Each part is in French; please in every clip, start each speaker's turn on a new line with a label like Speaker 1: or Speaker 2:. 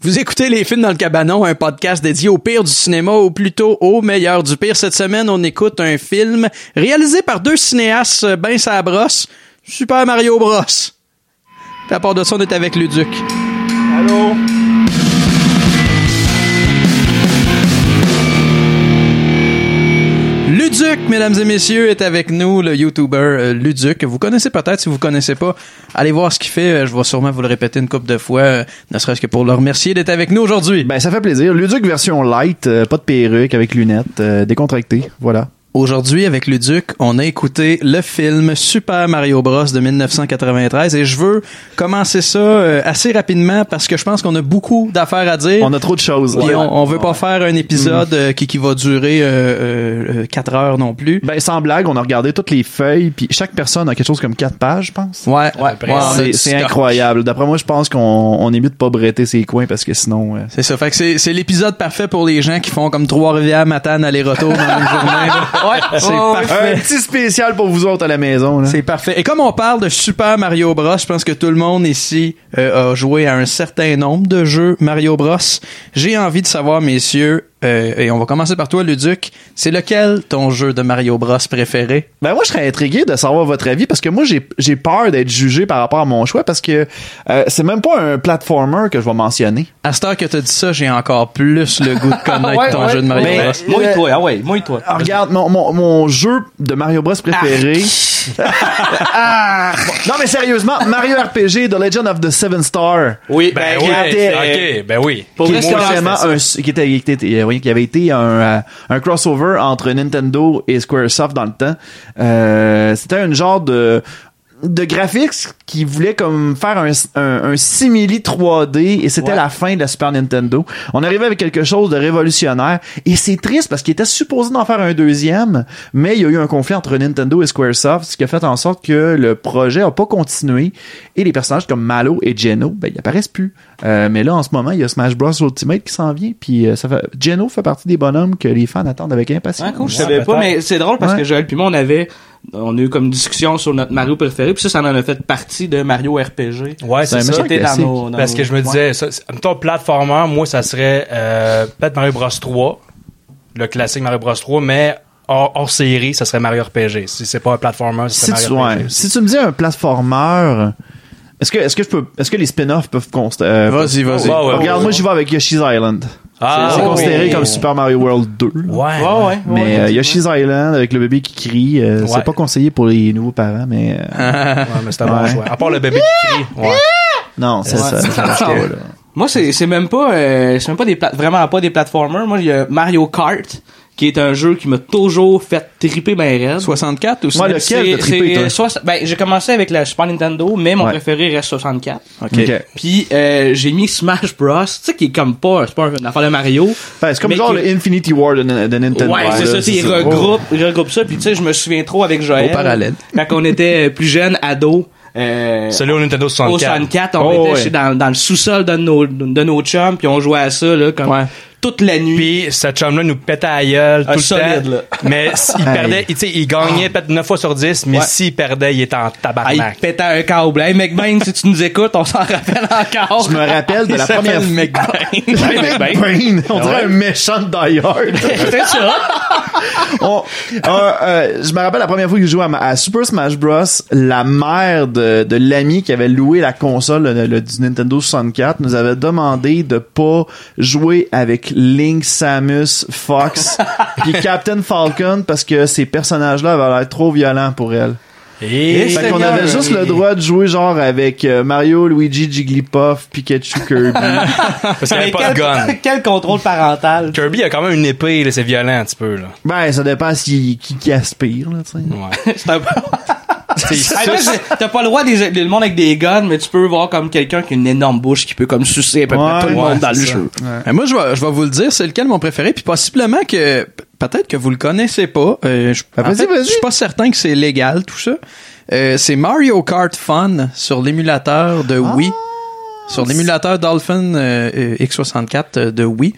Speaker 1: Vous écoutez Les Films dans le Cabanon, un podcast dédié au pire du cinéma, ou plutôt au meilleur du pire. Cette semaine, on écoute un film réalisé par deux cinéastes euh, ben ça brosse, Super Mario Bros. Puis À part de ça, on est avec Luduc.
Speaker 2: Allô?
Speaker 1: Luduc, mesdames et messieurs, est avec nous, le YouTuber euh, Luduc. Vous connaissez peut-être, si vous connaissez pas, allez voir ce qu'il fait. Euh, Je vais sûrement vous le répéter une couple de fois, euh, ne serait-ce que pour le remercier d'être avec nous aujourd'hui.
Speaker 2: Ben, ça fait plaisir. Luduc version light, euh, pas de perruque, avec lunettes, euh, décontracté, voilà.
Speaker 1: Aujourd'hui, avec Luduc, on a écouté le film Super Mario Bros de 1993 et je veux commencer ça euh, assez rapidement parce que je pense qu'on a beaucoup d'affaires à dire.
Speaker 2: On a trop de choses.
Speaker 1: Puis
Speaker 2: Ouais.
Speaker 1: on, on veut pas faire un épisode euh, qui, qui va durer 4 heures non plus.
Speaker 2: Ben, sans blague, on a regardé toutes les feuilles, puis chaque personne a quelque chose comme quatre pages, je pense.
Speaker 1: Ouais, ouais,
Speaker 3: peu
Speaker 1: ouais,
Speaker 3: près.
Speaker 1: on a
Speaker 2: C'est-
Speaker 1: du
Speaker 2: C'est
Speaker 1: stock.
Speaker 2: incroyable. D'après moi, je pense qu'on on est mieux de pas bretter ses coins parce que sinon... euh,
Speaker 1: C'est ça, fait que c'est, c'est l'épisode parfait pour les gens qui font comme Trois-Rivières, Matane, aller-retour dans une journée. Ouais, c'est
Speaker 2: Oh,
Speaker 1: parfait.
Speaker 2: Un petit spécial pour vous autres à la maison. Là.
Speaker 1: C'est parfait. Et comme on parle de Super Mario Bros, je pense que tout le monde ici euh, a joué à un certain nombre de jeux Mario Bros. J'ai envie de savoir, messieurs, euh, et on va commencer par toi, Luduc, c'est lequel ton jeu de Mario Bros préféré?
Speaker 2: Ben moi, je serais intrigué de savoir votre avis parce que moi, j'ai j'ai peur d'être jugé par rapport à mon choix parce que euh, c'est même pas un platformer que je vais mentionner.
Speaker 1: À cette heure que t'as dit ça, j'ai encore plus le goût de connaître
Speaker 2: Ouais,
Speaker 1: ton
Speaker 2: ouais, Ben,
Speaker 1: jeu de Mario
Speaker 2: ouais.
Speaker 1: Bros.
Speaker 3: Moi et toi, ah ouais, moi et toi.
Speaker 2: Ah, regarde, mon, mon, mon jeu de Mario Bros préféré. Ah. Non, mais sérieusement, Mario RPG, The Legend of the Seven Star.
Speaker 3: Oui, ben,
Speaker 2: oui,
Speaker 3: oui.
Speaker 2: c'est-
Speaker 3: Ok, ben oui.
Speaker 2: Qui
Speaker 3: Moi,
Speaker 2: est carrément
Speaker 3: c'était ça.
Speaker 2: un, qui était, qui était- euh, oui, qui avait été un, euh, un crossover entre Nintendo et Squaresoft dans le temps. Euh, c'était un genre de, de graphics qui voulait comme faire un, un, un simili 3D et c'était
Speaker 3: Ouais.
Speaker 2: la fin de la Super Nintendo. On arrivait avec quelque chose de révolutionnaire et c'est triste parce qu'il était supposé d'en faire un deuxième, mais il y a eu un conflit entre Nintendo et Squaresoft, ce qui a fait en sorte que le projet a pas continué et les personnages comme Malo et Geno, ben ils apparaissent plus. Euh, mais là en ce moment, il y a Smash Bros Ultimate qui s'en vient puis euh, ça fait Geno fait partie des bonhommes que les fans attendent avec impatience.
Speaker 3: Ah, cool, je savais
Speaker 4: Ouais,
Speaker 3: pas,
Speaker 4: peut-être.
Speaker 3: mais c'est drôle parce
Speaker 2: Ouais.
Speaker 3: que Joël puis moi, on avait, on a eu comme une discussion sur notre Mario préféré, puis ça, ça en a fait partie de Mario RPG.
Speaker 4: Ouais, c'est
Speaker 2: C'est un
Speaker 4: ça.
Speaker 2: méchant
Speaker 3: C'était dans
Speaker 2: classique.
Speaker 3: nos, dans
Speaker 4: Parce que
Speaker 3: nos-
Speaker 4: je me
Speaker 3: ouais.
Speaker 4: disais, ça, c'est- mettons, platformer, moi, ça serait euh, peut-être Mario Bros 3, le classique Mario Bros 3, mais hors, hors série, ça serait Mario RPG. Si c'est pas un platformer,
Speaker 2: si
Speaker 4: c'est
Speaker 2: tu,
Speaker 4: Mario
Speaker 2: ouais,
Speaker 4: RPG. aussi.
Speaker 2: si tu me dis un platformer, est-ce que, est-ce que je peux, est-ce que les spin-offs peuvent consta- euh,
Speaker 1: Vas-y,
Speaker 2: peuvent-
Speaker 1: vas-y.
Speaker 4: Ouais, ouais,
Speaker 2: Regarde,
Speaker 4: ouais,
Speaker 2: moi
Speaker 4: ouais.
Speaker 2: j'y vais avec Yoshi's Island.
Speaker 4: Ah,
Speaker 2: c'est
Speaker 3: oui.
Speaker 2: considéré comme Super Mario World 2.
Speaker 4: Ouais.
Speaker 3: Ouais, ouais, ouais.
Speaker 2: Mais euh, Yoshi's Island avec le bébé qui crie, euh,
Speaker 4: Ouais.
Speaker 2: c'est pas conseillé pour les nouveaux parents, mais euh,
Speaker 4: Ouais, mais c'est un bon
Speaker 2: Ouais.
Speaker 4: choix. À part le bébé qui crie. Ouais.
Speaker 2: non, c'est ça. ça marche pas, là.
Speaker 3: Moi, c'est c'est même pas, euh, c'est même pas des plate- vraiment pas des platformers. Moi, il y a Mario Kart, qui est un jeu qui m'a toujours fait triper ben raide.
Speaker 1: 64 ou
Speaker 2: Moi, le-
Speaker 1: c'est-
Speaker 2: Lequel
Speaker 3: C'est-
Speaker 2: t'as trippé,
Speaker 3: c'est,
Speaker 2: toi?
Speaker 3: soix- ben, j'ai commencé avec la Super Nintendo, mais mon
Speaker 2: Ouais.
Speaker 3: préféré reste 64.
Speaker 2: Ok.
Speaker 3: Puis euh, j'ai mis Smash Bros, tu sais qui est comme pas, c'est pas une affaire de Mario.
Speaker 2: Fait, Ben, c'est comme
Speaker 3: Mais
Speaker 2: genre
Speaker 3: qui-
Speaker 2: le Infinity War de, de Nintendo.
Speaker 3: Ouais, c'est ça, tu
Speaker 2: Oh.
Speaker 3: sais, ils regroupent, ils regroupent ça. Puis tu sais, je me souviens trop avec Joël.
Speaker 1: Au parallèle.
Speaker 3: Quand on était plus jeune, ado. Euh,
Speaker 4: Celui au Nintendo 64.
Speaker 3: au 64, on
Speaker 2: Oh,
Speaker 3: était
Speaker 2: ouais.
Speaker 3: chez- dans, dans le sous-sol de nos, de nos chums, puis on jouait à ça, là, comme
Speaker 1: Ouais.
Speaker 3: toute la nuit.
Speaker 4: Puis, cette chum-là nous pétait à la gueule
Speaker 3: Ah,
Speaker 4: tout le
Speaker 3: solide,
Speaker 4: temps.
Speaker 3: là.
Speaker 4: Mais s'il
Speaker 2: Hey.
Speaker 4: perdait, il- tu sais, il gagnait peut-être 9 fois sur 10, mais
Speaker 3: Ouais.
Speaker 4: s'il perdait, il était en
Speaker 3: Ah, il
Speaker 4: tabarnak.
Speaker 3: pétait un câble. Hey, McBain, si tu nous écoutes, on s'en rappelle encore.
Speaker 2: Je me rappelle de la
Speaker 1: s'appelle
Speaker 2: première fois.
Speaker 1: McBain.
Speaker 3: Ah
Speaker 2: McBain, on dirait un méchant de Die Hard.
Speaker 3: C'était ça.
Speaker 2: On- euh, euh, je me rappelle la première fois que je jouais à, ma- à Super Smash Bros, la mère de, de l'ami qui avait loué la console le, le- du Nintendo 64 nous avait demandé de pas jouer avec Link, Samus, Fox, puis Captain Falcon parce que ces personnages-là avaient l'air trop violents pour elle.
Speaker 4: Et-
Speaker 2: Fait qu'on
Speaker 3: Seigneur.
Speaker 2: avait juste le droit de jouer genre avec euh, Mario, Luigi, Jigglypuff, Pikachu, Kirby.
Speaker 4: Parce qu'il n'y
Speaker 3: Mais
Speaker 4: avait pas de gun.
Speaker 3: quel, quel contrôle parental.
Speaker 4: Kirby a quand même une épée, là, c'est violent un petit peu. Là.
Speaker 2: ben, ça dépend si, qui, qui aspire, là, tu sais.
Speaker 4: Ouais.
Speaker 3: C'est un peu-
Speaker 4: C'est-
Speaker 3: Ah, là, c'est- T'as pas le droit des, le monde avec des guns, mais tu peux voir comme quelqu'un qui a une énorme bouche qui peut comme sucer à peu près
Speaker 2: Ouais,
Speaker 3: tout le
Speaker 2: ouais,
Speaker 3: monde dans le
Speaker 2: c'est ça.
Speaker 3: jeu.
Speaker 1: Ben, moi, je vais, je vais vous le dire, c'est lequel mon préféré, puis possiblement que p- peut-être que vous le connaissez pas. Euh, je,
Speaker 2: Ben,
Speaker 1: en
Speaker 2: vas-y,
Speaker 1: fait,
Speaker 2: vas-y.
Speaker 1: je suis pas certain que c'est légal tout ça. Euh, c'est Mario Kart Fun sur l'émulateur de
Speaker 2: Ah!
Speaker 1: Wii, sur l'émulateur Dolphin euh, euh, X64 euh, de Wii.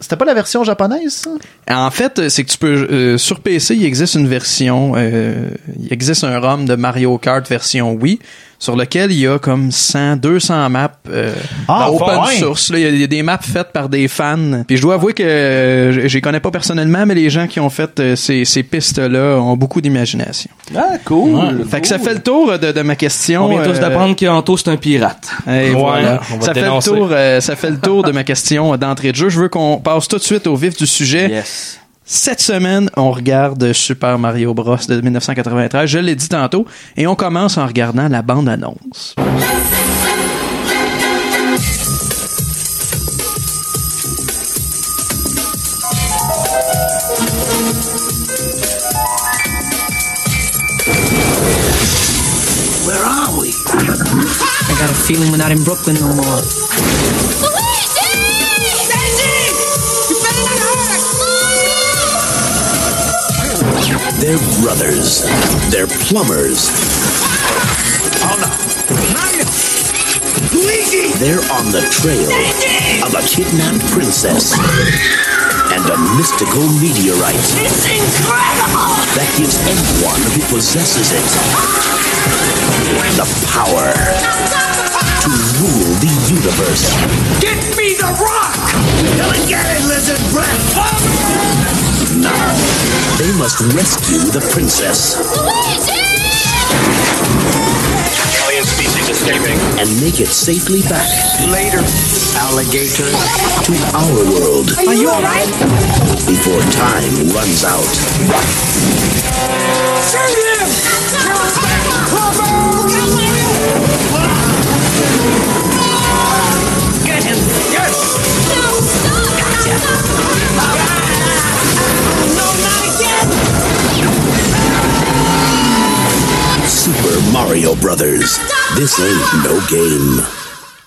Speaker 2: C'était pas la version japonaise, ça?
Speaker 1: En fait, euh, c'est que tu peux euh, sur PC, il existe une version, euh, il existe un ROM de Mario Kart version Wii. sur lequel il y a comme 100, 200 maps euh,
Speaker 2: Ah,
Speaker 1: open
Speaker 2: ouais.
Speaker 1: source. là. Il y a- il y, a des maps faites par des fans. Puis je dois avouer que euh, je je les connais pas personnellement, mais les gens qui ont fait euh, ces, ces pistes-là ont beaucoup d'imagination.
Speaker 3: Ah, cool.
Speaker 1: Fait que ça
Speaker 3: cool.
Speaker 1: fait le tour de, de ma question.
Speaker 3: On vient tous
Speaker 1: euh,
Speaker 3: d'apprendre qu'Anto, c'est un pirate.
Speaker 1: et
Speaker 4: Ouais,
Speaker 1: voilà.
Speaker 4: on va
Speaker 1: Ça
Speaker 4: te
Speaker 1: fait, le
Speaker 4: dénoncer.
Speaker 1: tour, euh, ça fait le tour de ma question euh, d'entrée de jeu. Je veux qu'on passe tout de suite au vif du sujet.
Speaker 3: Yes.
Speaker 1: Cette semaine, on regarde Super Mario Bros. de 1993, je l'ai dit tantôt, et on commence en regardant la bande-annonce.
Speaker 5: I got a feeling we're not in Brooklyn no more.
Speaker 6: They're brothers. They're plumbers. Oh no. Luigi! They're on the trail of a kidnapped princess and a mystical meteorite. It's incredible! That gives anyone who possesses it the power to rule the universe. Get me the rock! Come and get it, lizard breath! Now, they must rescue the princess.
Speaker 7: Alien species escaping.
Speaker 6: and make it safely back. Later, alligator. To our world. Are you alright? Before time runs out. Super Mario Brothers. This ain't no game.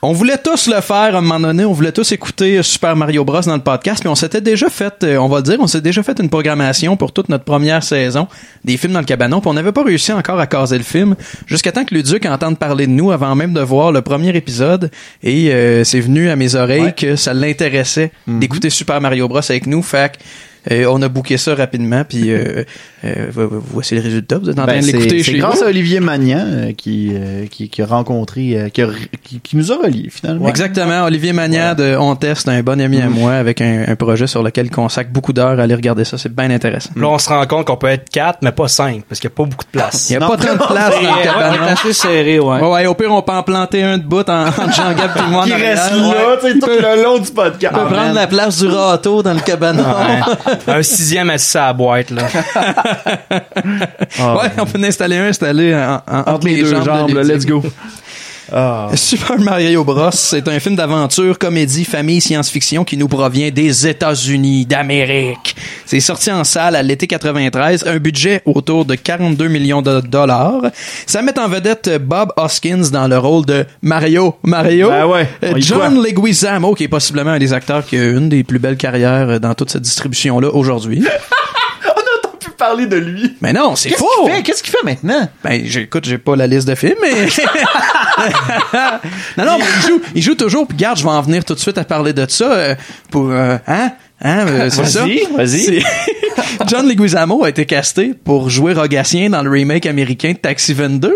Speaker 1: On voulait tous le faire à un moment donné, on voulait tous écouter Super Mario Bros dans le podcast, puis on s'était déjà fait, euh, on va le dire, on s'est déjà fait une programmation pour toute notre première saison des films dans le cabanon, puis on n'avait pas réussi encore à caser le film, jusqu'à temps que Luduc entende parler de nous avant même de voir le premier épisode, et euh, c'est venu à mes oreilles que ça l'intéressait
Speaker 2: Mhm.
Speaker 1: d'écouter Super Mario Bros avec nous, fait que, euh, on a booké ça rapidement, puis euh, euh, vo- vo- voici le résultat, vous êtes en train
Speaker 2: Ben,
Speaker 1: de l'écouter
Speaker 2: c'est c'est
Speaker 1: chez
Speaker 2: grâce
Speaker 1: vous.
Speaker 2: à Olivier Magnan euh, qui, euh, qui, qui a rencontré, euh, qui, a r- qui- qui nous a reliés finalement.
Speaker 1: Exactement. Olivier Magnat de On Teste, un bon ami à
Speaker 2: Mm.
Speaker 1: moi, avec un, un projet sur lequel il consacre beaucoup d'heures à aller regarder ça. C'est bien intéressant.
Speaker 2: Mm.
Speaker 4: Là, on se rend compte qu'on peut être 4, mais pas 5, parce qu'il n'y a pas beaucoup de place.
Speaker 1: Il n'y a
Speaker 2: Non,
Speaker 1: pas tant de place dans le
Speaker 3: Ouais, on est
Speaker 1: cabanon.
Speaker 3: assez serré, ouais.
Speaker 1: Ouais, ouais, au pire, on peut en planter un de bout en, entre Jean-Gab et moi en
Speaker 2: Qui
Speaker 1: arrière.
Speaker 2: reste
Speaker 1: Ouais.
Speaker 2: là, tu sais, tout le long du podcast.
Speaker 1: On peut prendre la place du râteau dans le cabanon.
Speaker 4: Un sixième assis à la boîte, là.
Speaker 1: ouais, on peut en installer un, installer en- en-
Speaker 2: entre les deux
Speaker 1: de
Speaker 2: jambes, là,
Speaker 1: Luduc.
Speaker 2: let's go.
Speaker 1: Super Mario Bros, c'est un film d'aventure, comédie, famille, science-fiction qui nous provient des États-Unis d'Amérique. C'est sorti en salle à l'été 93, un budget autour de 42 millions de dollars. Ça met en vedette Bob Hoskins dans le rôle de Mario Mario.
Speaker 2: Ben ouais,
Speaker 1: Euh,
Speaker 2: on y
Speaker 1: John Leguizamo qui est possiblement un des acteurs qui a une des plus belles carrières euh, dans toute cette distribution là aujourd'hui.
Speaker 2: On peut parler de lui.
Speaker 1: Mais non, c'est
Speaker 2: Qu'est-ce
Speaker 1: faux.
Speaker 2: qu'il fait? Qu'est-ce qu'il fait maintenant?
Speaker 1: Ben, j'écoute, j'ai pas la liste de films, mais. non, non, mais il joue, il joue toujours, puis garde, je vais en venir tout de suite à parler de ça. euh, pour, euh, hein? Hein? euh, c'est ça?
Speaker 2: Vas-y, vas-y.
Speaker 1: C'est- John Leguizamo a été casté pour jouer Rogatien dans le remake américain de Taxi 22.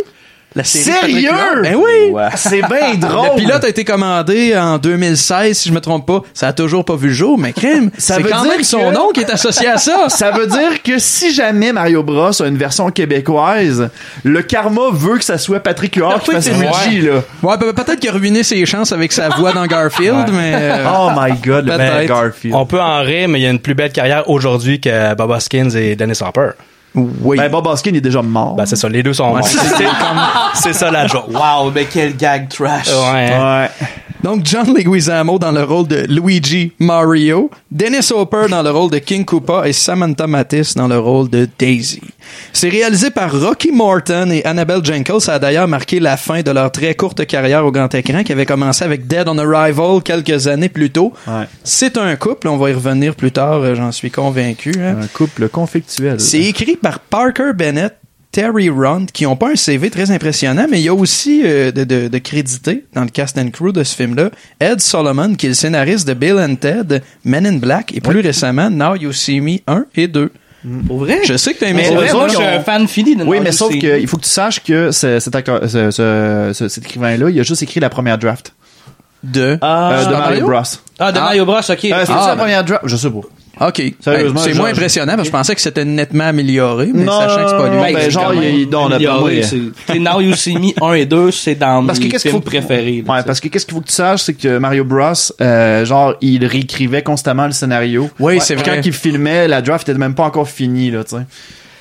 Speaker 1: La série de Patrick Huard.
Speaker 2: Sérieux?
Speaker 1: Ben oui!
Speaker 2: Ouais. C'est bien drôle.
Speaker 1: Le pilote a été commandé en 2016, si je me trompe pas. Ça a toujours pas vu le jour, mais crème,
Speaker 2: Ça
Speaker 1: c'est
Speaker 2: veut
Speaker 1: quand
Speaker 2: dire
Speaker 1: même son
Speaker 2: que-
Speaker 1: nom qui est associé à ça.
Speaker 2: Ça veut dire que si jamais Mario Bros a une version québécoise, le karma veut que ça soit Patrick
Speaker 1: Ah,
Speaker 2: Huard qui fasse Ah, Luigi, là.
Speaker 1: Ouais, pe- peut-être qu'il a ruiné ses chances avec sa voix dans Garfield, mais... euh,
Speaker 2: Oh my god, le
Speaker 1: Peut-être.
Speaker 2: Matt Garfield.
Speaker 4: On peut en rire, mais il y a une plus belle carrière aujourd'hui que Bob Hoskins et Dennis Hopper.
Speaker 1: Oui.
Speaker 2: Ben, Bob Hoskin est déjà mort.
Speaker 4: Ben, c'est ça, les deux sont morts. C'est c'est ça la joke.
Speaker 3: Wow, mais quel gag trash.
Speaker 4: Ouais. hein.
Speaker 2: ouais.
Speaker 1: Donc, John Leguizamo dans le rôle de Luigi Mario, Dennis Hopper dans le rôle de King Koopa et Samantha Matisse dans le rôle de Daisy. C'est réalisé par Rocky Morton et Annabelle Jenkins. Ça a d'ailleurs marqué la fin de leur très courte carrière au grand écran qui avait commencé avec Dead on Arrival quelques années plus tôt.
Speaker 2: Ouais.
Speaker 1: C'est un couple, on va y revenir plus tard, euh, j'en suis convaincu. hein.
Speaker 2: Un couple conflictuel.
Speaker 1: C'est écrit par Parker Bennett, Terry Runt, qui ont pas un CV très impressionnant, mais il y a aussi euh, de, de, de crédité dans le cast and crew de ce film-là. Ed Solomon, qui est le scénariste de Bill and Ted, Men in Black, et plus récemment, Now You See Me 1 et 2.
Speaker 3: Pour vrai?
Speaker 1: Je sais que t'as aimé ça.
Speaker 3: Mais c'est vrai,
Speaker 2: Eux
Speaker 3: moi,
Speaker 2: autres,
Speaker 3: je suis
Speaker 2: ils ont-
Speaker 3: un fan fini de
Speaker 2: Oui, mais
Speaker 3: Marvel
Speaker 2: sauf
Speaker 3: aussi.
Speaker 2: qu'il faut que tu saches que ce- cet, acteur- ce- ce- ce- cet écrivain-là, il a juste écrit la première draft
Speaker 1: De.
Speaker 2: euh, de
Speaker 1: Super
Speaker 2: Mario
Speaker 1: Mario?
Speaker 2: Bros.
Speaker 3: Ah, de
Speaker 1: Ah.
Speaker 3: Mario Bros, ok.
Speaker 2: Euh, c'est
Speaker 1: Ah,
Speaker 2: la
Speaker 1: ben-
Speaker 2: première draft, je sais pas.
Speaker 1: OK.
Speaker 2: Sérieusement,
Speaker 1: Hey, c'est
Speaker 2: je-
Speaker 1: moins
Speaker 2: je-
Speaker 1: impressionnant parce que je pensais que c'était nettement amélioré, mais
Speaker 2: Non,
Speaker 1: sachant que c'est pas lui.
Speaker 2: non, ben,
Speaker 1: c'est
Speaker 2: genre,
Speaker 1: quand même-
Speaker 2: il- non, on a pas-
Speaker 3: Amélioré,
Speaker 2: oui.
Speaker 3: c'est- c'est Now You See Me 1 et 2, c'est dans
Speaker 2: Parce que
Speaker 3: mes
Speaker 2: qu'est-ce qu'il
Speaker 3: films
Speaker 2: faut
Speaker 3: préférés. là,
Speaker 2: Ouais,
Speaker 3: tu sais.
Speaker 2: parce que qu'est-ce qu'il faut que tu saches, c'est que Mario Bros, euh, genre, il réécrivait constamment le scénario.
Speaker 1: Oui, c'est
Speaker 2: Quand
Speaker 1: vrai.
Speaker 2: il filmait, la draft était même pas encore finie, là, tu sais.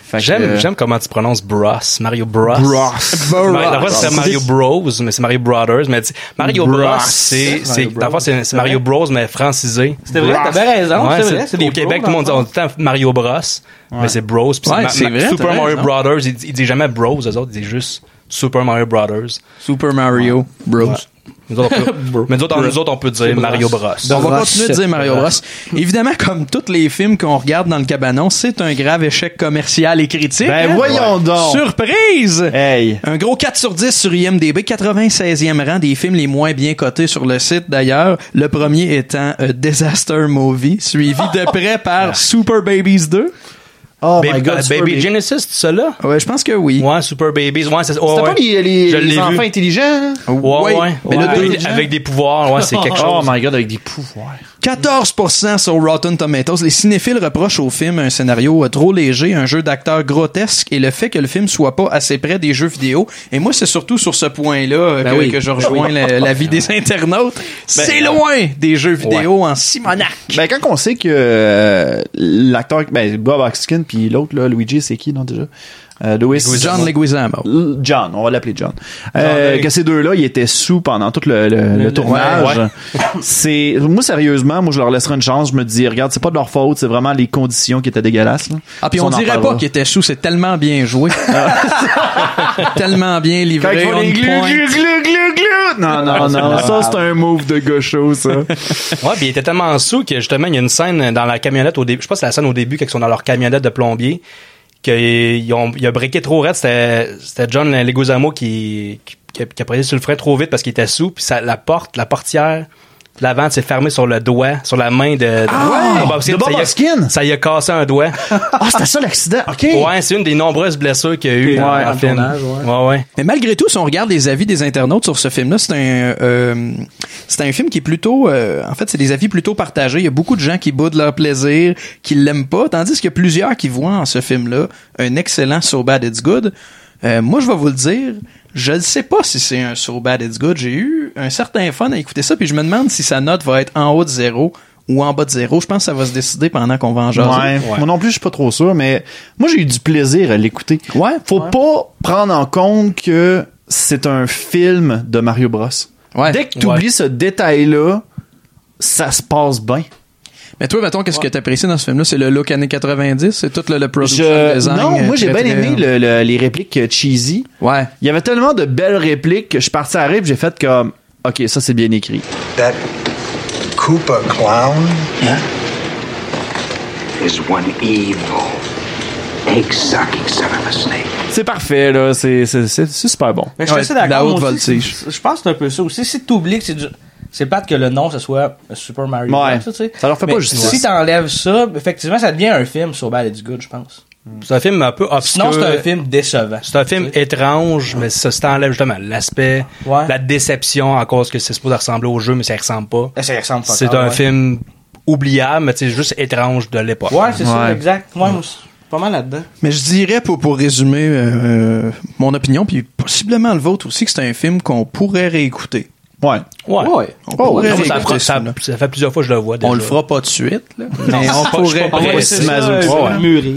Speaker 2: Fait que,
Speaker 4: J'aime
Speaker 2: euh,
Speaker 4: j'aime comment tu prononces Bros. Mario Bros.
Speaker 2: Bros.
Speaker 4: Mar- D'abord, c'est Mario Bros, mais c'est Mario Brothers. Mais tu- Mario
Speaker 2: Bros.
Speaker 4: Bros, c'est. c'est-
Speaker 2: Mario
Speaker 4: D'abord, c'est c'est Mario Bros, mais francisé.
Speaker 3: C'était vrai, t'as bien raison,
Speaker 4: Ouais,
Speaker 3: c'est vrai. c'est des
Speaker 4: Au Québec,
Speaker 3: pros,
Speaker 4: tout le monde dit
Speaker 3: dans
Speaker 4: on
Speaker 3: fond.
Speaker 4: dit tout le temps Mario Bros, mais c'est Bros. puis
Speaker 1: Ouais,
Speaker 4: Ma-
Speaker 1: c'est
Speaker 4: Ma-
Speaker 1: vrai, t'as
Speaker 4: Super Mario
Speaker 1: raison.
Speaker 4: Brothers, ils il disent jamais Bros, eux autres, ils disent juste Super Mario Brothers.
Speaker 1: Super Mario Bros.
Speaker 4: Nous autres, on peut- mais nous autres, on- nous autres, on peut dire Mario Bros.
Speaker 1: On va
Speaker 2: Bros.
Speaker 1: continuer de dire Mario Bros. Évidemment, comme tous les films qu'on regarde dans le cabanon, c'est un grave échec commercial et critique.
Speaker 2: Ben,
Speaker 1: hein?
Speaker 2: voyons donc.
Speaker 1: Surprise!
Speaker 2: Hey.
Speaker 1: Un gros 4 sur 10 sur IMDB, 96e rang des films les moins bien cotés sur le site d'ailleurs. Le premier étant euh, Disaster Movie, suivi de près par Super Babies 2.
Speaker 2: Oh
Speaker 4: Baby,
Speaker 2: my god.
Speaker 4: euh,
Speaker 2: Super
Speaker 4: Baby
Speaker 2: Big-
Speaker 4: Genesis, c'est ça là?
Speaker 1: Ouais, je pense que oui.
Speaker 4: Ouais, Super Babies. Ouais, c'est
Speaker 2: C'était
Speaker 4: ouais,
Speaker 2: pas les, les-
Speaker 4: Je l'ai
Speaker 2: les enfants
Speaker 4: vu.
Speaker 2: intelligents, là?
Speaker 4: Ouais, ouais.
Speaker 2: Mais
Speaker 4: Ouais.
Speaker 2: là, deux
Speaker 4: avec,
Speaker 2: gens.
Speaker 4: avec des pouvoirs, ouais, c'est quelque
Speaker 2: Oh
Speaker 4: chose.
Speaker 2: my god, avec des pouvoirs.
Speaker 1: 14% sur Rotten Tomatoes. Les cinéphiles reprochent au film un scénario euh, trop léger, un jeu d'acteurs grotesque et le fait que le film soit pas assez près des jeux vidéo. Et moi, c'est surtout sur ce point-là euh,
Speaker 3: Ben
Speaker 1: que,
Speaker 3: oui. Ben
Speaker 1: que je rejoins la, la vie des internautes. c'est loin des jeux vidéo en Simonac.
Speaker 2: Ben, quand on sait que euh, l'acteur, ben, Bob Hoskins, puis l'autre, là, Luigi, c'est qui, non, déjà? Euh, Louis-
Speaker 1: John Leguizamo.
Speaker 2: L- John, on va l'appeler John. Euh,
Speaker 4: John, hey.
Speaker 2: que ces deux-là, ils étaient sous pendant tout le, le- le tournage.
Speaker 4: ouais.
Speaker 2: c'est moi sérieusement, moi je leur laisserai une chance. Je me dis, regarde, c'est pas de leur faute, c'est vraiment les conditions qui étaient dégueulasses. là.
Speaker 1: Ah, puis
Speaker 2: Ça,
Speaker 1: on,
Speaker 2: en
Speaker 1: dirait pas
Speaker 2: parlera.
Speaker 1: qu'il était chou, c'est tellement bien joué. tellement bien
Speaker 2: Quand ils
Speaker 1: livré.
Speaker 2: font
Speaker 1: on
Speaker 2: les glu,
Speaker 1: point.
Speaker 2: glu, glu, glu, glu. Non, non, non, ça Ah, c'est un move de gaucho, ça.
Speaker 4: Ouais, puis il était tellement sous que justement, il y a une scène dans la camionnette au début. Je pense que c'est la scène au début quand ils sont dans leur camionnette de plombier. Qu'il ont, il a breaké trop raide. C'était, c'était John Leguizamo qui, qui, qui a- qui a pris sur le frein trop vite parce qu'il était sous. Puis ça, la porte, la portière, de l'avant s'est fermée sur le doigt, sur la main de,
Speaker 2: Ah,
Speaker 4: de
Speaker 2: ouais, de Bob
Speaker 4: Ça y a-
Speaker 2: Hoskins.
Speaker 4: Ça y a cassé un doigt.
Speaker 2: Ah, c'était ça l'accident. OK.
Speaker 4: ouais, c'est une des nombreuses blessures qu'il y a eu dans
Speaker 2: ouais,
Speaker 4: le
Speaker 2: en
Speaker 4: film.
Speaker 3: tournage, ouais.
Speaker 4: ouais, ouais.
Speaker 1: Mais malgré tout, si on regarde les avis des internautes sur ce film-là, c'est un euh, c'est un film qui est plutôt euh, en fait c'est des avis plutôt partagés. Il y a beaucoup de gens qui boudent leur plaisir, qui l'aiment pas, tandis qu'il y a plusieurs qui voient en ce film-là un excellent So Bad It's Good. Euh, moi, je vais vous le dire, je ne sais pas si c'est un So Bad It's Good. J'ai eu un certain fun à écouter ça, puis je me demande si sa note va être en haut de zéro ou en bas de zéro. Je pense que ça va se décider pendant qu'on va en jaser.
Speaker 2: Ouais. Moi non plus, je suis pas trop sûr, mais moi j'ai eu du plaisir à l'écouter.
Speaker 1: Ouais.
Speaker 2: Faut pas prendre en compte que c'est un film de Mario Bros.
Speaker 1: Ouais.
Speaker 2: Dès que tu oublies ce détail-là, ça se passe bien.
Speaker 1: Mais toi, mettons, qu'est-ce que tu apprécies dans ce film-là? C'est le look années 90? C'est tout le, le production design?
Speaker 2: non,
Speaker 1: euh,
Speaker 2: moi j'ai
Speaker 1: très,
Speaker 2: bien
Speaker 1: très-
Speaker 2: aimé le- le- les répliques euh, cheesy.
Speaker 1: Ouais.
Speaker 2: Il y avait tellement de belles répliques que je suis parti à rêve, j'ai fait comme OK, ça c'est bien écrit.
Speaker 8: That Koopa clown?
Speaker 6: Is one evil, egg-sucking son of a snake.
Speaker 2: C'est parfait là, c'est c'est- c'est- c'est super bon.
Speaker 3: Mais je suis
Speaker 1: Ouais,
Speaker 3: assez
Speaker 1: la
Speaker 3: d'accord.
Speaker 1: haute
Speaker 3: moi aussi,
Speaker 1: voltige.
Speaker 3: c'est- Je pense que c'est un peu ça aussi. Si t'oublies que c'est du. C'est plate que le nom, ce soit euh, Super Mario Bros.
Speaker 2: Ouais.
Speaker 3: tu sais.
Speaker 2: Ça leur fait
Speaker 3: Mais
Speaker 2: pas justice.
Speaker 3: Si t'enlèves ça, effectivement, ça devient un film sur Bad et du Good, je pense.
Speaker 4: C'est un film un peu obscur.
Speaker 3: Sinon, c'est un film décevant.
Speaker 4: C'est un film
Speaker 3: Tu sais.
Speaker 4: étrange, mais ça, ça enlève justement l'aspect,
Speaker 3: Ouais.
Speaker 4: la déception à cause que c'est supposé ressembler au jeu, mais ça ressemble pas.
Speaker 3: Ah, Ça y ressemble pas
Speaker 4: C'est
Speaker 3: tant,
Speaker 4: un
Speaker 3: ouais.
Speaker 4: film oubliable, mais c'est juste étrange de l'époque.
Speaker 3: Ouais, c'est ça,
Speaker 2: Ouais.
Speaker 3: exact. Ouais, moi, c'est pas mal là-dedans.
Speaker 1: Mais je dirais, pour, pour résumer euh, euh, mon opinion, puis possiblement le vôtre aussi, que c'est un film qu'on pourrait réécouter.
Speaker 2: Ouais.
Speaker 4: Ouais.
Speaker 1: On
Speaker 2: Oh,
Speaker 1: pourrait
Speaker 4: Non, mais
Speaker 1: réécouter
Speaker 4: ça, prend-
Speaker 1: ce
Speaker 4: ça-
Speaker 1: film-là.
Speaker 4: ça fait plusieurs fois que je le vois déjà.
Speaker 1: On le fera pas de suite, là, mais on
Speaker 4: je suis
Speaker 1: pourrait.
Speaker 4: pas prêt.
Speaker 2: Ouais,
Speaker 3: c'est
Speaker 2: c'est
Speaker 3: ça,
Speaker 2: Mazou.
Speaker 3: ça
Speaker 2: Ouais.
Speaker 3: va mûrir.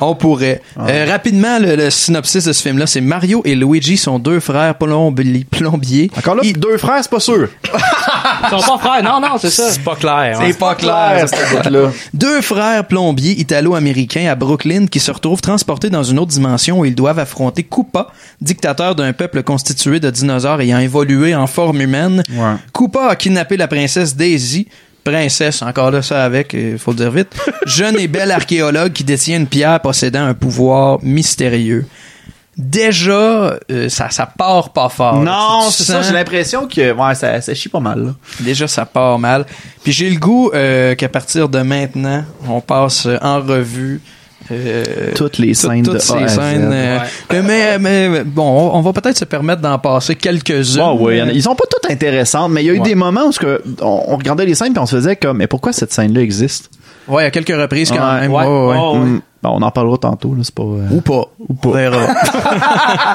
Speaker 1: On pourrait. Euh, rapidement, le, le synopsis de ce film-là, c'est Mario et Luigi sont deux frères plombi- plombiers.
Speaker 2: Encore là, deux frères, c'est pas sûr.
Speaker 3: Ils sont pas frères, non, non, c'est ça.
Speaker 4: C'est pas clair. hein.
Speaker 1: C'est pas clair.
Speaker 2: Claire, cette là
Speaker 1: Deux frères plombiers italo-américains à Brooklyn qui se retrouvent transportés dans une autre dimension où ils doivent affronter Koopa, dictateur d'un peuple constitué de dinosaures ayant évolué en forme humaine.
Speaker 2: Ouais.
Speaker 1: Koopa a kidnappé la princesse Daisy, princesse, encore là ça avec, il faut le dire vite, jeune et belle archéologue qui détient une pierre possédant un pouvoir mystérieux. Déjà, euh, ça, ça part pas fort.
Speaker 2: Non,
Speaker 1: Tu
Speaker 2: c'est ça,
Speaker 1: sens-
Speaker 2: j'ai l'impression que ouais, ça, ça chie pas mal. là.
Speaker 1: Déjà, ça part mal. Puis j'ai le goût euh, qu'à partir de maintenant, on passe euh, en revue euh,
Speaker 2: Toutes les
Speaker 1: tout-
Speaker 2: scènes
Speaker 1: toutes
Speaker 2: de
Speaker 1: ces
Speaker 2: A à Z.
Speaker 1: scènes, euh, mais, mais, mais bon, on, on va peut-être se permettre d'en passer quelques-unes.
Speaker 2: Ah oui, il y en a- ils sont pas toutes intéressantes, mais il y a eu des moments où ce que- on, on regardait les scènes puis on se faisait comme, mais pourquoi cette scène-là existe?
Speaker 1: Ouais, à quelques reprises quand
Speaker 2: Ouais,
Speaker 1: même.
Speaker 2: ouais,
Speaker 1: ouais, ouais.
Speaker 3: Oh, ouais.
Speaker 2: Hmm, bon, on en parlera tantôt, là, c'est pas... euh,
Speaker 1: Ou pas. Ou pas.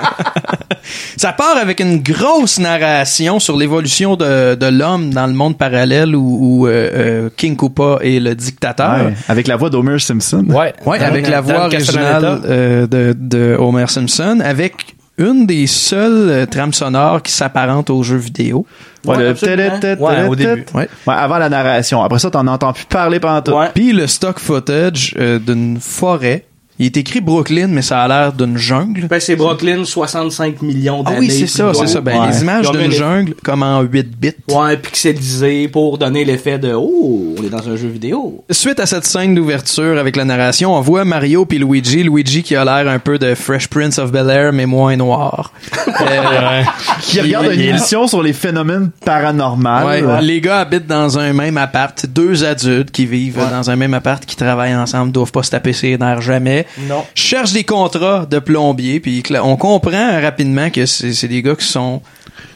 Speaker 1: ça part avec une grosse narration sur l'évolution de, de l'homme dans le monde parallèle où, où, euh, euh, King Koopa est le dictateur.
Speaker 2: ouais, avec la voix d'Homer Simpson.
Speaker 4: Ouais.
Speaker 1: ah. Ouais,
Speaker 4: Dan-
Speaker 1: avec la voix
Speaker 4: Dan
Speaker 1: originale
Speaker 4: Castellaneta.
Speaker 1: euh, de, de Homer Simpson, avec une des seules euh, trames sonores qui s'apparente aux jeux vidéo.
Speaker 2: Ouais,
Speaker 3: Ouais,
Speaker 2: le
Speaker 3: absolument.
Speaker 2: tête-tête-tête-tête.
Speaker 4: Ouais, au début.
Speaker 1: Ouais.
Speaker 2: Ouais, avant la narration. Après ça, t'en entends plus parler pendant tout.
Speaker 3: Ouais.
Speaker 1: Puis le stock footage euh, d'une forêt. Il est écrit Brooklyn, mais ça a l'air d'une jungle.
Speaker 3: Ben, c'est Brooklyn, 65 millions
Speaker 1: Ah
Speaker 3: d'années.
Speaker 1: oui, c'est ça,
Speaker 3: puis
Speaker 1: c'est
Speaker 3: ouais.
Speaker 1: ça. Ben,
Speaker 2: Ouais.
Speaker 1: Les images
Speaker 3: Ils ont mis
Speaker 1: d'une
Speaker 3: les-
Speaker 1: jungle comme en 8 bits.
Speaker 3: Ouais, pixelisé pour donner l'effet de Oh, on est dans un jeu vidéo.
Speaker 1: Suite à cette scène d'ouverture avec la narration, on voit Mario puis Luigi. Luigi qui a l'air un peu de Fresh Prince of Bel-Air, mais moins noir. Euh,
Speaker 2: Qui regarde une émission sur les phénomènes paranormaux.
Speaker 3: Ah,
Speaker 1: ouais, Les gars habitent dans un même appart. Deux adultes qui vivent dans un même appart, qui travaillent ensemble, doivent pas se taper ses nerfs jamais.
Speaker 3: Non.
Speaker 1: Cherchent des contrats de plombier. Puis cla- on comprend rapidement que c'est c'est des gars qui sont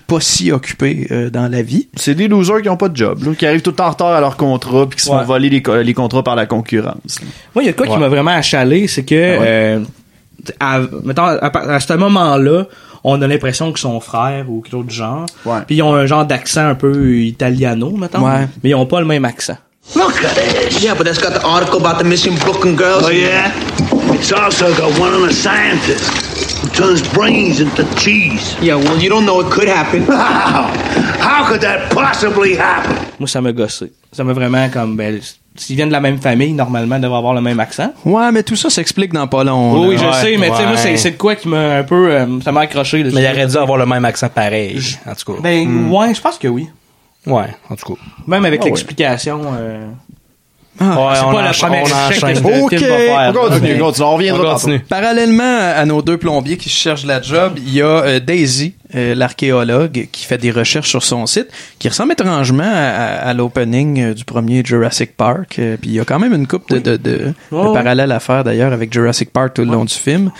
Speaker 1: pas si occupés euh, dans la vie.
Speaker 2: C'est des losers qui ont pas de job, là, qui arrivent tout le temps en retard à leur contrat puis qui se font
Speaker 3: Ouais.
Speaker 2: voler les, co- les contrats par la concurrence.
Speaker 3: Moi, il y a de quoi qui m'a vraiment achalé, c'est que, euh, à, mettons, à, à ce moment-là, on a l'impression que son frère ou que l'autre genre.
Speaker 2: Ouais.
Speaker 3: Puis ils ont un genre d'accent un peu italiano, mettons.
Speaker 1: Ouais.
Speaker 3: Mais ils ont pas le même accent.
Speaker 6: Look at it.
Speaker 5: Yeah, but that's got the article about the missing Brooklyn girls.
Speaker 6: Oh, yeah? It's also got one on a scientist who turns brains into cheese.
Speaker 5: Yeah, well, you don't know it could happen.
Speaker 6: Wow! How could that possibly happen?
Speaker 3: Moi, ça m'a gossé. Ça m'a vraiment comme, ben, s'ils viennent de la même famille, normalement, ils devraient avoir le même accent.
Speaker 1: Ouais, mais tout ça s'explique dans pas long.
Speaker 3: Oui,
Speaker 1: là.
Speaker 3: oui, je
Speaker 4: Ouais.
Speaker 3: sais, mais tu sais, moi,
Speaker 4: Ouais.
Speaker 3: c'est c'est de quoi qui m'a un peu, euh, ça m'a accroché. là.
Speaker 4: Mais il aurait dû avoir le même accent pareil. En tout cas.
Speaker 3: Ben, ouais, je pense que oui.
Speaker 4: Ouais, en tout cas.
Speaker 3: Même avec
Speaker 2: Ah ouais.
Speaker 3: l'explication. euh,
Speaker 4: Ouais,
Speaker 3: c'est
Speaker 4: on
Speaker 3: pas la
Speaker 4: enchaîne-
Speaker 3: première
Speaker 4: on
Speaker 3: échec
Speaker 4: enchaîne.
Speaker 3: que je-
Speaker 4: Ok,
Speaker 3: Le film va
Speaker 2: on
Speaker 3: faire.
Speaker 2: continue,
Speaker 3: Ok.
Speaker 2: on continue, on reviendra
Speaker 4: On
Speaker 2: tantôt.
Speaker 4: continue.
Speaker 1: Parallèlement à nos deux plombiers qui cherchent la job, il y a euh, Daisy, euh, l'archéologue, qui fait des recherches sur son site, qui ressemble étrangement à, à- à l'opening euh, du premier Jurassic Park. Euh, Puis il y a quand même une coupe de, de, de- de
Speaker 3: Ouais.
Speaker 1: parallèles à faire d'ailleurs avec Jurassic Park tout le long du film.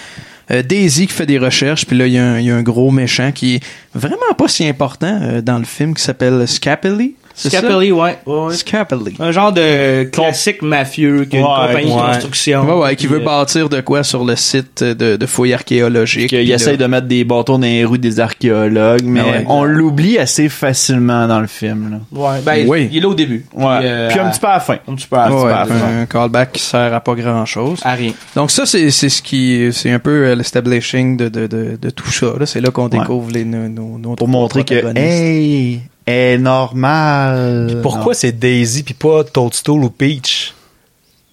Speaker 1: Euh, Daisy qui fait des recherches, puis là il y, a un- il y a un gros méchant qui est vraiment pas si important euh, dans le film qui s'appelle Scapelli. c'est ça?
Speaker 3: Scapelli, ouais. ouais, ouais.
Speaker 1: Scapelli.
Speaker 3: Un genre de classique mafieux qui a une
Speaker 2: Ouais,
Speaker 3: compagnie de
Speaker 4: ouais.
Speaker 3: construction.
Speaker 1: Ouais, ouais, qui veut
Speaker 3: Puis, euh,
Speaker 1: bâtir de quoi sur le site de, de fouilles archéologiques.
Speaker 2: Qu'il
Speaker 1: Puis là-
Speaker 2: essaye euh, de mettre des bâtons dans les roues des archéologues, mais
Speaker 1: Ah ouais.
Speaker 2: on l'oublie assez facilement dans le film. Là.
Speaker 3: Ouais, ben,
Speaker 1: Oui.
Speaker 3: il est là au début.
Speaker 2: Ouais.
Speaker 3: Puis, euh,
Speaker 2: puis un petit peu à la fin.
Speaker 3: Un petit peu à-
Speaker 1: Ouais,
Speaker 2: à la fin.
Speaker 1: un callback qui sert à pas grand chose.
Speaker 3: à rien.
Speaker 1: Donc ça, c'est c'est ce qui, c'est un peu euh, l'establishing de, de, de, de tout ça. là. C'est là qu'on
Speaker 2: Ouais.
Speaker 1: découvre les nos, nos, nos
Speaker 2: pour montrer que
Speaker 1: protagonistes.
Speaker 2: hey est normal
Speaker 4: Euh, Pourquoi c'est Daisy puis pas Toadstool ou Peach? Tu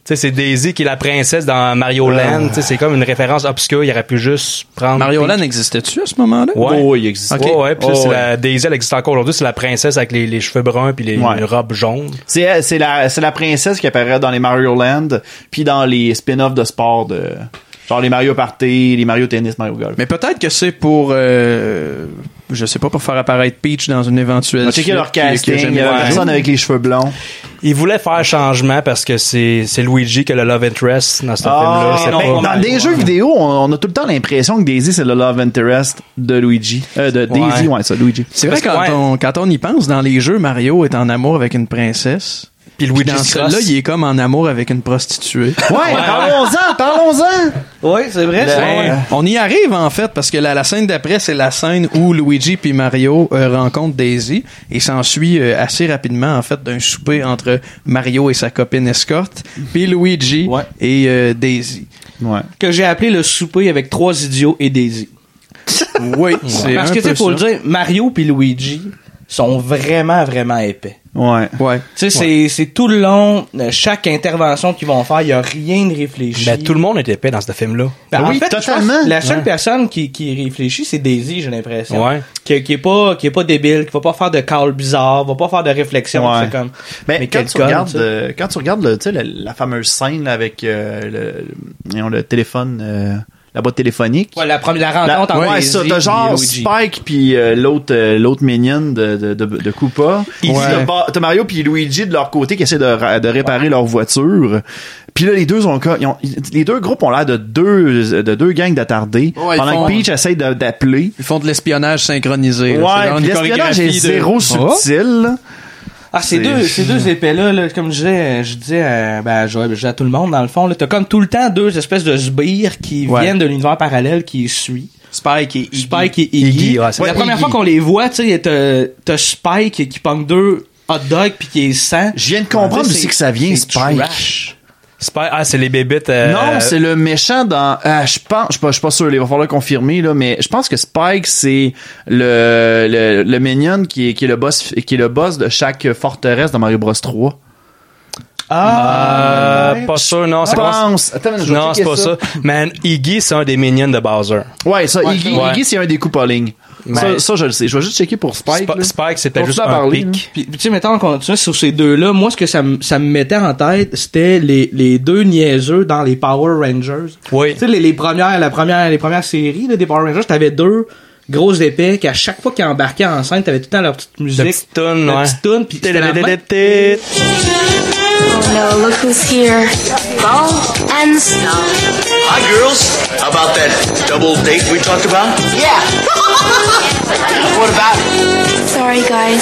Speaker 4: sais, c'est Daisy qui est la princesse dans
Speaker 2: Euh.
Speaker 4: Mario Land. Tu sais, c'est comme une référence obscure. Il aurait pu juste prendre.
Speaker 1: Mario
Speaker 4: Peach.
Speaker 1: Land existait-tu à ce moment-là
Speaker 4: Ouais.
Speaker 2: Oh, il existe.
Speaker 1: Ok.
Speaker 4: Ouais, ouais. Puis
Speaker 2: Oh,
Speaker 4: là, c'est
Speaker 2: ouais.
Speaker 4: la Daisy, elle existe encore aujourd'hui. C'est la princesse avec les, les cheveux bruns puis les,
Speaker 2: Ouais.
Speaker 4: les robes jaunes.
Speaker 2: c'est euh, c'est la c'est la princesse qui apparaît dans les Mario Land puis dans les spin-offs de sport de genre les Mario Party les Mario Tennis Mario Golf
Speaker 1: Mais peut-être que c'est pour, euh, je sais pas, pour faire apparaître Peach dans une éventuelle.
Speaker 2: on a checké
Speaker 1: suite
Speaker 2: leur
Speaker 1: qui- qui a
Speaker 2: casting il
Speaker 1: jamais
Speaker 2: y avait
Speaker 1: été
Speaker 2: une personne
Speaker 1: jouée.
Speaker 2: avec les cheveux blonds
Speaker 4: Il voulait faire changement parce que c'est c'est Luigi qui a le love interest dans ce
Speaker 2: Ah,
Speaker 4: film-là.
Speaker 3: non,
Speaker 4: C'est
Speaker 2: ben,
Speaker 4: pas-
Speaker 2: dans
Speaker 3: mal,
Speaker 2: des
Speaker 3: ouais.
Speaker 2: jeux vidéo on, on a tout le temps l'impression que Daisy c'est le love interest de Luigi Euh, de
Speaker 4: Ouais.
Speaker 2: Daisy ouais ça Luigi
Speaker 1: C'est vrai
Speaker 4: Parce
Speaker 1: quand
Speaker 4: que, ouais.
Speaker 1: on quand on y pense dans les jeux, Mario est en amour avec une princesse.
Speaker 4: Puis
Speaker 1: Puis
Speaker 4: Luigi
Speaker 1: dans
Speaker 4: se
Speaker 1: celle-là,
Speaker 4: crosse.
Speaker 1: il est comme en amour avec une prostituée.
Speaker 2: ouais, parlons-en parlons-en
Speaker 3: Ouais, c'est vrai. ça.
Speaker 2: Ben,
Speaker 3: Hein? Ah Ouais.
Speaker 1: On y arrive en fait parce que la, la scène d'après c'est la scène où Luigi puis Mario euh, rencontrent Daisy et s'ensuit euh, assez rapidement en fait d'un souper entre Mario et sa copine escorte puis Luigi
Speaker 3: Ouais.
Speaker 1: et euh, Daisy.
Speaker 2: ouais
Speaker 3: Que j'ai appelé le souper avec trois idiots et Daisy.
Speaker 1: Oui, c'est
Speaker 3: Parce
Speaker 1: un
Speaker 3: que, tu sais,
Speaker 1: peu
Speaker 3: faut le
Speaker 1: ça.
Speaker 3: dire, Mario puis Luigi sont vraiment, vraiment épais.
Speaker 2: ouais
Speaker 1: Ouais.
Speaker 3: Tu sais, c'est- c'est tout le long, euh, chaque intervention qu'ils vont faire, il n'y a rien de réfléchi.
Speaker 4: Ben, tout le monde était épais dans ce film-là.
Speaker 3: Ben,
Speaker 2: Ah Oui,
Speaker 3: en fait, je pense que
Speaker 2: totalement.
Speaker 3: La seule personne qui, qui réfléchit, c'est Daisy, j'ai l'impression.
Speaker 4: Ouais.
Speaker 3: Qui, qui est pas, qui est pas débile, qui va pas faire de call bizarre, va pas faire de réflexion.
Speaker 2: Ouais.
Speaker 3: c'est comme.
Speaker 2: Mais, quand,
Speaker 3: quel
Speaker 2: tu
Speaker 3: con,
Speaker 2: regardes,
Speaker 3: ça.
Speaker 2: euh, quand tu regardes le, tu sais, la, la fameuse scène là, avec euh, le, le- voyons, le téléphone, euh, la boîte téléphonique.
Speaker 3: Ouais, la première la
Speaker 2: La-
Speaker 3: rencontre entre
Speaker 2: ouais,
Speaker 3: Daisy
Speaker 2: ça, t'as
Speaker 3: puis
Speaker 2: genre
Speaker 3: Luigi.
Speaker 2: Spike puis euh, l'autre euh, l'autre minion de de de, de Koopa. Puis
Speaker 1: Ouais.
Speaker 2: t'as Ba- T'as Mario puis Luigi de leur côté qui essaient de, ra- de réparer leur voiture. Puis là les deux ont, encore- ils ont- les deux groupes ont l'air de deux de deux gangs d'attardés
Speaker 1: Ouais, ils
Speaker 2: pendant
Speaker 1: font-
Speaker 2: que Peach essaie de- d'appeler.
Speaker 1: Ils font de l'espionnage synchronisé. là. C'est
Speaker 2: Ouais,
Speaker 1: dans
Speaker 2: puis
Speaker 1: une
Speaker 2: l'espionnage
Speaker 1: chorégraphie
Speaker 2: est
Speaker 1: de-
Speaker 2: zéro subtil. là.
Speaker 3: Ah, ces
Speaker 2: C'est-
Speaker 3: deux, ces deux épées-là, là, comme je disais, euh, je disais, à- ben, je, je disais à tout le monde, dans le fond, là, t'as comme tout le temps deux espèces de sbires qui
Speaker 1: Ouais.
Speaker 3: viennent de l'univers parallèle qui suit.
Speaker 1: Spike et Iggy.
Speaker 3: Spike et Iggy.
Speaker 4: Iggy, ouais, c'est
Speaker 3: la
Speaker 4: ça.
Speaker 3: première
Speaker 4: Iggy.
Speaker 3: fois qu'on les voit, tu sais, t'as, t'as Spike qui pogne deux hot dogs puis qui est sang.
Speaker 2: Je viens de comprendre
Speaker 3: Ouais,
Speaker 2: d'où c'est que ça vient,
Speaker 3: c'est
Speaker 2: Spike.
Speaker 3: trash.
Speaker 4: Spy- ah, c'est les bébites. euh,
Speaker 2: Non,
Speaker 4: euh,
Speaker 2: c'est le méchant dans. Ah, je pense, je suis pas- je suis pas sûr, il va falloir le confirmer là, mais je pense que Spike c'est le, le le minion qui est qui est le boss qui est le boss de chaque forteresse dans Mario Bros 3.
Speaker 4: euh, pas sûr, non.
Speaker 2: Je
Speaker 4: c'est pas-
Speaker 2: pense. Ah, Attends, je vais
Speaker 4: Non, c'est
Speaker 2: checker
Speaker 4: pas ça. Man, Iggy, c'est un des minions de Bowser.
Speaker 2: Ouais, ça. Iggy,
Speaker 4: ouais.
Speaker 2: Iggy, c'est un des coupoling. Ça,
Speaker 4: Mais-
Speaker 2: ça, je le sais. Je vais juste checker pour Spike.
Speaker 4: Sp-
Speaker 2: là.
Speaker 4: Spike, c'était
Speaker 2: Continue
Speaker 4: juste
Speaker 2: à
Speaker 4: un
Speaker 2: parler,
Speaker 4: pic.
Speaker 3: Puis, puis tu sais, mettons, on continue sur ces deux-là. Moi, ce que ça, me- ça me mettait en tête, c'était les, les deux niaiseux dans les Power Rangers.
Speaker 4: Oui.
Speaker 3: Tu sais, les, les premières, la première, les premières séries là, des Power Rangers, t'avais deux grosses épées qu'à chaque fois qu'ils embarquaient en scène, t'avais tout le temps leur petite musique.
Speaker 4: petite toune,
Speaker 3: Leur
Speaker 4: ouais.
Speaker 3: petite toune, puis c'était la même-
Speaker 4: Tadadadadadad.
Speaker 9: No, look who's here. Ball and snow.
Speaker 6: Hi, girls. How about that double date we talked about?
Speaker 9: Yeah.
Speaker 6: What about it?
Speaker 9: Sorry, guys.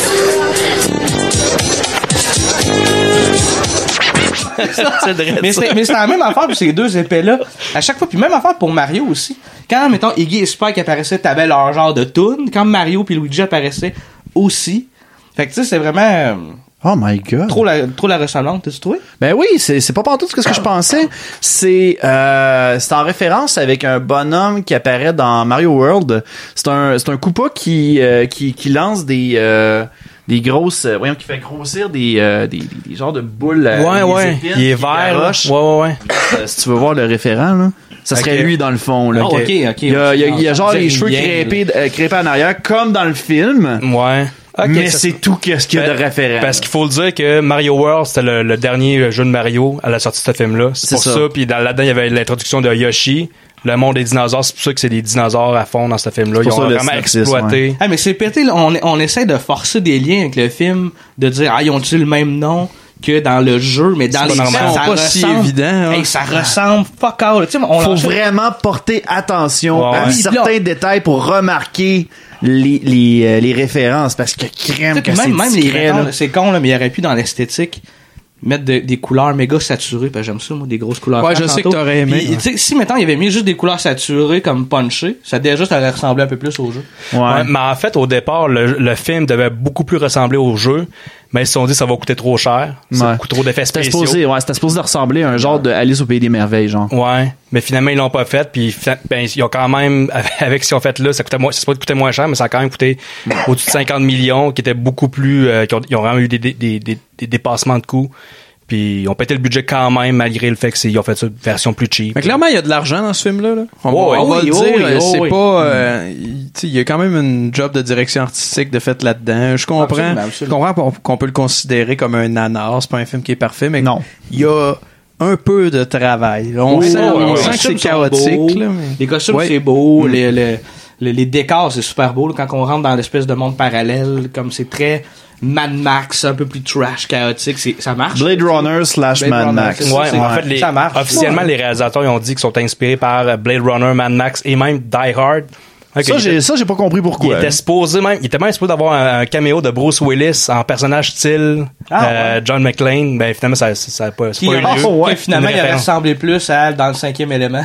Speaker 4: C'est vrai,
Speaker 3: Mais
Speaker 4: ça.
Speaker 3: c'est mais c'est la même affaire pour ces deux épées-là. À chaque fois, puis même affaire pour Mario aussi. Quand, mettons, Iggy et Spike apparaissaient, t'avais leur genre de tune. Quand Mario puis Luigi apparaissaient aussi. Fait que tu sais, c'est vraiment euh,
Speaker 2: Oh my god.
Speaker 3: trop la, trop la ressemblance, t'as trouvé?
Speaker 2: Ben oui, c'est c'est pas pantoute ce que je pensais. C'est euh, c'est en référence avec un bonhomme qui apparaît dans Mario World. C'est un c'est un Koopa qui euh, qui qui lance des euh, des grosses euh, voyons qui fait grossir des euh, des, des, des genres de boules euh,
Speaker 4: Ouais,
Speaker 2: des
Speaker 4: ouais.
Speaker 2: épines
Speaker 4: Il est
Speaker 2: qui
Speaker 4: vert. là.
Speaker 2: garochent.
Speaker 4: Ouais, ouais, ouais.
Speaker 2: Euh, si tu veux voir le référent là, ça serait
Speaker 4: Ok.
Speaker 2: lui dans le fond là.
Speaker 3: Ah, ok, ok.
Speaker 2: Il y a, il y a- il y a genre
Speaker 3: Dire
Speaker 2: les cheveux
Speaker 3: bien,
Speaker 2: crépés, de- euh, crépés en arrière comme dans le film.
Speaker 4: Ouais. Ok,
Speaker 2: mais
Speaker 4: ça- Ben,
Speaker 2: c'est tout que ce qu'il y a de référent.
Speaker 4: Parce qu'il faut le dire que Mario World, c'était le, le dernier jeu de Mario à la sortie de ce film-là. C'est
Speaker 2: C'est
Speaker 4: pour
Speaker 2: ça.
Speaker 4: ça. Puis dans- là-dedans, il y avait l'introduction de Yoshi, le monde des dinosaures. C'est pour ça que c'est des dinosaures à fond dans ce film-là. Ils
Speaker 2: pour
Speaker 4: ont
Speaker 2: ça le
Speaker 4: vraiment
Speaker 2: synopsis,
Speaker 4: exploité.
Speaker 3: Ah, mais c'est pété, là. On, on essaie de forcer des liens avec le film, de dire, ah, ils ont-tu le même nom que dans le jeu, mais dans
Speaker 4: C'est
Speaker 3: les
Speaker 4: pas normal.
Speaker 3: films, ça
Speaker 1: C'est pas si
Speaker 3: ressemble.
Speaker 1: évident, hein.
Speaker 3: Hey, ça ressemble fuck all. Tu sais, on
Speaker 2: faut
Speaker 3: lâche-
Speaker 2: vraiment porter attention
Speaker 4: Ouais,
Speaker 2: à
Speaker 4: ouais.
Speaker 2: certains
Speaker 3: Là.
Speaker 2: détails pour remarquer les, les, euh, les références parce que crème que
Speaker 3: Puis
Speaker 2: c'est
Speaker 3: même, même les
Speaker 2: discret,
Speaker 3: mettons,
Speaker 2: là.
Speaker 3: là, c'est con, là, mais il aurait pu, dans l'esthétique, mettre de- des couleurs méga saturées, parce que j'aime ça, moi, des grosses couleurs.
Speaker 1: Ouais, je
Speaker 3: flashes
Speaker 1: sais que
Speaker 3: tantôt.
Speaker 1: t'aurais aimé,
Speaker 3: Puis,
Speaker 1: ouais.
Speaker 3: tu sais, si, mettons, il avait mis juste des couleurs saturées comme punchées, ça, déjà, ça aurait ressemblé un peu plus au jeu.
Speaker 4: Ouais,
Speaker 2: Ouais.
Speaker 4: mais en fait, au départ, le, le film devait beaucoup plus ressembler au jeu, mais ils se sont dit ça va coûter trop cher, ça
Speaker 2: Ouais.
Speaker 4: coûte trop d'effets
Speaker 2: C'était
Speaker 4: spéciaux.
Speaker 2: supposé, ouais, c'était supposé de ressembler à un genre de Alice au pays des merveilles, genre.
Speaker 4: Ouais, mais finalement ils l'ont pas fait, puis fina- ben, ils ont quand même avec ce qu'ils ont fait là, ça coûtait moins, ça coûtait moins cher, mais ça a quand même coûté au-dessus de 50 millions, qui était beaucoup plus, euh, qui ont, ils ont vraiment eu des, des, des, des- des dépassements de coûts, puis ils ont pété le budget quand même malgré le fait que c'est- ils ont fait ça une version plus cheap.
Speaker 1: Mais clairement, il y a de l'argent dans ce film-là. là. On,
Speaker 4: Oh
Speaker 1: va,
Speaker 4: oui,
Speaker 1: on va
Speaker 4: oh
Speaker 1: le
Speaker 4: oui,
Speaker 1: dire,
Speaker 4: oh
Speaker 1: c'est
Speaker 4: oui.
Speaker 1: pas... euh,
Speaker 3: Mm.
Speaker 1: il- tu sais, il y a quand même une job de direction artistique de fait là-dedans. Je comprends,
Speaker 3: Absolument,
Speaker 1: je
Speaker 3: absolument.
Speaker 1: comprends qu'on- qu'on peut le considérer comme un nanar, c'est pas un film qui est parfait, mais
Speaker 2: Non.
Speaker 1: il y a un peu de travail. On
Speaker 3: Oui,
Speaker 1: sent,
Speaker 3: oui,
Speaker 1: on sent
Speaker 3: oui. Oh, Les
Speaker 1: que Oh, c'est
Speaker 3: costumes sont
Speaker 1: chaotique.
Speaker 3: beaux.
Speaker 1: là, mais-
Speaker 3: Les costumes,
Speaker 1: Ouais.
Speaker 3: c'est beau. Les, les, les- les décors, c'est super beau. là, quand on rentre dans l'espèce de monde parallèle, comme c'est très Mad Max, un peu plus trash, chaotique, c'est- ça marche.
Speaker 2: Blade Runner slash
Speaker 3: Blade
Speaker 2: Mad
Speaker 3: Runner,
Speaker 2: Max.
Speaker 3: c'est ça,
Speaker 4: Ouais,
Speaker 3: c'est-
Speaker 4: en fait, les,
Speaker 3: ça marche.
Speaker 4: officiellement,
Speaker 3: Ouais.
Speaker 4: les réalisateurs ils ont dit qu'ils sont inspirés par Blade Runner, Mad Max et même Die Hard. Ok,
Speaker 2: Ça,
Speaker 4: ils
Speaker 2: j'ai, ça, j'ai pas compris
Speaker 4: Il
Speaker 2: pourquoi.
Speaker 4: était supposé même, il était même supposé d'avoir un, un caméo de Bruce Willis en personnage style
Speaker 3: Ah,
Speaker 4: euh, John McClane. Ben finalement ça ça, ça a pas, c'est
Speaker 3: Qui,
Speaker 4: pas eu
Speaker 3: ah,
Speaker 4: lieu.
Speaker 2: ouais.
Speaker 3: qui, finalement,
Speaker 4: Une
Speaker 3: il aurait
Speaker 4: référence.
Speaker 3: ressemblé plus à dans le cinquième élément.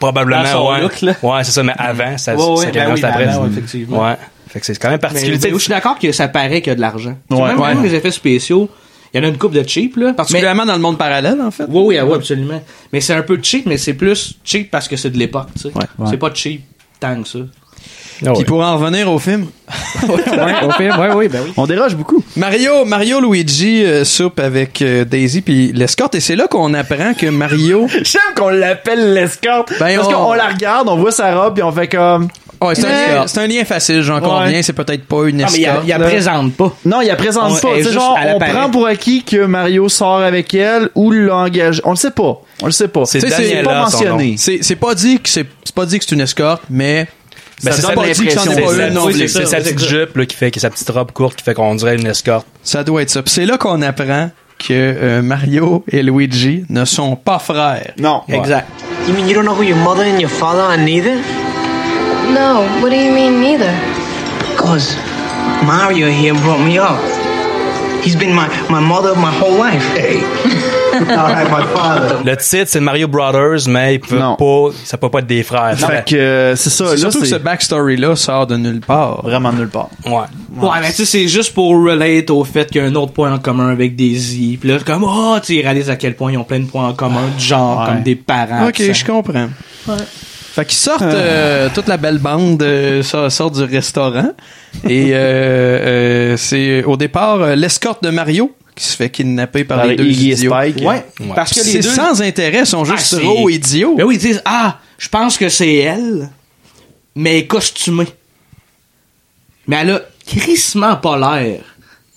Speaker 4: probablement
Speaker 3: dans son
Speaker 4: ouais.
Speaker 3: look, là.
Speaker 4: Ouais, c'est ça mais avant ça
Speaker 3: Ouais, ouais,
Speaker 4: ça
Speaker 3: ben
Speaker 4: caméo,
Speaker 3: oui,
Speaker 4: c'est après.
Speaker 3: ben avant, effectivement.
Speaker 4: Ouais. Fait que c'est quand même
Speaker 3: Mais, ben,
Speaker 4: particulier.
Speaker 3: mais je suis d'accord que ça paraît qu'il y a de l'argent. Tu sais,
Speaker 2: Ouais.
Speaker 3: même,
Speaker 2: Ouais.
Speaker 3: même les effets spéciaux, il y en a une coupe de cheap, là. Mais-
Speaker 1: Particulièrement dans le monde parallèle, en fait.
Speaker 3: Oui, oui, oui, absolument. Mais c'est un peu cheap, mais c'est plus cheap parce que c'est de l'époque, tu sais. C'est pas cheap tant que ça.
Speaker 4: Ah ouais.
Speaker 1: Puis pour en revenir au film,
Speaker 2: On déroge beaucoup.
Speaker 1: Mario, Mario Luigi euh, soupe avec euh, Daisy puis l'escorte et c'est là qu'on apprend que Mario
Speaker 2: J'aime qu'on l'appelle l'escorte.
Speaker 1: Ben,
Speaker 2: parce
Speaker 1: on-
Speaker 2: qu'on la regarde, on voit sa robe, puis on fait comme.
Speaker 1: Ouais, c'est un, c'est un lien facile, j'en conviens. C'est peut-être pas une
Speaker 3: Non, mais il
Speaker 1: escorte.
Speaker 3: la
Speaker 1: là.
Speaker 3: présente pas.
Speaker 2: Non, il la présente
Speaker 3: On-
Speaker 2: pas.
Speaker 3: elle
Speaker 2: Tu sais,
Speaker 3: juste,
Speaker 2: genre,
Speaker 3: elle
Speaker 2: on
Speaker 3: apparaît.
Speaker 2: prend pour acquis que Mario sort avec elle ou l'a engagé. On le sait pas. On le sait pas.
Speaker 4: C'est
Speaker 2: Tu sais,
Speaker 4: Daniela,
Speaker 2: pas
Speaker 4: son nom.
Speaker 2: mentionné.
Speaker 1: C'est c'est pas dit que c'est c'est pas dit que c'est une escorte, mais
Speaker 4: Ben,
Speaker 1: ça
Speaker 4: c'est
Speaker 1: donne
Speaker 4: ça
Speaker 1: pas dit que j'en ai
Speaker 4: C'est
Speaker 1: pas
Speaker 4: sa-
Speaker 1: une non
Speaker 4: oui,
Speaker 1: plus.
Speaker 4: c'est sa petite jupe là, qui fait que sa petite robe courte qui fait qu'on dirait une escorte.
Speaker 1: Ça doit être ça. Puis c'est là qu'on apprend que euh, Mario et Luigi ne sont pas frères.
Speaker 2: Non.
Speaker 3: Exact.
Speaker 5: You mean you don't know who your mother and your father are neither?
Speaker 9: No, what do you mean, neither?
Speaker 5: Because Mario here brought me up. He's been my, my mother my whole life.
Speaker 8: I had my father.
Speaker 4: Le titre, c'est Mario Brothers, mais il peut
Speaker 2: Non.
Speaker 4: pas, ça peut pas être des frères.
Speaker 2: Fait que euh, c'est ça.
Speaker 1: C'est
Speaker 2: Là,
Speaker 1: surtout que ce
Speaker 2: c'est
Speaker 1: backstory-là sort de nulle part.
Speaker 2: vraiment nulle part.
Speaker 4: Ouais.
Speaker 3: Ouais, mais tu sais, c'est juste pour relate au fait qu'il y a un autre point en commun avec Daisy. Puis là, comme, oh, tu sais, ils réalisent à quel point ils ont plein de points en commun, du genre,
Speaker 2: Ouais.
Speaker 3: comme des parents.
Speaker 1: Ok,
Speaker 3: tout ça.
Speaker 1: je comprends. Fait qu'ils sortent, euh, toute la belle bande euh, sort sort du restaurant. Et euh, euh, c'est au départ euh, l'escorte de Mario qui se fait kidnapper par, les deux
Speaker 2: Iggy et
Speaker 1: idiots.
Speaker 2: Spike.
Speaker 3: Ouais, parce que les
Speaker 1: C'est
Speaker 3: deux.
Speaker 1: sans intérêt, ils sont
Speaker 3: Ah,
Speaker 1: juste
Speaker 3: c'est-
Speaker 1: trop idiots.
Speaker 3: Ben oui, ils disent, ah, je pense que c'est elle, mais elle est costumée. Mais elle a crissement pas l'air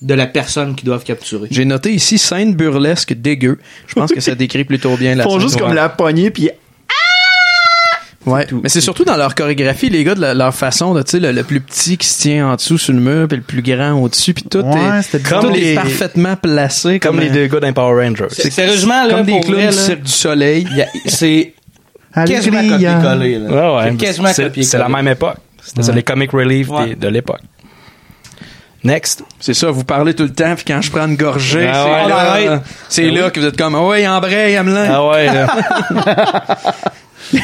Speaker 3: de la personne qu'ils doivent capturer.
Speaker 1: J'ai noté ici scène burlesque dégueu. Je pense que ça décrit plutôt bien
Speaker 2: Ils
Speaker 1: la
Speaker 2: font
Speaker 1: scène.
Speaker 2: juste comme
Speaker 1: Ouais.
Speaker 2: la poignée puis
Speaker 1: Ouais. Mais c'est surtout dans leur chorégraphie, les gars, de la- leur façon de, tu sais, le, le plus petit qui se tient en dessous sur le mur, puis le plus grand au-dessus, puis tout
Speaker 2: Ouais,
Speaker 1: est,
Speaker 2: c'était
Speaker 1: tout
Speaker 4: comme
Speaker 1: est
Speaker 4: les-
Speaker 1: parfaitement placé.
Speaker 4: Comme les
Speaker 1: un-
Speaker 4: deux gars d'un Power Rangers.
Speaker 3: C'est- Sérieusement, là,
Speaker 1: Comme des
Speaker 3: pour
Speaker 1: clowns
Speaker 3: vrai,
Speaker 1: du
Speaker 3: là,
Speaker 1: Cirque du Soleil.
Speaker 3: y a- c'est quasiment
Speaker 2: Alléluia.
Speaker 3: copier-coller, là.
Speaker 4: Ouais, ouais.
Speaker 3: C'est quasiment
Speaker 4: C'est
Speaker 3: copier-coller.
Speaker 4: c'est la même époque. C'était ça, les comic relief des-
Speaker 3: Ouais.
Speaker 4: de l'époque. Next.
Speaker 1: C'est ça, vous parlez tout le temps, puis quand je prends une gorgée,
Speaker 4: Ah
Speaker 1: c'est
Speaker 4: ouais,
Speaker 1: là,
Speaker 4: arrête.
Speaker 1: euh, c'est
Speaker 3: Ben
Speaker 1: là que vous êtes comme, Ah ouais, embraye, Hamelin.
Speaker 4: Ah ouais, là.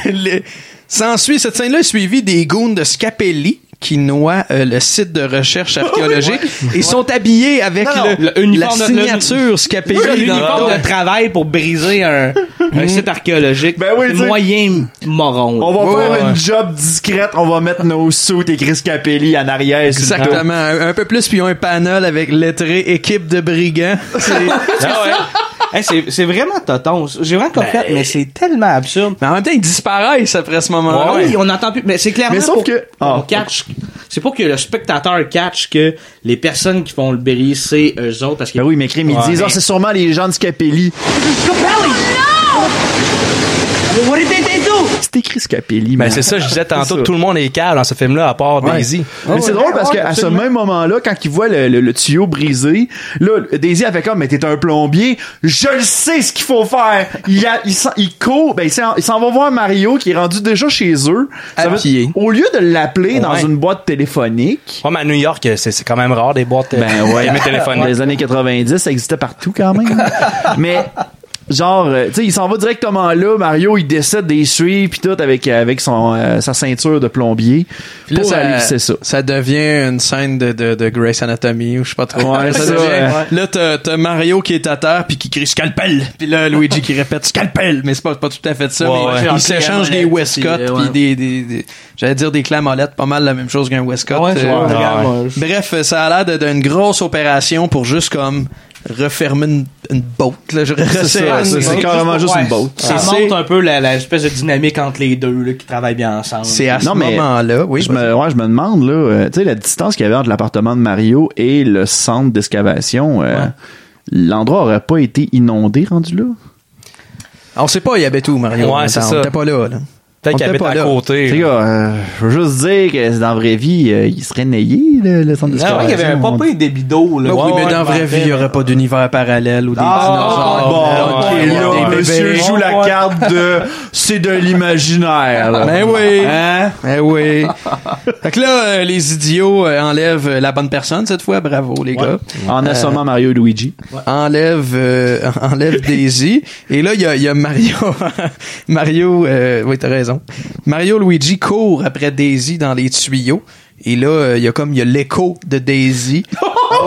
Speaker 1: Les- S'ensuit, cette scène-là est suivie des goons de Scapelli qui noient euh, le site de recherche archéologique. Ils sont habillés avec
Speaker 3: Non, non,
Speaker 1: le,
Speaker 3: le uniforme
Speaker 1: la
Speaker 3: de-
Speaker 1: signature
Speaker 3: C'est
Speaker 1: Scapelli.
Speaker 3: ça,
Speaker 1: dans le
Speaker 3: l'uniforme
Speaker 1: dos.
Speaker 3: de travail pour briser un, un site archéologique.
Speaker 2: Ben oui,
Speaker 3: C'est
Speaker 2: tu sais.
Speaker 3: moyen moron. là.
Speaker 2: On va
Speaker 1: Ouais,
Speaker 2: faire
Speaker 1: ouais.
Speaker 2: une job discrète, on va mettre nos sous et Chris Capelli en arrière. sur le dos.
Speaker 1: Exactement. Un, un peu plus, puis ils ont un panel avec lettré équipe de brigands. C'est-
Speaker 4: Ah ouais.
Speaker 3: Hey, c'est c'est vraiment toton. J'ai vraiment compris, mais c'est tellement absurde.
Speaker 1: Mais en même temps, ils disparaissent après ce moment-là.
Speaker 3: Ah Oui, on n'entend plus. Mais c'est clairement
Speaker 2: Mais sauf
Speaker 3: pour,
Speaker 2: que-
Speaker 3: pour
Speaker 2: Ah.
Speaker 3: qu'on catch. C'est pour que le spectateur catch que les personnes qui font le bris, c'est eux autres. Parce que
Speaker 2: Ben oui, mais crime, ils disent,
Speaker 3: mais-
Speaker 2: Ah, c'est sûrement les gens de Scapelli.
Speaker 5: Oh, What did they, they do?
Speaker 2: C'était Chris Capelli,
Speaker 4: Ben,
Speaker 2: man.
Speaker 4: c'est ça, je disais tantôt,
Speaker 2: ça.
Speaker 4: tout le monde est calme dans ce film-là, à part
Speaker 2: Ouais.
Speaker 4: Daisy.
Speaker 2: Mais c'est drôle parce que à ce même moment-là, quand il voit le, le- le tuyau brisé, là, Daisy avait comme, mais t'es un plombier, je le sais ce qu'il faut faire. Il, a- il, s'en- il court, ben, il s'en il s'en va voir Mario qui est rendu déjà chez eux.
Speaker 1: À
Speaker 2: veut-
Speaker 1: pied.
Speaker 2: au lieu de l'appeler dans
Speaker 4: Ouais.
Speaker 2: une boîte téléphonique,
Speaker 4: Ouais, mais à New York, c'est c'est quand même rare des boîtes
Speaker 2: Ben ouais,
Speaker 4: mes téléphones.
Speaker 2: Dans les années 90, ça existait partout quand même. Mais genre, euh, tu sais, il s'en va directement là. Mario, il décède des suies puis tout avec avec son euh, sa ceinture de plombier
Speaker 1: Puis là,
Speaker 2: pour aller
Speaker 1: ça,
Speaker 2: c'est ça.
Speaker 1: ça devient une scène de, de, de Grace Anatomy ou je sais pas trop.
Speaker 2: Ouais,
Speaker 1: ça
Speaker 2: ça,
Speaker 1: devient-
Speaker 2: ouais.
Speaker 1: Là, t'as, t'as Mario qui est à terre puis qui crie scalpel. Puis là, Luigi qui répète scalpel. Mais c'est pas, pas tout à fait ça.
Speaker 4: Ouais,
Speaker 1: mais
Speaker 4: ouais.
Speaker 1: Ils s'échangent des Westcott
Speaker 3: euh,
Speaker 1: puis
Speaker 3: ouais.
Speaker 1: des, des, des- j'allais dire des clamolettes, pas mal la même chose qu'un Westcott.
Speaker 3: Ouais,
Speaker 1: Euh,
Speaker 3: c'est vraiment
Speaker 4: ouais.
Speaker 1: Bref, ça a l'air de- d'une grosse opération pour juste comme refermer une, une botte. Là, je resserre une
Speaker 2: ça, c'est
Speaker 1: botte.
Speaker 2: ça. carrément juste une boat.
Speaker 3: Ça
Speaker 1: C'est-
Speaker 3: montre un peu la, la espèce de dynamique entre les deux là, qui travaillent bien ensemble. Ah
Speaker 1: C'est à ce
Speaker 2: Non, mais-
Speaker 1: moment-là, oui.
Speaker 2: Je me, ouais, je me demande là, euh, tu sais, la distance qu'il y avait entre l'appartement de Mario et le centre d'excavation. euh, L'endroit aurait pas été inondé rendu là.
Speaker 1: On sait pas, il y avait tout, Mario.
Speaker 4: Ouais, c'est
Speaker 1: Attends,
Speaker 4: ça.
Speaker 1: On était pas là. là.
Speaker 4: Peut-être
Speaker 1: On
Speaker 4: qu'elle
Speaker 1: était
Speaker 4: habite
Speaker 1: pas
Speaker 4: à
Speaker 1: là.
Speaker 2: Les
Speaker 4: côté. là.
Speaker 2: gars, euh, je veux juste dire que dans la vraie vie, euh, il serait nayé le, le centre
Speaker 3: C'est
Speaker 2: d'excavation.
Speaker 3: vrai qu'il y avait pas
Speaker 2: On-
Speaker 3: payé des bidots. Là,
Speaker 1: Ben oui,
Speaker 3: Ouais,
Speaker 1: mais
Speaker 3: ouais,
Speaker 1: dans la
Speaker 3: je
Speaker 1: vraie
Speaker 3: m'en
Speaker 1: vie, il n'y
Speaker 3: rappelle.
Speaker 1: aurait pas d'univers parallèle ou des
Speaker 3: Ah,
Speaker 1: dinosaures.
Speaker 2: Bon,
Speaker 1: ou
Speaker 2: ok,
Speaker 1: des-
Speaker 2: là,
Speaker 1: des
Speaker 2: monsieur
Speaker 1: bébés.
Speaker 2: joue la carte de c'est de l'imaginaire. là.
Speaker 1: Ben oui! Ben oui! fait que là, euh, les idiots euh, enlèvent euh, la bonne personne cette fois, bravo les gars.
Speaker 2: En assommant Mario et Luigi.
Speaker 1: Enlèvent, euh, enlèvent Daisy. Et là, il y a, il y a Mario. Mario, euh, oui, t'as raison. Mario Luigi court après Daisy dans les tuyaux. Et là, euh, il y a comme il y a l'écho de Daisy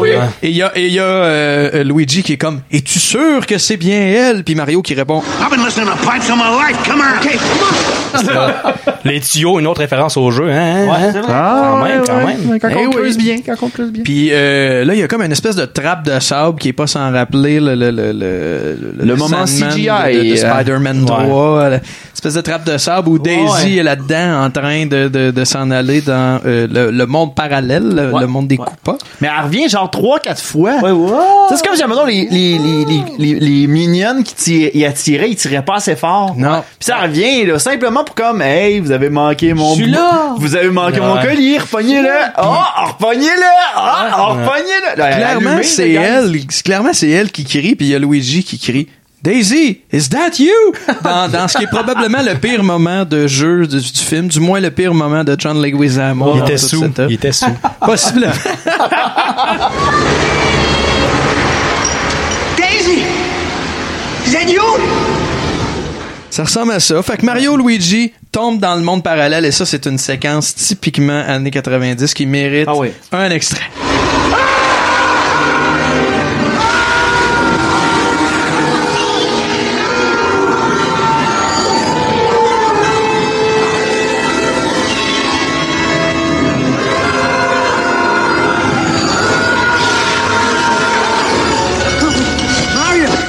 Speaker 1: oui. Et il y a, et il y a euh, euh, Luigi qui est comme Es-tu sûr que c'est bien elle Puis Mario qui répond
Speaker 6: I've been listening to pipes all my life. Come on. Okay,
Speaker 4: Les tuyaux, une autre référence au jeu, hein? hein?
Speaker 2: Ah,
Speaker 4: Quand même,
Speaker 2: ouais,
Speaker 4: quand
Speaker 2: ouais.
Speaker 4: même.
Speaker 2: Ouais, Quand
Speaker 1: Eh
Speaker 2: on
Speaker 1: oui.
Speaker 2: creuse bien, quand on creuse bien.
Speaker 1: Puis euh, là, il y a comme une espèce de trappe de sable qui est pas sans rappeler le, le, le, le, le,
Speaker 2: Le moment
Speaker 1: Sandman
Speaker 2: CGI,
Speaker 1: de, de- de
Speaker 2: euh,
Speaker 1: Spider-Man
Speaker 4: ouais.
Speaker 1: 3. L'espèce de trappe de sable où Daisy est là-dedans en train de, de, de s'en aller dans euh, le, le monde parallèle, le, le monde des coupas.
Speaker 2: Mais elle revient genre 3-4 fois.
Speaker 3: Ouais, ouais.
Speaker 2: Tu sais, C'est comme, j'ai mettons, les, les, les, les, les, les mignonnes qui tirent- y attiraient, ils tiraient pas assez fort.
Speaker 1: Non.
Speaker 2: Puis ça revient, là, simplement pour comme, hey, vous avez manqué mon.
Speaker 3: Je suis là.
Speaker 2: Vous avez manqué mon
Speaker 4: Ouais.
Speaker 2: collier, repognez-le! Oh, repognez-le! Oh, repognez-le! Là, elle a
Speaker 1: Clairement,
Speaker 2: allumé,
Speaker 1: c'est
Speaker 2: le gars.
Speaker 1: elle. Clairement, c'est elle qui crie, puis il y a Luigi qui crie. Daisy, is that you? Dans, dans ce qui est probablement le pire moment de jeu du, du film, du moins le pire moment de John Leguizamo.
Speaker 4: Il
Speaker 1: dans
Speaker 4: était
Speaker 1: toute
Speaker 4: sous.
Speaker 1: cette œuvre.
Speaker 4: Il était sous.
Speaker 1: Possiblement.
Speaker 5: Daisy! Is that you?
Speaker 1: Ça ressemble à ça. Fait que Mario Luigi tombe dans le monde parallèle et ça, c'est une séquence typiquement années 90 qui mérite
Speaker 3: Ah oui.
Speaker 1: un extrait.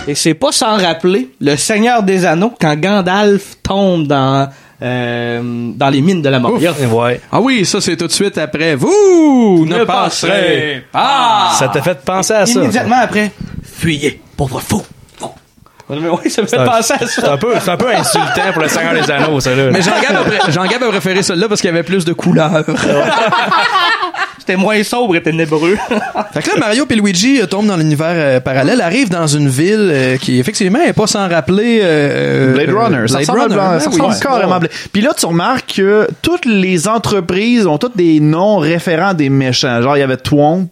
Speaker 3: Et c'est pas sans rappeler le Seigneur des Anneaux quand Gandalf tombe dans, euh, dans les mines de la mort.
Speaker 4: Ouais.
Speaker 1: Ah oui, ça, c'est tout de suite après. Vous ne,
Speaker 3: Ne
Speaker 1: passerez
Speaker 3: passerez
Speaker 1: pas!
Speaker 4: Ça t'a fait penser à ça.
Speaker 3: Immédiatement après, fuyez, pauvre fou. fou. Mais oui, ça me fait penser à
Speaker 4: C'est
Speaker 3: ça.
Speaker 4: un peu, c'est un peu insultant pour le Seigneur des Anneaux, ça, là.
Speaker 1: Mais Jean-Gab a, pré- Jean-Gab a préféré celle-là parce qu'il y avait plus de couleurs.
Speaker 3: C'était moins sobre et ténébreux.
Speaker 1: Fait que là, Mario et Luigi euh, tombent dans l'univers euh, parallèle, arrivent dans une ville euh, qui, effectivement, est pas sans rappeler... euh, euh,
Speaker 2: Blade Runner, ça
Speaker 1: Blade
Speaker 2: ressemble, à
Speaker 1: Runner,
Speaker 2: Bla-
Speaker 1: hein,
Speaker 2: ça
Speaker 1: oui.
Speaker 2: ressemble carrément à Bla- Puis là, tu remarques que toutes les entreprises ont toutes des noms référents des méchants. Genre, il y avait Twomp,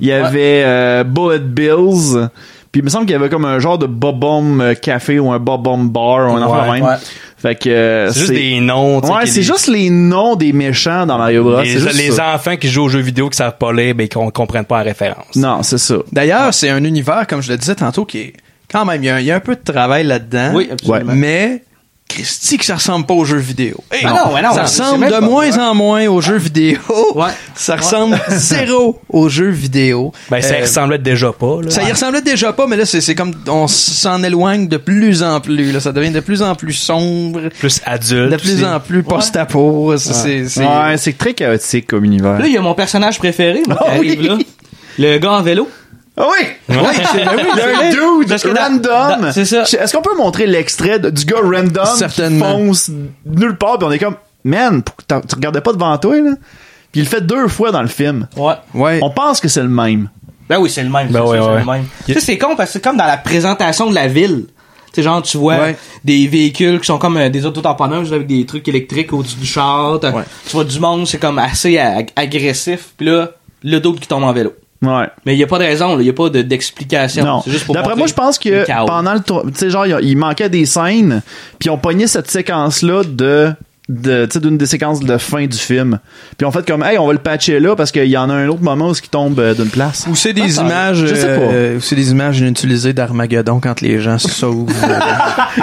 Speaker 2: il y avait euh, Bullet Bills, puis il me semble qu'il y avait comme un genre de Bobom Café ou un Bobom Bar ou un enfant
Speaker 4: Ouais,
Speaker 2: même.
Speaker 4: ouais.
Speaker 2: Fait que euh,
Speaker 4: C'est juste des noms. tu sais,
Speaker 2: Ouais,
Speaker 4: qui-
Speaker 2: c'est juste les noms des méchants dans Mario Bros.
Speaker 4: Les,
Speaker 2: Ah, c'est juste
Speaker 4: les
Speaker 2: ça.
Speaker 4: enfants qui jouent aux jeux vidéo qui savent pas lire, mais qu'on comprenne pas la référence.
Speaker 2: Non, c'est ça.
Speaker 1: D'ailleurs, c'est un univers, comme je le disais tantôt, qui est quand même, il y, a- il y a un peu de travail là-dedans.
Speaker 3: Oui, absolument. Ouais.
Speaker 1: Mais, Christy, que ça ressemble pas aux jeux vidéo. Hey,
Speaker 3: Ah non, ouais, non,
Speaker 1: ça
Speaker 3: ouais, c'est
Speaker 1: ressemble
Speaker 3: même
Speaker 1: de
Speaker 3: pas,
Speaker 1: moins
Speaker 3: ouais.
Speaker 1: en moins aux jeux vidéo.
Speaker 3: Ouais.
Speaker 1: Ça ressemble zéro aux jeux vidéo.
Speaker 4: Ben, ça
Speaker 1: Euh,
Speaker 4: ressemblait déjà pas, là.
Speaker 1: ça y ressemblait déjà pas, mais là, c'est c'est comme on s'en éloigne de plus en plus. Là. Ça devient de plus en plus sombre,
Speaker 4: Plus adulte.
Speaker 1: de plus
Speaker 4: aussi.
Speaker 1: en plus post-apo. C'est- c'est- c'est-
Speaker 2: Ouais, c'est très chaotique comme univers.
Speaker 3: Là, il y a mon personnage préféré moi, qui
Speaker 2: Ah oui.
Speaker 3: arrive là. Le gars en vélo.
Speaker 2: Ah oui!
Speaker 3: Oui, c'est ben oui,
Speaker 2: Il y a
Speaker 3: c'est-
Speaker 2: un dude
Speaker 3: parce que dans-
Speaker 2: random.
Speaker 3: dans- C'est ça.
Speaker 2: Je- Est-ce qu'on peut montrer l'extrait de- du gars random qui
Speaker 1: Certainement.
Speaker 2: fonce nulle part puis on est comme man, pour- t'en- tu regardais pas devant toi là. Puis il le fait deux fois dans le film.
Speaker 3: Ouais.
Speaker 1: Ouais.
Speaker 2: On pense que c'est le même.
Speaker 3: Ben oui, c'est le même.
Speaker 4: Ben
Speaker 3: c'est
Speaker 4: ouais,
Speaker 3: sûr, c'est
Speaker 4: ouais.
Speaker 3: le même. Tu sais, c'est con parce que c'est comme dans la présentation de la ville. Tu sais, genre, tu vois
Speaker 1: Ouais.
Speaker 3: des véhicules qui sont comme euh, des autotamponneuses avec des trucs électriques au-dessus du char. T'as- Tu vois du monde, c'est comme assez ag- agressif. Puis là, le d'autre qui tombe en vélo.
Speaker 2: Ouais.
Speaker 3: Mais il n'y a pas de raison, il n'y a pas de- d'explication.
Speaker 2: Non.
Speaker 3: C'est juste pour
Speaker 2: D'après
Speaker 3: montrer
Speaker 2: moi, je pense
Speaker 3: le
Speaker 2: que
Speaker 3: chaos.
Speaker 2: pendant le tour- tu sais genre il y a- il manquait des scènes puis on pognait cette séquence là de de tu sais d'une des séquences de fin du film. Puis on fait comme hey, on va le patcher là parce qu'il y en a un autre moment où ce qui tombe euh, d'une place.
Speaker 1: Ou c'est des images,
Speaker 2: Je sais pas.
Speaker 1: euh, ou c'est des images inutilisées d'Armageddon quand les gens se sauvent.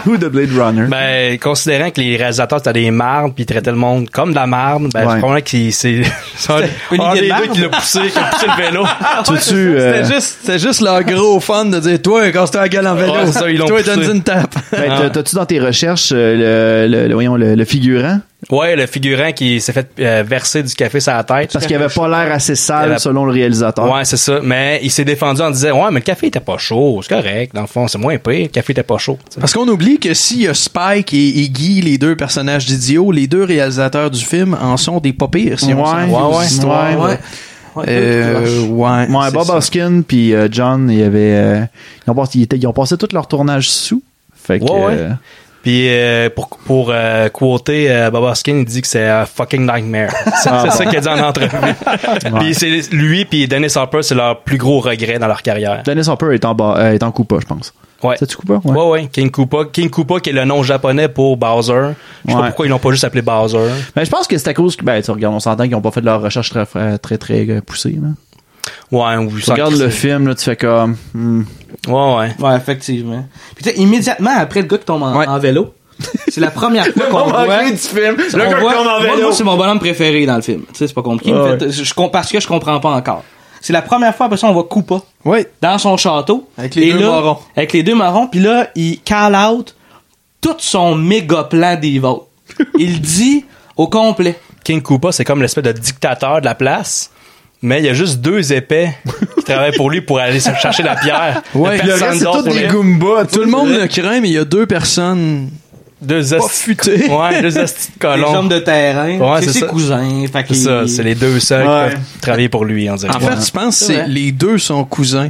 Speaker 2: Ou de Blade Runner.
Speaker 4: Ben, considérant que les réalisateurs c'était des mardes puis ils traitaient le monde comme de la marde, ben,
Speaker 2: Ouais.
Speaker 4: je comprends que c'est c'est un
Speaker 3: une
Speaker 4: un
Speaker 3: idée
Speaker 4: des
Speaker 3: de
Speaker 4: deux
Speaker 3: marde.
Speaker 4: qui l'a poussé, qui a poussé le vélo.
Speaker 2: tu euh, tu
Speaker 1: C'était juste, c'était juste leur gros fun de dire, toi, casse-toi la gueule en vélo.
Speaker 4: Ouais, ça, ils l'ont
Speaker 1: toi,
Speaker 4: poussé.
Speaker 1: donne-y une tape.
Speaker 2: Ben, t'as- T'as-tu dans tes recherches euh, le, le, le- voyons, le, le figurant?
Speaker 4: Ouais, le figurant qui s'est fait euh, verser du café sur la tête.
Speaker 2: Parce qu'il avait pas l'air assez
Speaker 4: Il
Speaker 2: sale
Speaker 4: avait-
Speaker 2: selon le réalisateur.
Speaker 4: Ouais, c'est ça. Mais il s'est défendu en disant, ouais, mais le café était pas chaud. C'est correct. Dans le fond, c'est moins pire. Le café était pas chaud.
Speaker 1: Parce qu'on oublie que s'il y a Spike et Iggy, les deux personnages d'idiots, les deux réalisateurs du film en sont des pas pires, si
Speaker 2: Ouais,
Speaker 1: on s'en fout
Speaker 2: ouais,
Speaker 1: aux
Speaker 2: ouais.
Speaker 1: histoires,
Speaker 2: Ouais.
Speaker 1: là. Euh, ouais,
Speaker 2: Ouais,
Speaker 1: c'est
Speaker 2: Bob
Speaker 1: ça.
Speaker 2: Hoskin puis euh, John, il y avait, euh, ils, ont passé, ils étaient- ils ont passé tout leur tournage sous. Fait que,
Speaker 4: Ouais, ouais.
Speaker 2: euh,
Speaker 4: Puis euh, pour, pour euh, quoter euh, Bob Hoskin, il dit que c'est un fucking nightmare. C'est c'est ça qu'il a dit en entrevue. Puis c'est lui puis Dennis Hopper, c'est leur plus gros regret dans leur carrière.
Speaker 2: Dennis Hopper est en, bas, euh, est en coupa, je pense.
Speaker 4: Ouais.
Speaker 2: C'est-tu coupa?
Speaker 4: Ouais. ouais, King Koopa. King Koopa qui est le nom japonais pour Bowser. Je sais
Speaker 2: Ouais.
Speaker 4: pas pourquoi ils l'ont pas juste appelé Bowser.
Speaker 2: Ben, je pense que c'est à cause que, ben, tu regardes, on s'entend qu'ils ont pas fait de leur recherche très, très, très, très, euh, poussée, là.
Speaker 4: Ouais, ou
Speaker 2: Tu regardes le film, là, tu fais comme. hmm.
Speaker 4: Ouais, ouais.
Speaker 3: Ouais, effectivement. Puis tu sais, immédiatement après le gars qui tombe en, en vélo, c'est la première fois qu'on
Speaker 2: Ah,
Speaker 3: voit.
Speaker 2: ok, du film.
Speaker 3: on
Speaker 2: Le gars qui
Speaker 3: voit-
Speaker 2: tourne en
Speaker 3: moi,
Speaker 2: vélo.
Speaker 3: moi, c'est mon bonhomme préféré dans le film. Tu sais, c'est pas compliqué.
Speaker 2: Ah
Speaker 3: mais fait, je, com- parce que je comprends pas encore. C'est la première fois après ça on voit Koopa
Speaker 1: Oui.
Speaker 3: dans son château.
Speaker 1: Avec les
Speaker 3: Et
Speaker 1: deux
Speaker 3: là-
Speaker 1: marrons.
Speaker 3: Avec les deux marrons. Puis là, il call out tout son méga plan des votes. il dit au complet.
Speaker 4: King Koopa, c'est comme l'espèce de dictateur de la place. Mais il y a juste deux épais qui travaillent pour lui pour aller se chercher la pierre.
Speaker 1: Ouais,
Speaker 4: Il y a
Speaker 1: puis le
Speaker 4: personne
Speaker 1: reste,
Speaker 4: d'autre pour lui.
Speaker 2: Goombas.
Speaker 1: Tout le monde le craint, mais il y a deux personnes
Speaker 4: Deux
Speaker 1: pas
Speaker 4: esti-
Speaker 1: futées.
Speaker 4: Ouais, deux esti de
Speaker 3: Les
Speaker 4: colons.
Speaker 3: hommes de terrain.
Speaker 4: Ouais,
Speaker 3: Ah c'est
Speaker 4: c'est
Speaker 3: ses
Speaker 4: ça.
Speaker 3: cousins. Fait
Speaker 4: C'est
Speaker 3: qu'il-
Speaker 4: ça, c'est les deux seuls
Speaker 2: Ouais.
Speaker 4: qui peuvent travailler pour lui, on dirait.
Speaker 1: En fait, je pense que
Speaker 3: C'est
Speaker 1: c'est-
Speaker 3: vrai.
Speaker 1: les deux sont cousins.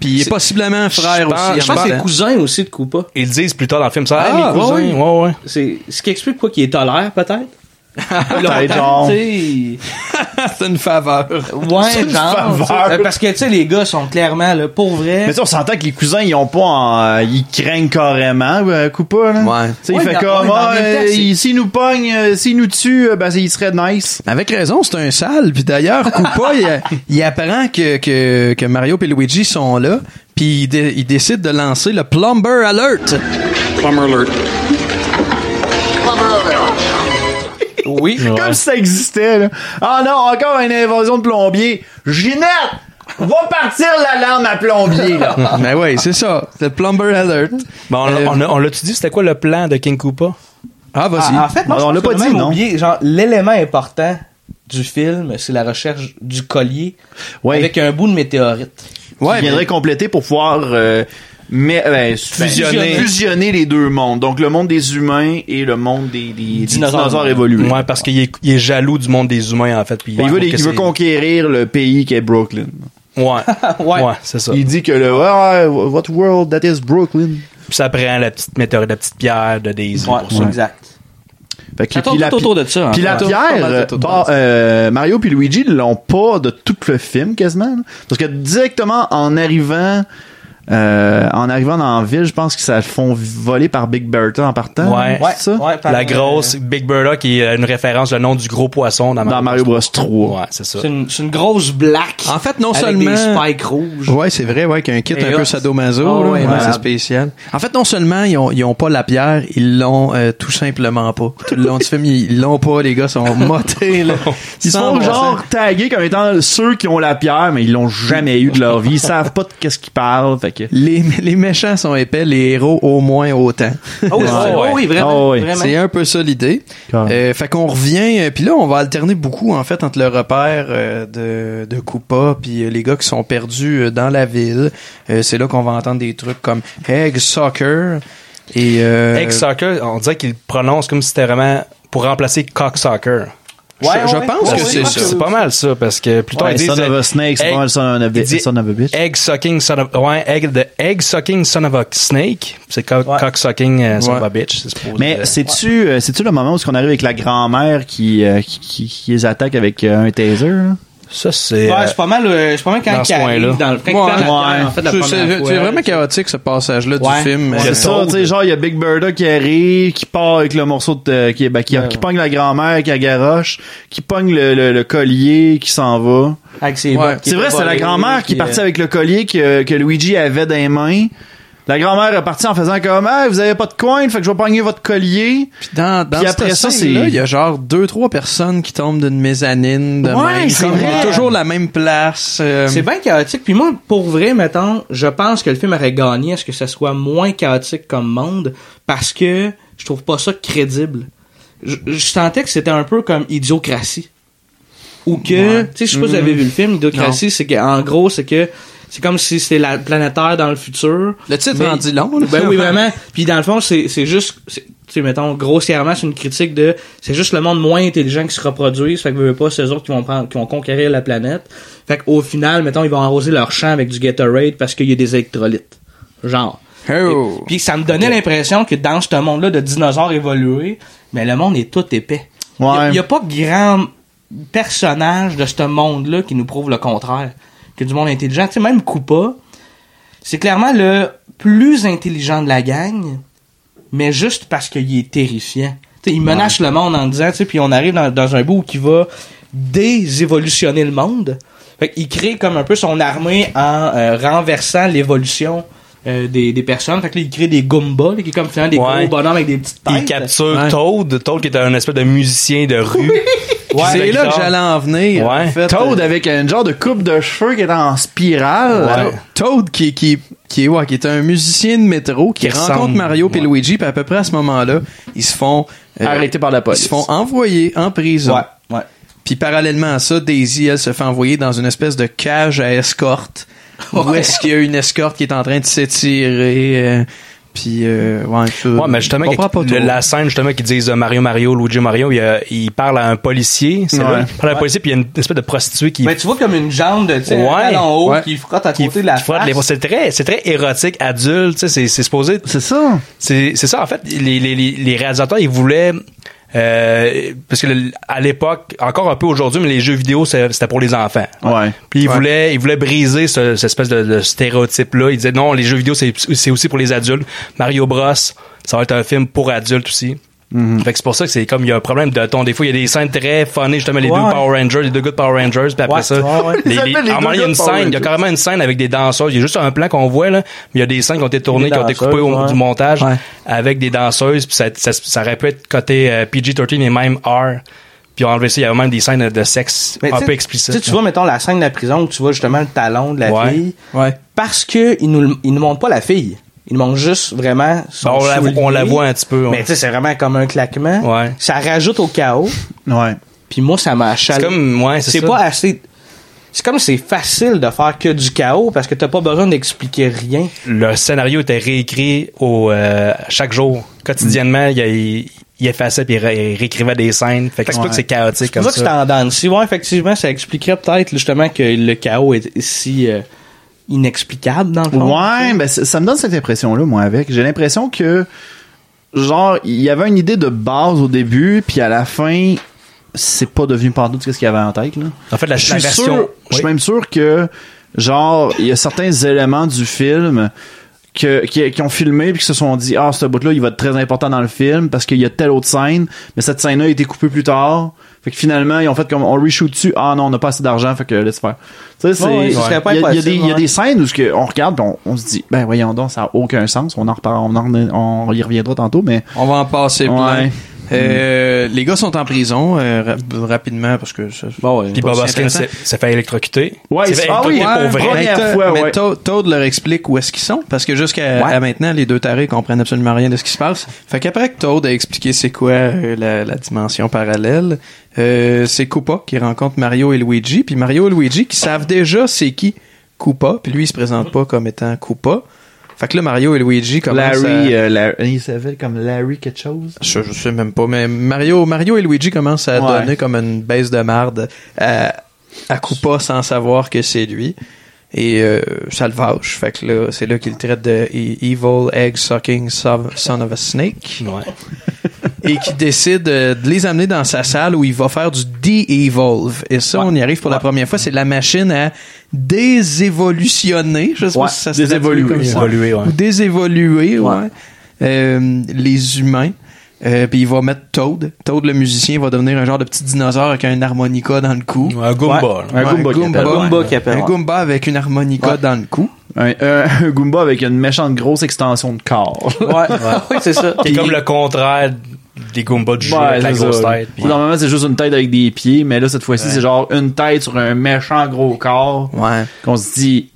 Speaker 1: Puis il est
Speaker 4: C'est-
Speaker 1: possiblement frère
Speaker 4: je pense-
Speaker 1: aussi.
Speaker 3: Je pense
Speaker 1: en
Speaker 3: que c'est
Speaker 1: même
Speaker 3: les
Speaker 1: temps.
Speaker 3: cousins aussi de Koopa.
Speaker 4: Ils le disent plus tard dans le film, ça.
Speaker 3: Ah,
Speaker 4: Ah, mes cousins,
Speaker 3: ouais,
Speaker 4: ouais,
Speaker 3: ouais.
Speaker 4: ouais.
Speaker 3: C'est ce qui explique pourquoi qu'il est tolère, peut-être.
Speaker 2: Peut-être,
Speaker 3: Longtemps,
Speaker 2: genre.
Speaker 3: tu sais.
Speaker 1: c'est une faveur.
Speaker 3: Ouais, genre. tu sais.
Speaker 2: faveur.
Speaker 3: Euh, Parce que, tu sais, les gars sont clairement, là, pour vrai.
Speaker 2: Mais tu sais, on s'entend que les cousins, ils ont pas en- euh, Ils craignent carrément, euh, Koopa, là.
Speaker 1: Ouais.
Speaker 2: Tu sais, il
Speaker 3: Ouais,
Speaker 2: fait
Speaker 3: mais- ouais,
Speaker 2: comme,
Speaker 3: mais en
Speaker 2: ah,
Speaker 3: même temps,
Speaker 2: euh,
Speaker 3: c'est-
Speaker 2: il- s'il nous pogne, euh, s'il nous tue, euh, ben, il serait nice.
Speaker 1: Avec raison, c'est un sale. Puis d'ailleurs, Koopa, il, il apprend que, que, que Mario et Luigi sont là. Puis il, dé- il décide de lancer le Plumber Alert.
Speaker 7: Plumber alert.
Speaker 3: Oui.
Speaker 2: Comme si ça existait, là. Ah non, encore une invasion de plombier. Ginette! Va partir l'alarme à plombier, là.
Speaker 1: ben oui, c'est ça. C'est le Plumber Alert.
Speaker 4: Ben, on,
Speaker 1: Euh,
Speaker 4: l'a- on, l'a- on l'a-tu dit, c'était quoi le plan de King Koopa?
Speaker 1: Ah, vas-y.
Speaker 3: Ah, en fait, moi,
Speaker 2: On
Speaker 3: je pense
Speaker 2: l'a
Speaker 3: que
Speaker 2: pas
Speaker 3: j'ai
Speaker 2: dit,
Speaker 3: même
Speaker 2: non?
Speaker 3: oublié, genre, l'élément important du film, c'est la recherche du collier
Speaker 2: Ouais.
Speaker 3: avec un bout de météorite.
Speaker 2: qui viendrait compléter pour pouvoir euh, mais, ben,
Speaker 4: Fusionner.
Speaker 2: fusionner les deux mondes. Donc le monde des humains et le monde des, des- des
Speaker 3: Dinosaures.
Speaker 2: dinosaures, évolués.
Speaker 4: Ouais, parce qu'il est, il est jaloux du monde des humains, en fait. Puis
Speaker 2: Il veut, les-
Speaker 4: trouve que
Speaker 2: il veut
Speaker 4: c'est-
Speaker 2: conquérir le pays qui est Brooklyn.
Speaker 4: Ouais.
Speaker 3: Ouais.
Speaker 4: ouais. c'est ça.
Speaker 2: Il dit que le Ah, what world that is Brooklyn.
Speaker 4: Puis ça prend la petite météorite, la petite pierre de Daisy.
Speaker 3: Ouais, c'est exact.
Speaker 2: Fait que-
Speaker 3: Ça tourne
Speaker 2: puis la-
Speaker 3: tout autour de ça, hein.
Speaker 2: Puis la
Speaker 3: Ouais.
Speaker 1: Pas
Speaker 2: pierre,
Speaker 1: mal de
Speaker 2: euh,
Speaker 1: tout autour
Speaker 2: bah,
Speaker 1: de ça.
Speaker 2: euh, Mario puis Luigi l'ont pas de tout le film quasiment. là. Parce que directement en arrivant euh, en arrivant dans la ville, je pense qu'ils se la font voler par Big Bertha en partant.
Speaker 4: Ouais.
Speaker 2: c'est ça?
Speaker 3: Ouais, par-
Speaker 4: La grosse
Speaker 3: euh,
Speaker 4: Big Birda qui est une référence, le nom du gros poisson dans,
Speaker 2: Dans Mario Bros 3.
Speaker 4: Ouais, c'est ça.
Speaker 3: C'est une, c'est une grosse black.
Speaker 1: En fait, non
Speaker 3: avec
Speaker 1: seulement-
Speaker 3: Des spikes rouges.
Speaker 1: Ouais, c'est vrai, ouais, qu'il y a un kit
Speaker 3: Et
Speaker 1: un
Speaker 3: là,
Speaker 1: peu sadomaso,
Speaker 3: oh,
Speaker 1: là,
Speaker 3: ouais,
Speaker 1: ouais,
Speaker 3: malade.
Speaker 1: c'est spécial. En fait, non seulement ils ont, ils ont pas la pierre, ils l'ont euh, tout simplement pas. Tout le long du film, ils l'ont pas, les gars sont motés, là.
Speaker 2: Ils sont
Speaker 1: 100%.
Speaker 2: genre tagués comme étant ceux qui ont la pierre, mais ils l'ont jamais eu de leur vie. Ils savent pas de qu'est-ce qu'ils parlent. Fait que...
Speaker 1: Les, les méchants sont épais, les héros au moins autant.
Speaker 3: Oh, oui,
Speaker 4: Ouais.
Speaker 3: oh oui, vraiment.
Speaker 2: Ah ouais.
Speaker 3: vraiment.
Speaker 1: C'est un peu ça l'idée.
Speaker 2: Carrément.
Speaker 1: Euh, fait qu'on revient, euh, puis là on va alterner beaucoup en fait entre le repère euh, de, de Koopa puis euh, les gars qui sont perdus euh, dans la ville. Euh, c'est là qu'on va entendre des trucs comme Egg Soccer et euh,
Speaker 4: Egg Soccer, on dirait qu'il le prononce comme si c'était vraiment pour remplacer Cock Soccer.
Speaker 1: je- je pense
Speaker 4: Parce
Speaker 1: que
Speaker 4: que
Speaker 1: c'est ça.
Speaker 4: C'est pas mal ça, parce que plus tard,
Speaker 2: Ouais,
Speaker 4: ils disent,
Speaker 2: son of a snake, c'est
Speaker 4: egg-
Speaker 2: pas mal son of a bi-
Speaker 4: ils disent
Speaker 2: son of a bitch.
Speaker 4: Egg sucking son of, ouais, egg, the egg sucking son of a snake. C'est cock,
Speaker 3: Ouais.
Speaker 4: cock sucking euh, son
Speaker 1: Ouais.
Speaker 4: of a bitch, c'est supposé.
Speaker 2: Mais
Speaker 4: Euh,
Speaker 2: c'est-tu euh, c'est-tu le moment où on arrive avec la grand-mère qui, euh, qui, qui- qui les attaque avec euh, un taser? là?
Speaker 4: ça, c'est.
Speaker 3: Ouais,
Speaker 4: euh,
Speaker 3: c'est pas mal, euh, c'est pas mal quand
Speaker 4: dans ce
Speaker 3: il arrive
Speaker 4: coin-là.
Speaker 3: dans le, quand il
Speaker 1: Ouais.
Speaker 3: perd la pierre,
Speaker 2: Ouais.
Speaker 3: en fait, la
Speaker 1: C'est-
Speaker 3: première
Speaker 1: c'est-
Speaker 3: fois,
Speaker 1: c'est
Speaker 3: là,
Speaker 1: vraiment
Speaker 3: tu sais.
Speaker 1: chaotique ce passage-là
Speaker 3: Ouais.
Speaker 1: du film.
Speaker 3: Ouais.
Speaker 2: C'est
Speaker 1: Euh,
Speaker 2: ça, tu sais, genre, il y a Big Birda qui arrive, qui part avec le morceau de, euh, qui, ben, qui,
Speaker 3: Ouais.
Speaker 2: qui pogne la grand-mère, qui agaroche, qui pogne le, le, le collier, qui s'en va.
Speaker 3: Avec ses
Speaker 1: Ouais.
Speaker 3: bottes qui
Speaker 2: C'est vrai,
Speaker 3: étaient
Speaker 2: c'est la
Speaker 3: volées,
Speaker 2: grand-mère qui
Speaker 3: puis,
Speaker 2: est
Speaker 3: euh,
Speaker 2: partie avec le collier que, que Luigi avait dans les mains. La grand-mère est partie en faisant comme, ah, vous avez pas de coin, fait que je vais pogner votre collier.
Speaker 1: Puis dans, dans
Speaker 2: Puis
Speaker 1: cette
Speaker 2: après ça,
Speaker 1: scène-là,
Speaker 2: c'est-
Speaker 1: il y a genre deux trois personnes qui tombent d'une mezzanine. De
Speaker 2: Ouais,
Speaker 1: même,
Speaker 2: c'est
Speaker 1: comme
Speaker 2: vrai.
Speaker 1: Toujours la même place. euh,
Speaker 3: C'est bien chaotique. Puis moi, pour vrai, mettons, je pense que le film aurait gagné à ce que ça soit moins chaotique comme monde parce que je trouve pas ça crédible. Je, je sentais que c'était un peu comme Idiocratie. Ou que, tu sais, je sais pas si vous
Speaker 1: Mm-hmm.
Speaker 3: avez vu le film, Idiocratie, c'est que, en gros, c'est que c'est comme si c'était la planétaire dans le futur.
Speaker 1: Le titre
Speaker 3: Mais-
Speaker 1: en dit long. là.
Speaker 3: Ben oui, vraiment. Puis dans le fond, c'est c'est juste, c'est- tu sais, mettons, grossièrement, c'est une critique de, c'est juste le monde moins intelligent qui se reproduise, fait que veut pas, c'est eux autres qui vont prendre, qui vont conquérir la planète. Fait qu'au final, mettons, ils vont arroser leur champ avec du Gatorade parce qu'il y a des électrolytes. Genre.
Speaker 1: Oh.
Speaker 3: Et- Puis ça me donnait l'impression que dans ce monde-là de dinosaures évolués, mais le monde est tout épais. Il
Speaker 2: Ouais.
Speaker 3: n'y a, pas grand personnage de ce monde-là qui nous prouve le contraire. Que du monde intelligent. Tu sais, même Koopa, c'est clairement le plus intelligent de la gang, mais juste parce qu'il est terrifiant. Tu sais, il menace le monde en disant, tu sais, puis on arrive dans, dans un bout qui va désévolutionner le monde. Fait il crée comme un peu son armée en euh, renversant l'évolution euh, des, des personnes. Fait que là, il crée des Goombas, là, qui est comme finalement des
Speaker 4: Ouais.
Speaker 3: gros bonhommes avec des petites têtes.
Speaker 4: Il capture
Speaker 1: Ouais.
Speaker 4: Toad, Toad qui est un espèce de musicien de rue. Ouais,
Speaker 1: C'est
Speaker 4: la
Speaker 1: là que
Speaker 4: guitare.
Speaker 1: j'allais en venir.
Speaker 4: Ouais.
Speaker 1: En fait,
Speaker 2: Toad
Speaker 1: Euh,
Speaker 2: avec un genre de coupe de cheveux qui est en spirale.
Speaker 4: Ouais.
Speaker 1: Toad qui, qui, qui, est- ouais, qui est un musicien de métro qui,
Speaker 4: Qui
Speaker 1: rencontre
Speaker 4: ressemble-
Speaker 1: Mario puis
Speaker 4: ouais.
Speaker 1: Luigi, puis à peu près à ce moment-là, ils se font euh,
Speaker 2: Arrêté par la
Speaker 1: Ils
Speaker 2: police.
Speaker 1: se font envoyer en prison.
Speaker 3: Ouais, ouais.
Speaker 1: Puis parallèlement à ça, Daisy, elle se fait envoyer dans une espèce de cage à escorte. Où est-ce qu'il y a une escorte qui est en train de s'étirer? euh, puis, euh, ouais, ça,
Speaker 4: Ouais, mais justement,
Speaker 1: on comprend
Speaker 4: que-
Speaker 1: pas
Speaker 4: le-
Speaker 1: trop.
Speaker 4: la scène justement qui disent euh, Mario Mario, Luigi Mario, il, euh, il parle à un policier, c'est
Speaker 2: Ouais.
Speaker 4: vrai? Il parle à un policier, puis il y a une espèce de prostituée qui,
Speaker 3: Ben, tu vois comme une jambe de, tu sais,
Speaker 4: Ouais.
Speaker 3: un talon haut
Speaker 1: Ouais.
Speaker 3: qui frotte à
Speaker 4: qui,
Speaker 3: côté de la
Speaker 4: qui frotte
Speaker 3: face.
Speaker 4: les- C'est très, c'est très érotique, adulte, tu sais, c'est, c'est supposé.
Speaker 2: C'est ça.
Speaker 4: C'est, c'est ça, en fait, les, les, les- les réalisateurs, ils voulaient. euh, parce que le- à l'époque, encore un peu aujourd'hui, mais les jeux vidéo, c'est- c'était pour les enfants.
Speaker 2: Ouais.
Speaker 4: Puis ils
Speaker 1: Ouais.
Speaker 4: voulaient, ils voulaient briser ce, cette espèce de, de stéréotype-là. Ils disaient non, les jeux vidéo, c'est c'est aussi pour les adultes. Mario Bros, ça va être un film pour adultes aussi.
Speaker 3: Mhm.
Speaker 4: Fait que c'est pour ça que c'est comme il y a un problème de ton. Des fois, il y a des scènes très funny, justement, les
Speaker 3: Ouais.
Speaker 4: deux Power Rangers, les deux good Power Rangers, puis après
Speaker 3: Ouais,
Speaker 4: ça.
Speaker 3: ouais, ouais.
Speaker 4: les-
Speaker 2: Ils
Speaker 4: les-
Speaker 2: appellent les
Speaker 4: à un
Speaker 2: deux
Speaker 4: moment, il y a une
Speaker 2: good
Speaker 4: scène,
Speaker 2: Power
Speaker 4: il y a
Speaker 2: Rangers.
Speaker 4: carrément une scène avec des danseuses. Il y a juste un plan qu'on voit, là. Mais il y a des scènes qui ont été tournées,
Speaker 3: Des
Speaker 4: qui ont été coupées au
Speaker 3: danseuses,
Speaker 4: du
Speaker 3: ouais.
Speaker 4: montage
Speaker 1: Ouais.
Speaker 4: avec des danseuses, puis ça, ça, ça aurait pu être côté euh, PG-13 et même R. Puis on a enlevé ça, il y avait même des scènes de sexe
Speaker 3: Mais
Speaker 4: un
Speaker 3: tu sais-
Speaker 4: peu explicites.
Speaker 3: Tu sais, tu vois, mettons, la scène de la prison où tu vois justement le talon de la
Speaker 4: Ouais.
Speaker 3: fille.
Speaker 1: Ouais.
Speaker 3: Parce que ils nous, ils nous montrent pas la fille. Ils nous montrent juste vraiment son
Speaker 4: Ben, on, la,
Speaker 3: soulier.
Speaker 4: on la voit un petit peu. on-
Speaker 3: Mais tu sais, c'est vraiment comme un claquement.
Speaker 4: Ouais.
Speaker 3: Ça rajoute au chaos.
Speaker 2: Ouais.
Speaker 3: Puis moi, ça m'a achalé.
Speaker 4: C'est comme- ouais, c'est ça.
Speaker 3: pas assez... C'est comme c'est facile de faire que du chaos parce que t'as pas besoin d'expliquer rien.
Speaker 4: le scénario était réécrit au euh, chaque jour, quotidiennement. Il, il- il effaçait puis il, ré- il réécrivait des scènes. Fait que c'est pas que c'est chaotique
Speaker 3: C'est
Speaker 4: comme
Speaker 3: pour ça que c'est
Speaker 4: ça.
Speaker 3: en danse. Si, ouais, effectivement, ça expliquerait peut-être justement que le chaos est si euh, inexplicable dans le fond.
Speaker 2: Ouais, ben ça, ça me donne cette impression-là, moi, avec. J'ai l'impression que, genre, il y avait une idée de base au début, puis à la fin, c'est pas devenu pantoute ce qu'il y avait en tête, là.
Speaker 4: En fait, la,
Speaker 2: Je
Speaker 4: la
Speaker 2: suis
Speaker 4: version.
Speaker 2: sûr- je suis
Speaker 4: oui.
Speaker 2: même sûr que, genre, il y a certains éléments du film que, qui, qui ont filmé puis qui se sont dit Ah, ce bout-là, il va être très important dans le film parce qu'il y a telle autre scène, mais cette scène-là a été coupée plus tard. Fait que finalement, ils ont fait comme on reshoot dessus. Ah non, on n'a pas assez d'argent, fait que laisse faire. Tu sais, c'est.
Speaker 3: Ouais, ouais,
Speaker 2: Il
Speaker 3: ce serait pas
Speaker 2: y, a- il y a
Speaker 3: impossible,
Speaker 2: des- il y a
Speaker 3: ouais.
Speaker 2: des scènes où ce que on regarde puis on, on se dit Ben voyons donc, ça n'a aucun sens. On en reparle, on, en- on y reviendra tantôt, mais.
Speaker 1: On va en passer plein.
Speaker 2: Ouais.
Speaker 1: Euh, Les gars sont en prison euh, ra- rapidement parce que ça,
Speaker 4: Puis Bob
Speaker 1: c'est
Speaker 4: Hoskins
Speaker 1: intéressant.
Speaker 4: s'est s'est fait électrocuter.
Speaker 2: Ouais,
Speaker 4: s'est fait
Speaker 2: ah oui,
Speaker 4: électrocuter pour
Speaker 2: ouais,
Speaker 1: Mais
Speaker 4: vrai.
Speaker 2: ouais. Première
Speaker 1: Toad-
Speaker 2: fois,
Speaker 1: mais
Speaker 2: ouais.
Speaker 1: Toad, Toad leur explique où est-ce qu'ils sont parce que jusqu'à à maintenant les deux tarés comprennent absolument rien de ce qui se passe. Fait qu'après que Toad a expliqué c'est quoi euh, la, la dimension parallèle, euh, c'est Koopa qui rencontre Mario et Luigi puis Mario et Luigi qui savent déjà c'est qui Koopa puis lui il se présente pas comme étant Koopa. Fait que là Mario et Luigi commencent à-
Speaker 2: Larry, euh, Larry- il s'appelle comme Larry quelque chose.
Speaker 1: je, je sais même pas, mais Mario, Mario et Luigi commencent à
Speaker 2: Ouais.
Speaker 1: donner comme une baisse de marde à, à Koopa sans savoir que c'est lui. Et euh, ça le vache. Fait que là, c'est là qu'il traite de e- Evil Egg Sucking Son son of a Snake.
Speaker 4: Ouais.
Speaker 1: Et qui décide euh, de les amener dans sa salle où il va faire du de-evolve. Et ça, on y arrive pour la première fois. C'est la machine à désévolutionner. Je sais
Speaker 2: Ouais,
Speaker 1: pas si ça se dit
Speaker 2: désévoluer.
Speaker 1: comme ça
Speaker 4: Évoluer, ouais.
Speaker 1: ou désévoluer, ouais. Euh, les humains. Euh, puis il va mettre Toad. Toad, le musicien, va devenir un genre de petit dinosaure avec un harmonica dans le cou.
Speaker 4: Ouais, Un Goomba. là.
Speaker 2: Un
Speaker 1: Ouais,
Speaker 2: Goomba qui appelle,
Speaker 3: Un Goomba qui appelle,
Speaker 1: Un
Speaker 3: ouais.
Speaker 1: Goomba avec une harmonica dans le cou.
Speaker 2: Un, un- un Goomba avec une méchante grosse extension de corps.
Speaker 3: Ouais, oui, c'est ça.
Speaker 4: Qui est comme le contraire des Goombas du jeu, avec la
Speaker 2: c'est
Speaker 4: grosse
Speaker 2: ça.
Speaker 4: tête. puis-
Speaker 2: Normalement, c'est juste une tête avec des pieds, mais là, cette fois-ci, c'est genre une tête sur un méchant gros corps.
Speaker 1: Ouais.
Speaker 2: Qu'on se dit,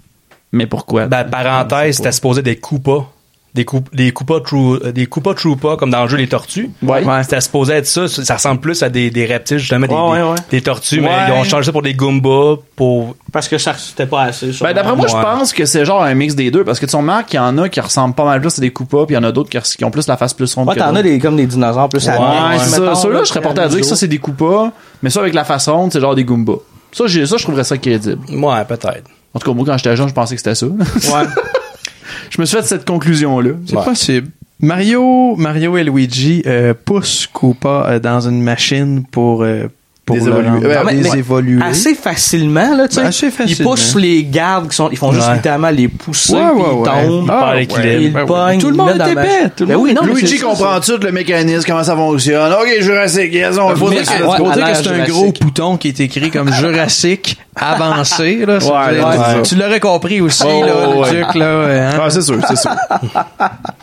Speaker 2: mais pourquoi?
Speaker 4: Ben, parenthèse, c'était supposé des Koopas. Des, coup, des Koopa Trou- euh, des Koopa Troopa, comme dans le jeu Les Tortues.
Speaker 2: Ouais.
Speaker 1: Ouais.
Speaker 4: C'était supposé être ça. Ça ressemble plus à des, des reptiles, justement, des,
Speaker 3: Ouais,
Speaker 4: des-
Speaker 3: ouais, ouais.
Speaker 4: des tortues,
Speaker 2: Ouais.
Speaker 4: mais ils ont changé ça pour des Goombas, pour...
Speaker 3: Parce que ça ressortait pas assez.
Speaker 2: Ben,
Speaker 3: sûrement.
Speaker 2: d'après moi, je
Speaker 4: Ouais.
Speaker 2: pense que c'est genre un mix des deux, parce que tu remarques qu'il y en a qui ressemblent pas mal plus à des coupas, puis il y en a d'autres qui, res- qui ont plus la face plus ronde
Speaker 3: Ouais,
Speaker 2: que
Speaker 3: t'en
Speaker 2: d'autres.
Speaker 3: as des, comme des dinosaures plus
Speaker 2: Ouais, c'est ça. Ceux-là, je serais porté à dire que ça, c'est des coupas, mais ça, avec la face ronde, c'est genre des goombas. Ça, j'ai- ça, je trouverais ça crédible.
Speaker 4: Ouais, peut-être.
Speaker 2: En tout cas, moi, quand j'étais jeune, je pensais que c'était ça.
Speaker 3: Ouais.
Speaker 2: je me suis fait cette conclusion-là.
Speaker 1: C'est possible. Mario, Mario et Luigi euh, poussent Koopa euh, dans une machine pour euh, pour
Speaker 2: Des
Speaker 1: le
Speaker 2: évolués.
Speaker 1: rendre-
Speaker 2: Ouais,
Speaker 1: des évolués.
Speaker 3: Assez facilement, là, tu sais.
Speaker 1: Ben, assez
Speaker 3: ils
Speaker 1: facilement.
Speaker 3: poussent les gardes qui sont, ils font juste
Speaker 4: Ouais.
Speaker 3: littéralement les pousser,
Speaker 1: Ouais,
Speaker 3: puis
Speaker 1: ouais,
Speaker 3: ils
Speaker 1: ouais.
Speaker 3: tombent.
Speaker 1: Ah,
Speaker 4: ouais.
Speaker 3: Ils
Speaker 1: Ben oui.
Speaker 3: pognent,
Speaker 1: Tout le
Speaker 3: ils
Speaker 1: monde
Speaker 3: mettent dans
Speaker 1: est
Speaker 3: la
Speaker 1: épais,
Speaker 3: machine.
Speaker 1: tout le
Speaker 3: Ben
Speaker 1: monde-
Speaker 3: oui, non, mais
Speaker 2: Luigi
Speaker 3: c'est ça,
Speaker 2: comprend tout le mécanisme, comment ça fonctionne. Ok, Jurassic, yes, on faut
Speaker 1: Faut
Speaker 2: dire
Speaker 1: dire
Speaker 2: que-
Speaker 1: que,
Speaker 3: ouais,
Speaker 1: faut dire
Speaker 3: à
Speaker 1: que
Speaker 3: l'ère
Speaker 1: c'est un
Speaker 3: Jurassique.
Speaker 1: gros bouton qui est écrit comme Jurassique avancé. Là, ça,
Speaker 2: Ouais,
Speaker 1: tu-
Speaker 2: ouais.
Speaker 1: Tu l'aurais compris aussi,
Speaker 2: Oh,
Speaker 1: là, le
Speaker 2: ouais.
Speaker 1: truc. Là, ouais, hein?
Speaker 2: Ah, c'est sûr, c'est sûr.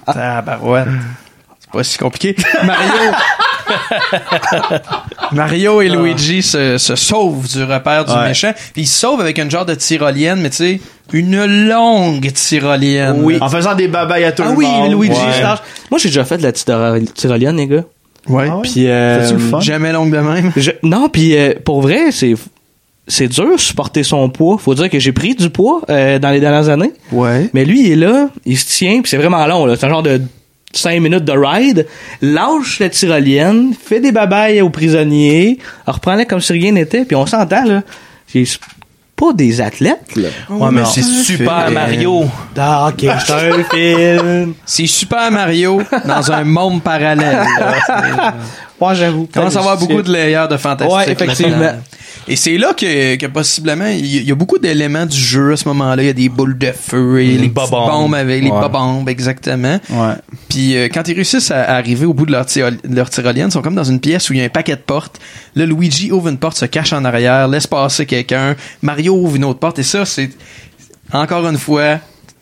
Speaker 1: Tabarouette. C'est pas si compliqué. Mario. Mario et Luigi se, se sauvent du repère du
Speaker 2: Ouais.
Speaker 1: méchant. Puis ils se sauvent avec une genre de tyrolienne, mais tu sais, une longue tyrolienne. Ah,
Speaker 3: Oui.
Speaker 2: En faisant des babayes à tout
Speaker 3: Ah
Speaker 2: le
Speaker 3: oui,
Speaker 2: monde.
Speaker 3: Luigi,
Speaker 2: Ouais.
Speaker 3: c'est large. Moi, j'ai déjà fait de la tyro- tyrolienne, les gars.
Speaker 1: Ouais.
Speaker 2: Ah ouais?
Speaker 3: Puis, euh,
Speaker 2: C'était-tu le fun?
Speaker 1: Jamais longue de même.
Speaker 3: Je- non, puis euh, pour vrai, c'est c'est dur supporter son poids. Faut dire que j'ai pris du poids euh, dans les dernières années.
Speaker 1: Ouais.
Speaker 3: Mais lui, il est là, il se tient, puis c'est vraiment long. là. C'est un genre de 5 minutes de ride. Lâche la tyrolienne, fait des babayes aux prisonniers, reprend-la comme si rien n'était, puis on s'entend, là. C'est pas des athlètes, là.
Speaker 1: Ouais, mais c'est super Mario.
Speaker 3: Ah, ok, c'est un film.
Speaker 1: C'est super Mario dans un monde parallèle.
Speaker 3: Moi, j'avoue.
Speaker 1: Il commence à avoir beaucoup de layers de fantastique.
Speaker 3: Ouais, effectivement.
Speaker 1: maintenant. Et c'est là que, que possiblement, il y, il y a beaucoup d'éléments du jeu à ce moment-là. Il y a des boules de feu et les, petites
Speaker 4: bobombes.
Speaker 1: bombes avec les
Speaker 4: Ouais.
Speaker 1: bombes, exactement.
Speaker 2: Ouais.
Speaker 1: Puis euh, quand ils réussissent à arriver au bout de leur, tyro- leur tyrolienne, ils sont comme dans une pièce où il y a un paquet de portes. Là, Luigi ouvre une porte, se cache en arrière, laisse passer quelqu'un. Mario ouvre une autre porte. Et ça, c'est, encore une fois,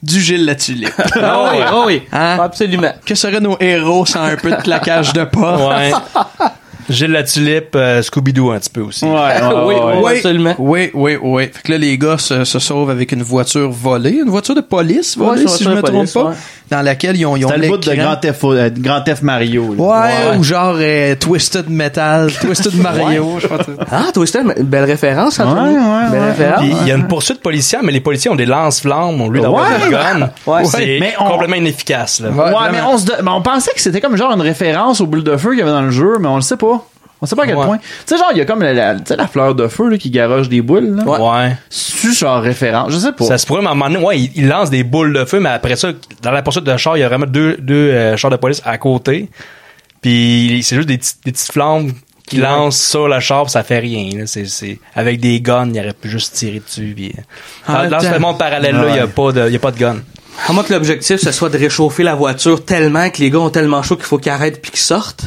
Speaker 1: du Gilles la tulipe.
Speaker 3: Ah oui, ah oui.
Speaker 1: Hein?
Speaker 3: Absolument.
Speaker 1: que seraient nos héros sans un peu de claquage de porte?
Speaker 4: Ouais. Gilles la tulipe, euh, Scooby-Doo un petit peu aussi.
Speaker 2: Ouais, ouais,
Speaker 3: Oui,
Speaker 2: ouais.
Speaker 3: oui, absolument.
Speaker 1: Oui, oui, oui. Fait que là, les gars se, se sauvent avec une voiture volée, une voiture de police volée,
Speaker 3: Ouais, c'est
Speaker 1: si je
Speaker 3: une
Speaker 1: me
Speaker 3: voiture de
Speaker 1: trompe
Speaker 3: police,
Speaker 1: pas,
Speaker 3: ouais.
Speaker 1: dans laquelle ils ont, ils ont
Speaker 2: C'était le bout de
Speaker 1: l'écran.
Speaker 2: Grand F, euh, Grand F Mario. là.
Speaker 1: Ouais, ou genre euh, Twisted Metal, Twisted Mario, je sais pas trop.
Speaker 3: Ah, Twisted, belle référence, Anthony.
Speaker 2: Ouais, ouais,
Speaker 3: Belle
Speaker 2: Ah, ouais.
Speaker 3: référence.
Speaker 4: Puis il y a une poursuite policière, mais les policiers ont des lance-flammes au lieu d'avoir
Speaker 2: Ouais.
Speaker 4: des guns.
Speaker 3: Ouais.
Speaker 4: C'est
Speaker 2: Mais on-
Speaker 4: complètement inefficace. Là.
Speaker 1: Ouais,
Speaker 2: Ouais,
Speaker 1: vraiment.
Speaker 2: mais on, se de- mais on pensait que c'était comme genre une référence aux boules de feu qu'il y avait dans le jeu, mais on le sait pas. On sait pas à quel
Speaker 4: Ouais.
Speaker 2: point. Tu sais, genre, il y a comme la, la- tu sais, la fleur de feu là, qui garoche des boules. Là.
Speaker 4: Ouais.
Speaker 2: C'est-tu genre référence? Je sais pas.
Speaker 4: Ça se pourrait, mais à un moment donné, ouais, il, il lance des boules de feu, mais après ça, dans la poursuite de char, il y a vraiment deux, deux euh, chars de police à côté. Puis c'est juste des, petites- des petites flammes qui lancent sur le char, puis ça fait rien. là. C'est, c'est- Avec des guns, il aurait pu juste tirer dessus. Puis... euh.
Speaker 1: En
Speaker 2: Ah,
Speaker 4: Dans,
Speaker 1: même
Speaker 4: dans ce
Speaker 1: temps-
Speaker 4: monde parallèle-là, il n'y a, pas de- il y a pas de gun.
Speaker 3: À moins que l'objectif, ce soit de réchauffer la voiture tellement que les gars ont tellement chaud qu'il faut qu'ils arrêtent puis qu'ils sortent.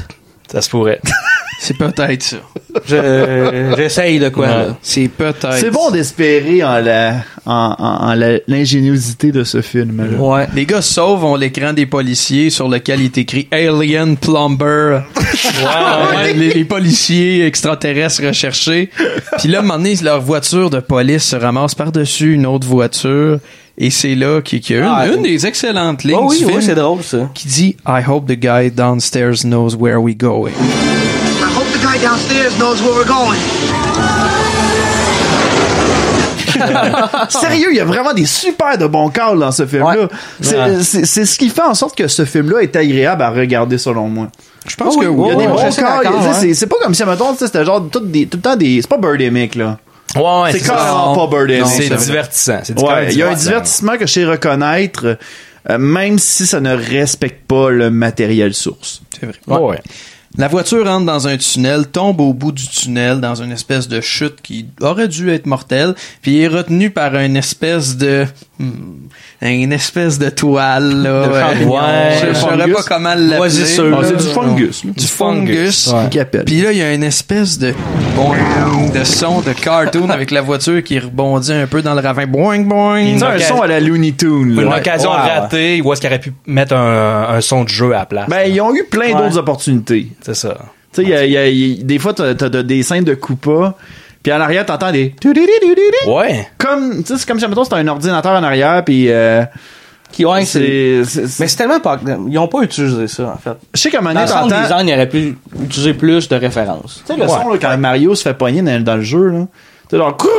Speaker 4: Ça se pourrait.
Speaker 1: C'est peut-être ça.
Speaker 3: Je- euh, J'essaye de quoi, là.
Speaker 1: C'est peut-être.
Speaker 2: C'est bon d'espérer en la, en, en- en la- l'ingéniosité de ce film. Là.
Speaker 3: Ouais.
Speaker 1: Les gars sauvent ont l'écran des policiers sur lequel il est écrit Alien Plumber. Euh, les, les policiers extraterrestres recherchés. Puis là, à un moment donné, leur voiture de police se ramasse par-dessus une autre voiture. Et c'est là qu'il y a une,
Speaker 3: Ah,
Speaker 1: une des excellentes lignes
Speaker 3: Oh
Speaker 1: du
Speaker 3: oui,
Speaker 1: film
Speaker 3: oui, c'est drôle, ça.
Speaker 1: qui dit « I hope the guy downstairs knows where we going.
Speaker 5: I hope the guy downstairs knows where we're going.
Speaker 2: Sérieux, il y a vraiment des super de bons calls dans ce film-là.
Speaker 3: Ouais.
Speaker 2: C'est, c'est- c'est ce qui fait en sorte que ce film-là est agréable à regarder, selon moi. »
Speaker 1: Je pense
Speaker 3: Ah
Speaker 1: que
Speaker 3: oui,
Speaker 1: oui.
Speaker 2: Il y a des
Speaker 3: Ouais,
Speaker 2: bons
Speaker 3: je suis
Speaker 2: calls.
Speaker 3: d'accord,
Speaker 2: Tu sais,
Speaker 3: ouais.
Speaker 2: c'est, c'est pas comme si, mettons, tu sais, c'était genre tout, des, tout le temps des... C'est pas Birdemic, là.
Speaker 4: Ouais, ouais,
Speaker 2: c'est
Speaker 4: ça.
Speaker 2: carrément
Speaker 1: Non.
Speaker 2: pas Birdemic.
Speaker 1: Non,
Speaker 4: C'est
Speaker 1: ça.
Speaker 4: divertissant. C'est quand même
Speaker 2: Ouais, il y a un
Speaker 4: divertissant.
Speaker 2: divertissement que je sais reconnaître, euh, même si ça ne respecte pas le matériel source.
Speaker 1: C'est vrai.
Speaker 4: Ouais, ouais.
Speaker 1: La voiture rentre dans un tunnel, tombe au bout du tunnel dans une espèce de chute qui aurait dû être mortelle, puis est retenue par une espèce de hmm, une espèce de toile là.
Speaker 3: De
Speaker 1: ouais.
Speaker 3: champignon.
Speaker 1: Je-
Speaker 4: Ouais.
Speaker 1: je saurais pas
Speaker 2: Fungus.
Speaker 1: comment l'appeler.
Speaker 3: Moisissure.
Speaker 1: là.
Speaker 2: Ah, c'est du fungus. là.
Speaker 1: Du fungus.
Speaker 4: Ouais.
Speaker 2: Qui appelle.
Speaker 1: Puis là, il y a une espèce de boing, de son de cartoon avec la voiture qui rebondit un peu dans le ravin. Boing, boing.
Speaker 2: C'est un son à la Looney Tunes. là.
Speaker 4: Une
Speaker 2: Ouais.
Speaker 4: occasion
Speaker 2: Ouais, ouais.
Speaker 4: ratée où est-ce qu'il aurait pu mettre un, un son de jeu à la place.
Speaker 2: Ben, ils ont eu plein
Speaker 3: Ouais.
Speaker 2: d'autres opportunités.
Speaker 4: c'est ça.
Speaker 2: Tu sais, il y a- il y a- il y a- des fois, t'as t'as- t'as des scènes de coupa, puis en arrière, t'entends des...
Speaker 4: Ouais.
Speaker 2: Comme, tu sais, c'est comme si, mettons, c'était un ordinateur en arrière, puis... euh,
Speaker 3: Qui, ouais, c'est.
Speaker 2: c'est... c'est- c'est-
Speaker 3: Mais c'est tellement pas. Ils ont pas utilisé ça, en fait.
Speaker 2: Je sais qu'à un moment
Speaker 3: Dans le
Speaker 2: donné,
Speaker 3: centre
Speaker 2: t'entends...
Speaker 3: design, ils auraient pu utiliser plus de références.
Speaker 2: Tu sais, le son, là, quand Mario se fait pogner dans, dans le jeu, là. Tu sais, genre... Couc!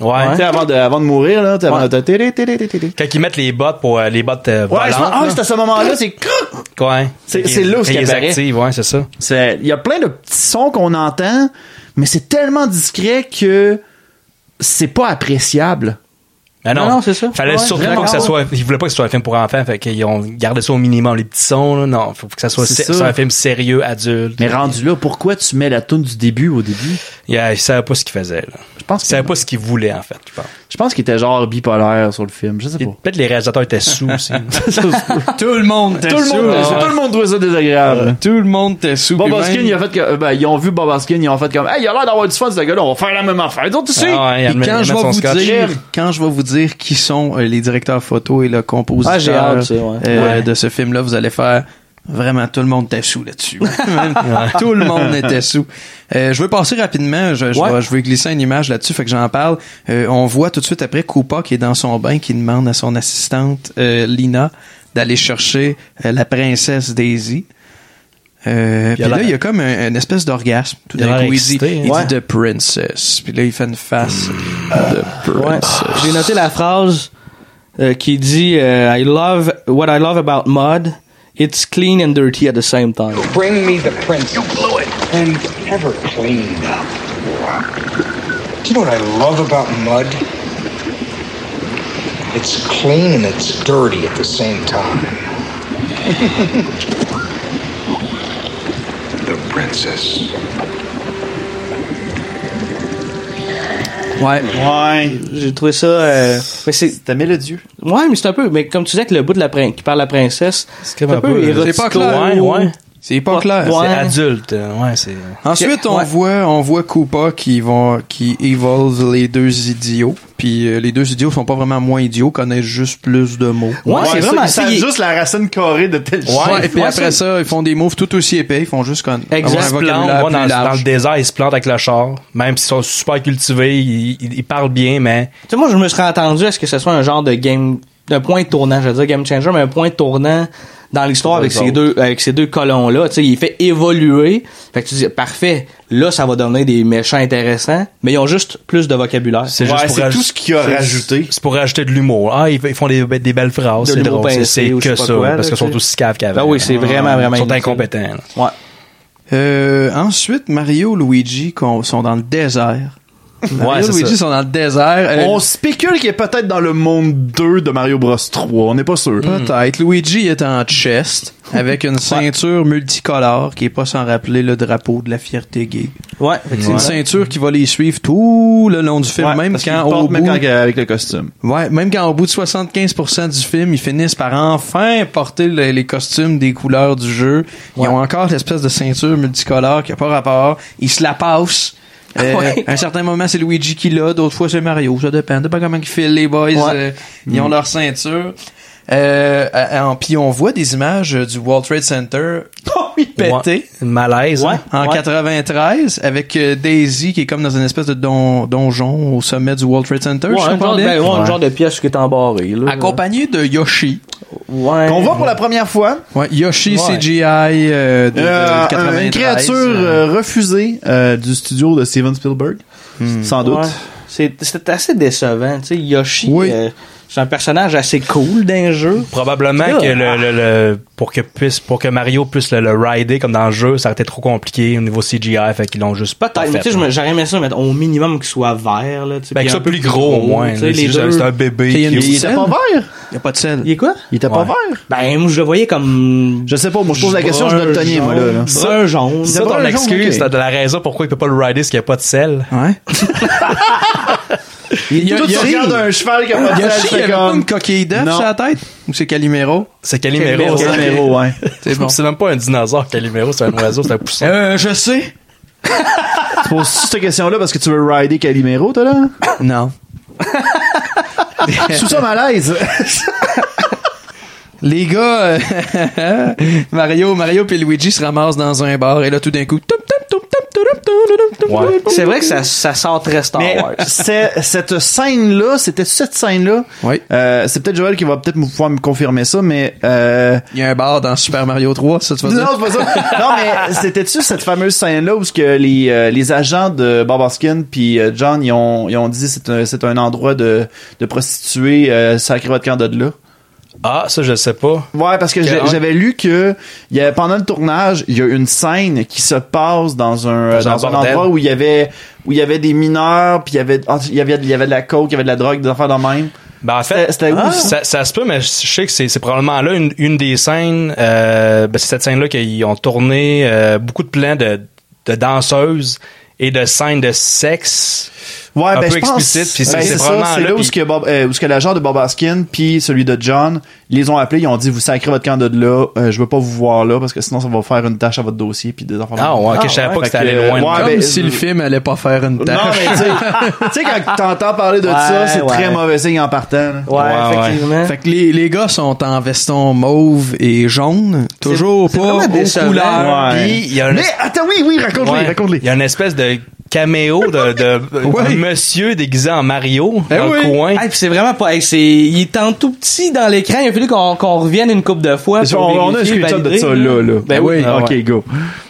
Speaker 4: Ouais.
Speaker 2: Tu sais, avant de, avant de mourir, là, tu sais, avant
Speaker 3: Ouais.
Speaker 2: de... télé, télé, télé, télé.
Speaker 4: Quand ils mettent les bottes pour euh, les bottes euh,
Speaker 2: Ouais, je pense- ah,
Speaker 4: volantes.
Speaker 2: c'est à ce moment-là, c'est crrr.
Speaker 4: là. Ouais.
Speaker 2: C'est-
Speaker 4: Quand
Speaker 2: c'est
Speaker 4: ils-
Speaker 2: là où
Speaker 4: quand
Speaker 2: ce qui
Speaker 4: ils les
Speaker 2: apparaît.
Speaker 4: activent, ouais, c'est ça.
Speaker 2: C'est- Il y a plein de petits sons qu'on entend, mais c'est tellement discret que c'est pas appréciable.
Speaker 4: Ben non,
Speaker 3: Non, non, c'est ça.
Speaker 4: Fallait
Speaker 3: Ouais,
Speaker 4: surtout pas
Speaker 3: vraiment.
Speaker 4: que ça soit. Ils voulaient pas que ce soit un film pour enfants, fait qu'ils ont gardé ça au minimum, les petits sons, là. Non, faut que ça soit
Speaker 2: C'est
Speaker 4: sé-
Speaker 2: ça.
Speaker 4: un film sérieux, adulte.
Speaker 2: Mais rendu là, pourquoi tu mets la toune du début au début?
Speaker 4: Yeah, ils savaient pas ce qu'ils faisaient, là.
Speaker 2: Je pense
Speaker 4: Ils
Speaker 2: que
Speaker 4: savaient pas ce qu'ils voulaient, en fait, je pense.
Speaker 2: je pense qu'il était genre bipolaire sur le film, je sais
Speaker 4: Et
Speaker 2: pas.
Speaker 4: Peut-être les réalisateurs étaient sous aussi.
Speaker 2: tout le
Speaker 1: Tout le monde était sous.
Speaker 2: monde,
Speaker 1: là.
Speaker 2: tout le monde trouvait ça désagréable.
Speaker 1: Tout le monde était sous.
Speaker 2: Bob
Speaker 1: puis
Speaker 2: Hoskin,
Speaker 1: même-
Speaker 2: il a fait que, euh, ben, ils ont vu Bob Hoskin, ils ont fait comme, hey, il a l'air d'avoir du fun, ce gars-là, on va faire la même affaire. Donc, tu sais.
Speaker 4: Ah ouais, il
Speaker 1: Puis
Speaker 4: admet-
Speaker 1: quand
Speaker 4: il
Speaker 1: je
Speaker 4: met
Speaker 1: vais
Speaker 4: son
Speaker 1: vous
Speaker 4: scotch.
Speaker 1: dire, quand je vais vous dire qui sont euh, les directeurs photo et le compositeur
Speaker 3: Ah, j'ai hâte, ça, ouais.
Speaker 1: euh,
Speaker 4: Ouais.
Speaker 1: de ce film-là, vous allez faire vraiment tout le monde était sous là-dessus. Même tout le monde était sous. Euh, je veux passer rapidement, je, je,
Speaker 3: Ouais.
Speaker 1: vais- je veux glisser une image là-dessus, fait que j'en parle. Euh, on voit tout de suite après Koopa qui est dans son bain, qui demande à son assistante euh, Lina d'aller chercher euh, la princesse Daisy. Euh, puis
Speaker 4: il a
Speaker 1: là,
Speaker 4: l'air-
Speaker 1: il y a comme un- une espèce d'orgasme. Tout
Speaker 4: Il a
Speaker 1: d'un
Speaker 4: l'air
Speaker 1: coup, il dit,
Speaker 4: excité, hein.
Speaker 1: il
Speaker 3: Ouais.
Speaker 1: dit The Princess. Puis là, il fait une face de
Speaker 3: Ouais.
Speaker 1: Princess.
Speaker 3: J'ai noté la phrase euh, qui dit euh, I love what I love about mud, it's clean and dirty at the same time.
Speaker 5: Bring me the prince. You blew it. And never cleaned up. Do you know what I love about mud? It's clean and it's dirty at the same time. the princess.
Speaker 3: Ouais.
Speaker 2: Ouais.
Speaker 3: J'ai trouvé ça. euh, mais c'est.
Speaker 2: C'était mélodieux.
Speaker 3: Ouais, mais c'est un peu. Mais comme tu disais, que le bout de la prin- qui parle la princesse, c'est
Speaker 4: comme un peu- c'est
Speaker 1: C'est pas
Speaker 3: érotico.
Speaker 1: clair.
Speaker 4: Ouais, ouais.
Speaker 1: C'est pas
Speaker 3: Ouais.
Speaker 1: clair.
Speaker 4: C'est
Speaker 3: Ouais.
Speaker 4: adulte, euh, ouais, c'est.
Speaker 1: Ensuite, on
Speaker 3: Ouais.
Speaker 1: voit, on voit Koopa qui vont, qui evolve les deux idiots. Puis euh, les deux idiots sont pas vraiment moins idiots, connaissent juste plus de mots.
Speaker 3: Ouais, c'est vraiment.
Speaker 2: ça.
Speaker 3: tu sais, il-
Speaker 2: juste la racine carrée de tel
Speaker 1: Ouais,
Speaker 2: chose.
Speaker 1: et puis
Speaker 3: ouais,
Speaker 1: après ça, ils font des moves tout aussi épais. Ils font juste comme
Speaker 3: Exact.
Speaker 1: avoir
Speaker 4: Ils
Speaker 1: un
Speaker 4: se plantent,
Speaker 1: vocabulaire
Speaker 4: moi,
Speaker 1: plus
Speaker 4: dans, dans
Speaker 1: large.
Speaker 4: le désert, ils se plantent avec le char. Même s'ils sont super cultivés, ils, ils- ils parlent bien, mais
Speaker 3: tu sais, moi, je me serais attendu à ce que ce soit un genre de game. d'un point de tournant, je veux dire game changer, mais un point de tournant dans l'histoire avec ces deux avec ces deux colons là, tu sais, il fait évoluer. Fait que tu dis parfait, là ça va donner des méchants intéressants, mais ils ont juste plus de vocabulaire.
Speaker 4: c'est juste
Speaker 2: Ouais,
Speaker 4: pour
Speaker 2: c'est
Speaker 4: aj-
Speaker 2: tout ce qu'il a
Speaker 4: c'est-
Speaker 2: rajouté.
Speaker 4: C'est pour rajouter de l'humour. Ah, ils, ils font des, des belles phrases,
Speaker 3: De
Speaker 4: c'est
Speaker 3: l'humour
Speaker 4: drôle. C'est-
Speaker 3: pincé
Speaker 4: C'est
Speaker 3: ou je
Speaker 4: que
Speaker 3: sais pas
Speaker 4: ça,
Speaker 3: quoi, là,
Speaker 4: parce qu'ils
Speaker 3: tu sais.
Speaker 4: sont aussi caves qu'avant.
Speaker 3: Ah oui, c'est vraiment, vraiment
Speaker 4: hein. Ils sont
Speaker 3: inutile.
Speaker 4: incompétents. là.
Speaker 3: Ouais.
Speaker 1: Euh, ensuite, Mario, Luigi qu'on- sont dans le désert. Mario,
Speaker 4: c'est
Speaker 1: Luigi
Speaker 4: ça.
Speaker 1: sont dans le désert. Euh,
Speaker 2: On spécule qu'il est peut-être dans le monde 2 de Mario Bros 3. On n'est pas sûr.
Speaker 1: Peut-être. Luigi est en chest avec une ceinture multicolore qui est pas sans rappeler le drapeau de la fierté gay. C'est
Speaker 3: Ouais,
Speaker 1: une
Speaker 3: effectivement.
Speaker 1: ceinture qui va les suivre tout le long du film,
Speaker 2: Ouais,
Speaker 1: même,
Speaker 2: parce qu'il
Speaker 1: quand
Speaker 2: porte
Speaker 1: au bout,
Speaker 2: même quand- avec le costume.
Speaker 1: ouais, même quand au bout de 75% du film, ils finissent par enfin porter le- les costumes des couleurs du jeu. Ils ont encore l'espèce de ceinture multicolore qui a pas rapport. Ils se la passent. Euh,
Speaker 3: Ouais.
Speaker 1: À un certain moment, c'est Luigi qui l'a, d'autres fois, c'est Mario. Ça dépend. Ça dépend comment ils filent les boys. euh, ils
Speaker 3: Mm.
Speaker 1: ont leur ceinture. Euh, à- à- puis on voit des images euh, du World Trade Center
Speaker 4: Ouais.
Speaker 1: pété
Speaker 4: Malaise.
Speaker 3: Oh, Ouais.
Speaker 4: hein.
Speaker 1: en 93 avec euh, Daisy qui est comme dans une espèce de don- donjon au sommet du World Trade Center.
Speaker 3: Ouais,
Speaker 1: je
Speaker 3: un
Speaker 1: comprends
Speaker 3: genre, de-
Speaker 1: bien.
Speaker 3: ben, ouais, un genre de pièce qui est embarrée. Là.
Speaker 1: Accompagné de Yoshi.
Speaker 3: Ouais.
Speaker 2: Qu'on voit pour la première fois.
Speaker 1: Ouais, Yoshi
Speaker 4: Ouais.
Speaker 1: CGI euh, de, de
Speaker 2: Euh,
Speaker 1: 93.
Speaker 2: une créature
Speaker 1: euh,
Speaker 2: euh, refusée euh, du studio de Steven Spielberg. Sans doute.
Speaker 3: Ouais. C'est- C'était assez décevant. Tu sais, Yoshi,
Speaker 1: Oui.
Speaker 3: euh, c'est un personnage assez cool d'un jeu.
Speaker 4: Probablement
Speaker 3: Ah.
Speaker 4: que le, le- le- pour que puisse pour que Mario puisse le, le rider comme dans le jeu, ça aurait été trop compliqué au niveau CGI, fait qu'ils l'ont juste pas
Speaker 3: Peut-être, mais
Speaker 4: fait,
Speaker 3: tu sais, je me- j'aurais aimé ça, mais au minimum qu'il soit vert. Là, tu sais,
Speaker 4: Ben,
Speaker 3: puis
Speaker 4: que
Speaker 3: un
Speaker 4: soit
Speaker 3: peu
Speaker 4: plus gros, au moins.
Speaker 3: tu
Speaker 4: là.
Speaker 3: sais,
Speaker 4: C'est
Speaker 3: les
Speaker 4: juste un-
Speaker 3: deux.
Speaker 4: c'est un bébé.
Speaker 1: Puis il y a une
Speaker 4: cute.
Speaker 2: Il était pas vert.
Speaker 1: y a pas de sel.
Speaker 3: Il est quoi?
Speaker 2: Il était pas
Speaker 4: Ouais.
Speaker 2: vert.
Speaker 3: Ben, moi, je le voyais comme...
Speaker 2: Je sais pas, moi je pose la question, je dois le tenir, moi là. là.
Speaker 3: Brun jaune.
Speaker 4: C'est ça
Speaker 2: pas
Speaker 4: ton
Speaker 2: un jour, ok.
Speaker 4: excuse, t'as de la raison pourquoi il peut pas le rider, c'est qu'il n'y a pas de sel.
Speaker 1: Ouais. Il y a,
Speaker 2: Toi,
Speaker 1: il y
Speaker 2: tu
Speaker 1: a-
Speaker 2: regardes un cheval qui a pas de tête,
Speaker 1: Yoshi, il
Speaker 2: c'est
Speaker 1: avait pas
Speaker 2: comme-
Speaker 1: une coquille d'œuf
Speaker 2: Non.
Speaker 1: sur la tête? Ou c'est Calimero?
Speaker 4: C'est Calimero. ça.
Speaker 2: Calimero, ouais.
Speaker 1: C'est bon.
Speaker 4: C'est même pas un dinosaure, Calimero, c'est un oiseau, c'est un poussin.
Speaker 1: Euh, je sais.
Speaker 2: Tu poses cette question-là parce que tu veux rider Calimero, toi, là?
Speaker 1: Non.
Speaker 2: Sous ça malaise.
Speaker 1: Les gars, euh, Mario, Mario puis Luigi se ramassent dans un bar et là tout d'un coup. toup, toup, toup, toup, toup, toup, toup, toup,
Speaker 4: Ouais.
Speaker 1: toup.
Speaker 3: C'est vrai que ça, ça sort très
Speaker 1: Ah,
Speaker 3: Star
Speaker 2: Mais
Speaker 3: Wars.
Speaker 2: c'est- cette scène-là, c'était cette scène-là.
Speaker 1: Oui.
Speaker 2: Euh, c'est peut-être Joël qui va peut-être me- pouvoir me confirmer ça, mais euh,
Speaker 1: Il y a un bar dans Super Mario 3, ça tu vas
Speaker 2: non,
Speaker 1: dire?
Speaker 2: c'est pas ça. non, mais c'était-tu cette fameuse scène-là où ce que les, euh, les agents de Bob Hoskin puis euh, John ils ont, ils ont dit c'est un, c'est un endroit de, de prostituées, euh, sacré votre camp de là.
Speaker 4: Ah, ça, je sais pas.
Speaker 2: Ouais, parce que j'ai-
Speaker 4: ouais.
Speaker 2: j'avais lu que il y a, pendant le tournage, il y a une scène qui se passe dans un euh,
Speaker 4: Dans un
Speaker 2: dans un
Speaker 4: bordel.
Speaker 2: endroit où il y avait où il y avait des mineurs, puis il y avait ah, il y avait il y avait de la coke, il y avait de la drogue, des affaires dans le même.
Speaker 4: Ben, en fait,
Speaker 2: C'était- c'était où?
Speaker 4: ça, ça se peut, mais je sais que c'est c'est probablement là une, une des scènes. euh, ben, c'est cette scène-là qu'ils ont tourné euh, beaucoup de plans de, de danseuses et de scènes de sexe.
Speaker 2: Ouais,
Speaker 4: un
Speaker 2: ben,
Speaker 4: peu
Speaker 2: je pense-
Speaker 4: explicite, puis c'est-
Speaker 2: ben,
Speaker 4: c'est
Speaker 2: c'est
Speaker 4: vraiment
Speaker 2: ça, c'est
Speaker 4: là,
Speaker 2: là, où
Speaker 4: puis-
Speaker 2: ce que Bob- euh, où ce que l'agent de Bob Askin puis celui de John les ont appelés, ils ont dit vous sacrez votre camp de là, euh, je veux pas vous voir là parce que sinon ça va faire une tâche à votre dossier puis des enfants.
Speaker 4: Ah, ouais, ok, je savais pas que c'était allé loin de
Speaker 1: Comme
Speaker 4: Ah,
Speaker 1: si le film allait pas faire une
Speaker 2: ben, euh, Non,
Speaker 1: tâche.
Speaker 2: mais tu sais- tu sais quand t'entends parler de
Speaker 3: Ouais,
Speaker 2: ça, c'est
Speaker 3: ouais.
Speaker 2: très mauvais signe en partant. là.
Speaker 3: Ouais,
Speaker 4: Ouais,
Speaker 3: effectivement.
Speaker 1: Fait que les, les gars sont en veston mauve et jaune, toujours
Speaker 3: c'est
Speaker 1: pas
Speaker 3: vraiment
Speaker 1: aux
Speaker 3: décevant.
Speaker 1: couleurs.
Speaker 2: Ouais.
Speaker 4: Puis, il y a un-
Speaker 2: Mais attends, oui, oui, raconte-les,
Speaker 4: Euh, Ouais.
Speaker 2: raconte-les.
Speaker 4: Il y a une espèce de caméo de, de, de
Speaker 1: Ouais.
Speaker 4: monsieur déguisé en Mario
Speaker 2: Eh
Speaker 1: Ben
Speaker 4: dans
Speaker 1: oui.
Speaker 4: le coin.
Speaker 3: Ah, puis c'est vraiment pas. hey, c'est, il est en tout petit dans l'écran. Il a fallu qu'on, qu'on revienne une coupe de fois.
Speaker 2: Parce
Speaker 3: Pour
Speaker 2: qu'on- on, a un
Speaker 3: vérifier,
Speaker 2: screenshot de
Speaker 3: valider,
Speaker 2: ça là, là.
Speaker 1: Ben oui.
Speaker 2: Ah,
Speaker 1: Ah,
Speaker 2: ok, go.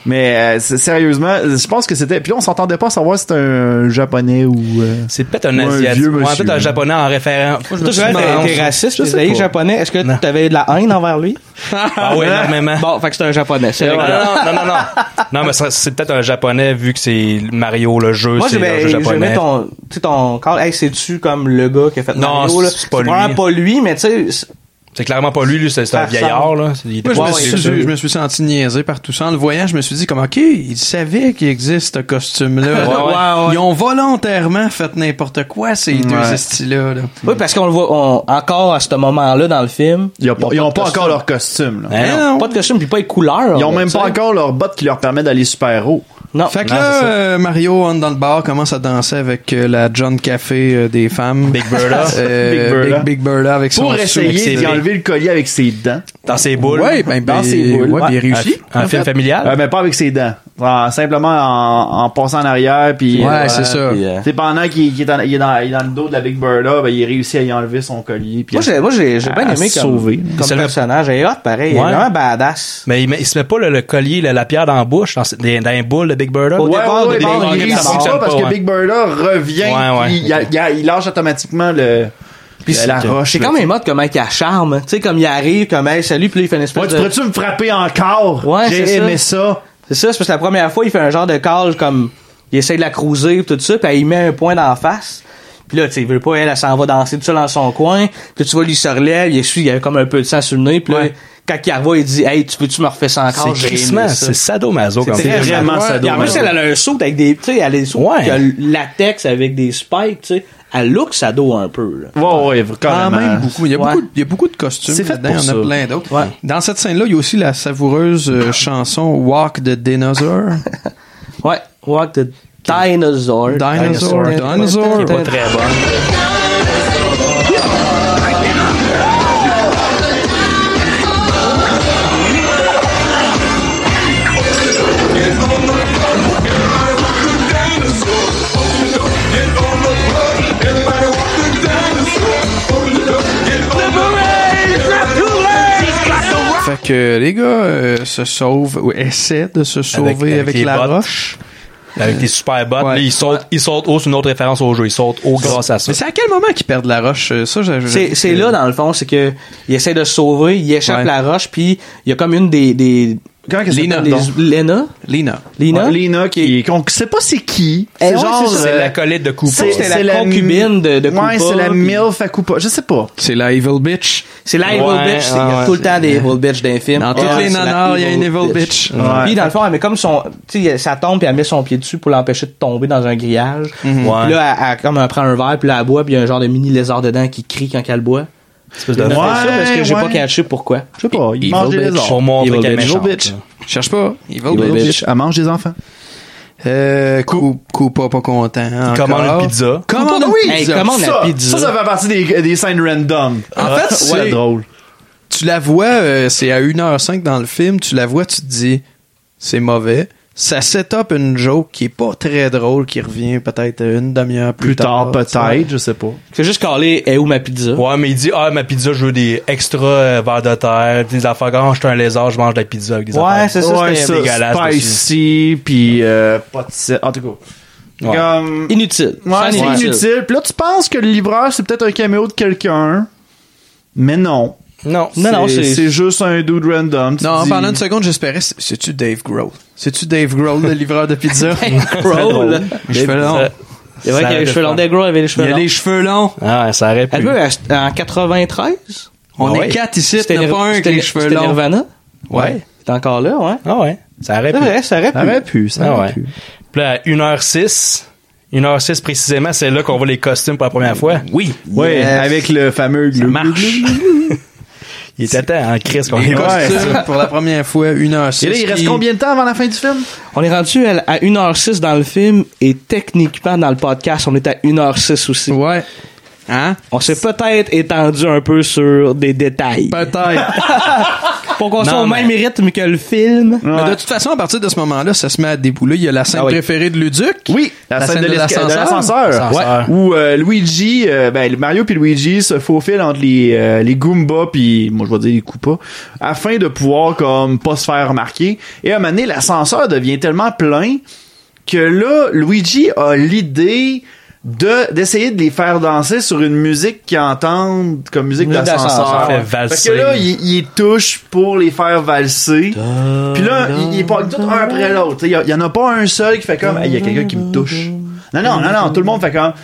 Speaker 2: Mais euh, c'est- sérieusement, je pense que c'était. Puis là, on s'entendait pas à savoir si c'était un japonais ou. euh,
Speaker 4: C'est peut-être un
Speaker 2: Ouais, un
Speaker 4: asiatique.
Speaker 2: vieux
Speaker 4: Ouais,
Speaker 2: monsieur.
Speaker 4: peut-être un japonais en référent.
Speaker 3: Toi, Joël, t'es, t'es raciste,
Speaker 2: Je
Speaker 3: t'es
Speaker 2: sais
Speaker 3: d'ailleurs
Speaker 2: pas.
Speaker 3: japonais. Est-ce que t'avais de la haine envers lui?
Speaker 4: Ah oui, énormément.
Speaker 3: Bon, fait que c'est un japonais. C'est
Speaker 4: Non,
Speaker 3: réglé.
Speaker 4: non, non, non, non. Non, mais ça, c'est peut-être un japonais vu que c'est Mario, le jeu,
Speaker 3: Moi,
Speaker 4: c'est un jeu
Speaker 3: j'aimais, j'aimais
Speaker 4: japonais.
Speaker 3: ton, tu sais, ton call. Hey, c'est-tu comme le gars qui a fait
Speaker 4: Non,
Speaker 3: Mario, là?
Speaker 4: c'est pas lui.
Speaker 3: probablement pas lui, mais tu sais, c'est-
Speaker 4: C'est clairement pas lui, lui, c'est c'est un
Speaker 3: Ça ressemble.
Speaker 4: vieillard, là. Il
Speaker 1: Moi,
Speaker 4: était
Speaker 1: je,
Speaker 4: pas-
Speaker 1: me suis,
Speaker 4: c'est-
Speaker 1: je me suis senti niaisé par tout ça. En le voyant, je me suis dit, comme, OK, ils savaient qu'il existe ce costume-là.
Speaker 3: Ouais, ouais.
Speaker 1: Ils ont volontairement fait n'importe quoi, ces deux styles-là. là.
Speaker 3: oui, parce qu'on le voit, on- encore à ce moment-là dans le film.
Speaker 2: Ils ont pas,
Speaker 3: Ils
Speaker 2: ils
Speaker 3: ont
Speaker 2: ont pas
Speaker 3: pas de
Speaker 2: encore
Speaker 3: costume.
Speaker 2: leur costume. Là.
Speaker 4: Hein?
Speaker 1: Mais non.
Speaker 3: Pas de costume, puis pas de couleur.
Speaker 2: Ils ont
Speaker 3: là,
Speaker 2: même
Speaker 3: tu
Speaker 2: pas
Speaker 3: sais.
Speaker 2: encore leur botte qui leur permet d'aller super haut.
Speaker 3: Non.
Speaker 1: Fait que
Speaker 4: Non, c'est
Speaker 1: là,
Speaker 4: ça.
Speaker 1: euh, Mario, on dans le bar, commence à danser avec euh, la John Café euh, des femmes.
Speaker 4: Big Birda.
Speaker 1: Euh,
Speaker 2: Big Birda.
Speaker 1: Big, Big Birda avec son
Speaker 2: Pour
Speaker 1: soupe.
Speaker 2: essayer
Speaker 4: ses
Speaker 2: d'y
Speaker 4: dents.
Speaker 2: enlever le collier avec ses dents.
Speaker 4: Dans ses boules.
Speaker 1: Ouais, ben, ben,
Speaker 2: Dans ses boules,
Speaker 1: ouais,
Speaker 2: ouais.
Speaker 1: puis il réussit.
Speaker 4: Un, un film
Speaker 2: Euh,
Speaker 4: familial.
Speaker 2: mais pas avec ses dents. En- simplement en, en passant en arrière. Puis,
Speaker 1: Ouais,
Speaker 2: euh,
Speaker 1: c'est ça.
Speaker 3: puis, euh,
Speaker 2: C'est pendant qu'il qu'il est, dans- il est dans, il est dans le dos de la Big Birda, ben, il réussit à y enlever son collier. Puis
Speaker 3: Moi, j'ai, moi, j'ai, j'ai bien
Speaker 2: à
Speaker 3: aimé
Speaker 2: se
Speaker 3: comme,
Speaker 2: sauver.
Speaker 3: comme
Speaker 4: C'est le-
Speaker 3: personnage. Et hot, pareil. Il est
Speaker 4: Ouais.
Speaker 3: vraiment badass.
Speaker 4: Mais il, met- il se met pas le, le collier, la, la pierre dans la bouche, dans, dans, dans les boules de Big Bird.
Speaker 3: Au
Speaker 2: Ouais, ouais,
Speaker 3: départ, de
Speaker 2: ouais,
Speaker 3: Big
Speaker 2: il
Speaker 3: Birda,
Speaker 2: réussit
Speaker 3: ça
Speaker 2: pas
Speaker 4: fonctionne
Speaker 2: parce
Speaker 4: pas,
Speaker 2: que
Speaker 4: ouais.
Speaker 2: Big Birda revient.
Speaker 4: Ouais, ouais.
Speaker 2: puis il, il- il- il lâche automatiquement le, la roche.
Speaker 3: C'est
Speaker 2: là,
Speaker 3: quand même hot comment il a charme. Tu sais, comme il arrive, comme, hey, salut, puis là, il fait une espèce
Speaker 2: Ouais, tu
Speaker 3: de...
Speaker 2: pourrais-tu me frapper encore?
Speaker 3: Ouais,
Speaker 2: J'ai
Speaker 3: c'est
Speaker 2: aimé ça.
Speaker 3: C'est ça, c'est parce que la première fois, il fait un genre de call comme il essaie de la cruiser pis tout ça, puis il met un point d'en face. Puis là, tu sais, il veut pas, elle, elle s'en va danser tout seul dans son coin. Puis tu vois, lui, il se relève, il essuie, il y a comme un peu de sang sur le nez. Puis là,
Speaker 4: Ouais.
Speaker 3: quand il revoit, il dit Hey, tu peux-tu me refaire ça encore J'ai
Speaker 4: C'est
Speaker 3: aimé
Speaker 4: crissement,
Speaker 3: ça.
Speaker 4: c'est sadomaso comme
Speaker 2: C'est
Speaker 4: film.
Speaker 2: vraiment
Speaker 1: Ouais,
Speaker 2: sado.
Speaker 3: Puis en plus, elle a un saut avec des. Tu sais, elle a des sauts
Speaker 4: Ouais.
Speaker 3: qui a le latex avec des spikes, tu sais. Elle look sa dos un peu, là.
Speaker 2: Ouais, ouais,
Speaker 1: Quand même beaucoup. Il y a,
Speaker 3: Ouais.
Speaker 1: beaucoup, de- il y a beaucoup de costumes.
Speaker 2: C'est fait
Speaker 1: dedans,
Speaker 2: pour
Speaker 1: il y en
Speaker 2: ça.
Speaker 1: a plein d'autres.
Speaker 3: Ouais.
Speaker 1: Dans cette scène-là, il y a aussi la savoureuse euh, chanson Walk the Dinosaur.
Speaker 3: Ouais. Walk the dinosaur.
Speaker 1: Dinosaur, dinosaur.
Speaker 4: Pas très bon.
Speaker 1: Fait que les gars euh, se sauvent ou essaient de se sauver avec,
Speaker 4: avec les
Speaker 1: la
Speaker 4: bottes.
Speaker 1: roche.
Speaker 4: Avec des super bottes,
Speaker 1: Ouais.
Speaker 4: là, ils sautent, ils sautent haut, c'est une autre référence au jeu. Ils sautent haut grâce à ça.
Speaker 1: Mais c'est à quel moment qu'ils perdent la roche euh, Ça, j'ai- j'ai-
Speaker 3: C'est, c'est là, dans le fond, c'est que il essaie de se sauver, il échappe
Speaker 1: Ouais.
Speaker 3: la roche, puis il y a comme une des. des
Speaker 2: Comment qu'elle
Speaker 1: Lina,
Speaker 2: s'appelle
Speaker 3: des
Speaker 2: donc?
Speaker 3: Lena?
Speaker 1: Lina.
Speaker 3: Lina?
Speaker 2: Ouais, Lina qui qu'on sait pas c'est qui.
Speaker 3: Eh
Speaker 2: C'est
Speaker 3: ouais,
Speaker 2: genre
Speaker 3: c'est ça,
Speaker 4: C'est
Speaker 2: euh,
Speaker 4: la collette de Koopa.
Speaker 2: c'est-
Speaker 3: c'était la
Speaker 2: c'est
Speaker 3: concubine de- de
Speaker 2: Ouais,
Speaker 3: Koopa,
Speaker 2: c'est la
Speaker 3: puis-
Speaker 2: MILF à Koopa, je sais pas.
Speaker 1: C'est la evil bitch.
Speaker 3: C'est la evil
Speaker 4: Ouais,
Speaker 3: bitch, c'est- il y a
Speaker 4: ouais,
Speaker 3: tout le temps des evil bitch d'infime.
Speaker 1: Dans toutes les nanars, il y a une evil bitch.
Speaker 2: Ouais.
Speaker 3: Puis dans le fond, elle met comme son, tu sais, ça tombe puis elle met son pied dessus pour l'empêcher de tomber dans un grillage.
Speaker 1: Mhm.
Speaker 4: Ouais.
Speaker 3: Puis là, elle, elle comme elle prend un verre puis là, elle boit puis il y a un genre de mini lézard dedans qui crie quand elle boit.
Speaker 4: Espèce de-
Speaker 3: Je notais
Speaker 2: Ouais,
Speaker 3: ça parce que j'ai
Speaker 2: ouais.
Speaker 3: pas catché pourquoi.
Speaker 2: Je sais pas, il mange des lézards.
Speaker 4: Pour montrer
Speaker 2: Evil
Speaker 4: qu'elle est
Speaker 2: bitch.
Speaker 4: méchante.
Speaker 2: Evil bitch.
Speaker 4: là.
Speaker 1: Cherche pas. Evil,
Speaker 2: Evil
Speaker 1: bitch.
Speaker 2: bitch, elle mange des enfants.
Speaker 1: Euh, coup, coup pas, pas content. encore.
Speaker 4: commande une pizza.
Speaker 1: Commande une
Speaker 3: Hey,
Speaker 1: pizza.
Speaker 3: commande la
Speaker 2: Ça,
Speaker 3: pizza.
Speaker 2: ça, ça fait partie des, des scènes random. Ah,
Speaker 1: En fait, c'est-
Speaker 2: ouais, drôle.
Speaker 1: tu la vois, euh, c'est à 1h05 dans le film, tu la vois, tu te dis, c'est mauvais. Ça set up une joke qui est pas très drôle, qui revient peut-être une demi-heure plus,
Speaker 2: Plus tard,
Speaker 1: t'sais.
Speaker 2: peut-être, je sais pas.
Speaker 3: C'est juste calé est où ma pizza
Speaker 4: Ouais, mais il dit, ah, ma pizza, je veux des extra euh, vers de terre, des affaires. Quand je suis un lézard, je mange de la pizza avec des
Speaker 3: Ouais,
Speaker 4: affaires.
Speaker 3: c'est ça,
Speaker 2: ouais,
Speaker 3: c'était
Speaker 4: dégueulasse
Speaker 2: Spicy, puis euh, pas de sel. En tout cas.
Speaker 4: Ouais.
Speaker 2: Comme-
Speaker 3: Inutile.
Speaker 2: Ouais,
Speaker 3: Scène
Speaker 2: c'est
Speaker 3: inutile.
Speaker 2: inutile. Puis là, tu penses que le livreur, c'est peut-être un caméo de quelqu'un. Mais non.
Speaker 4: Non.
Speaker 3: Non, non, c'est-
Speaker 2: C'est juste un dude random. tu
Speaker 1: Non, en
Speaker 2: dis-
Speaker 1: pendant une seconde, j'espérais, c'est- c'est-tu Dave Grohl? C'est-tu Dave Grohl, le livreur de pizza?
Speaker 3: Grohl.
Speaker 1: Je fais non.
Speaker 4: Ça
Speaker 3: C'est vrai qu'il avait
Speaker 4: aurait
Speaker 3: les cheveux
Speaker 4: pu
Speaker 3: longs.
Speaker 4: faire.
Speaker 3: Dave Grohl avait les
Speaker 1: Il
Speaker 3: cheveux
Speaker 1: a
Speaker 3: longs.
Speaker 1: les cheveux longs.
Speaker 4: Ah, ouais, ça aurait pu.
Speaker 3: Elle peut, elle- en 93?
Speaker 1: On
Speaker 4: Ah
Speaker 1: est
Speaker 4: ouais.
Speaker 1: quatre ici, t'en
Speaker 3: C'était
Speaker 1: as
Speaker 3: Nir-
Speaker 1: pas un avec
Speaker 3: c'était-
Speaker 1: les cheveux
Speaker 3: c'était
Speaker 1: longs.
Speaker 3: Nirvana?
Speaker 4: Ouais.
Speaker 3: T'es encore là, ouais.
Speaker 4: Ah ouais. Ça aurait
Speaker 3: C'est
Speaker 4: pu.
Speaker 3: vrai, ça aurait pu.
Speaker 2: Ça aurait pu, ça
Speaker 4: Ah
Speaker 2: aurait
Speaker 4: ouais.
Speaker 2: pu.
Speaker 4: Puis là, à 1h06, 1h06 précisément, c'est là qu'on voit les costumes pour la première fois.
Speaker 1: Oui.
Speaker 2: Ouais,
Speaker 1: Yes.
Speaker 2: avec le fameux glou-
Speaker 1: marche.
Speaker 4: Il était temps en crise qu'on
Speaker 1: Les
Speaker 4: les voit.
Speaker 1: costumes pour la première fois, une heure
Speaker 2: Et là, il reste combien de temps avant la fin du film?
Speaker 3: On est rendu à, à 1h06 dans le film et techniquement dans le podcast, on est à 1h06 aussi.
Speaker 1: Ouais. Hein?
Speaker 3: On s'est peut-être étendu un peu sur des détails.
Speaker 1: Peut-être.
Speaker 3: Pour qu'on soit au
Speaker 4: mais-
Speaker 3: même rythme que le film.
Speaker 1: Mais de toute façon, à partir de ce moment-là, ça se met à débouler. Il y a la scène
Speaker 4: Ah oui.
Speaker 1: préférée de Luduc.
Speaker 2: Oui, la, scène, de
Speaker 1: l'ascenseur.
Speaker 2: l'esca- de l'ascenseur.
Speaker 4: L'ascenseur.
Speaker 2: Ouais. Où euh, Luigi, euh, ben Mario puis Luigi se faufilent entre les euh, les Goombas puis moi je vais dire les Koopas afin de pouvoir comme pas se faire remarquer et à un moment donné l'ascenseur devient tellement plein que là Luigi a l'idée de d'essayer de les faire danser sur une musique qu'ils entendent comme musique
Speaker 3: Musique
Speaker 2: d'ascenseur.
Speaker 3: d'ascenseur.
Speaker 4: Fait
Speaker 2: Parce
Speaker 4: valser.
Speaker 2: que là il, il les touche pour les faire valser. Puis là il, il est pas tout un après l'autre. Il y, a- il y en a pas un seul qui fait comme Hey, il y a quelqu'un qui me touche. Non, non, non, non, tout le monde fait comme.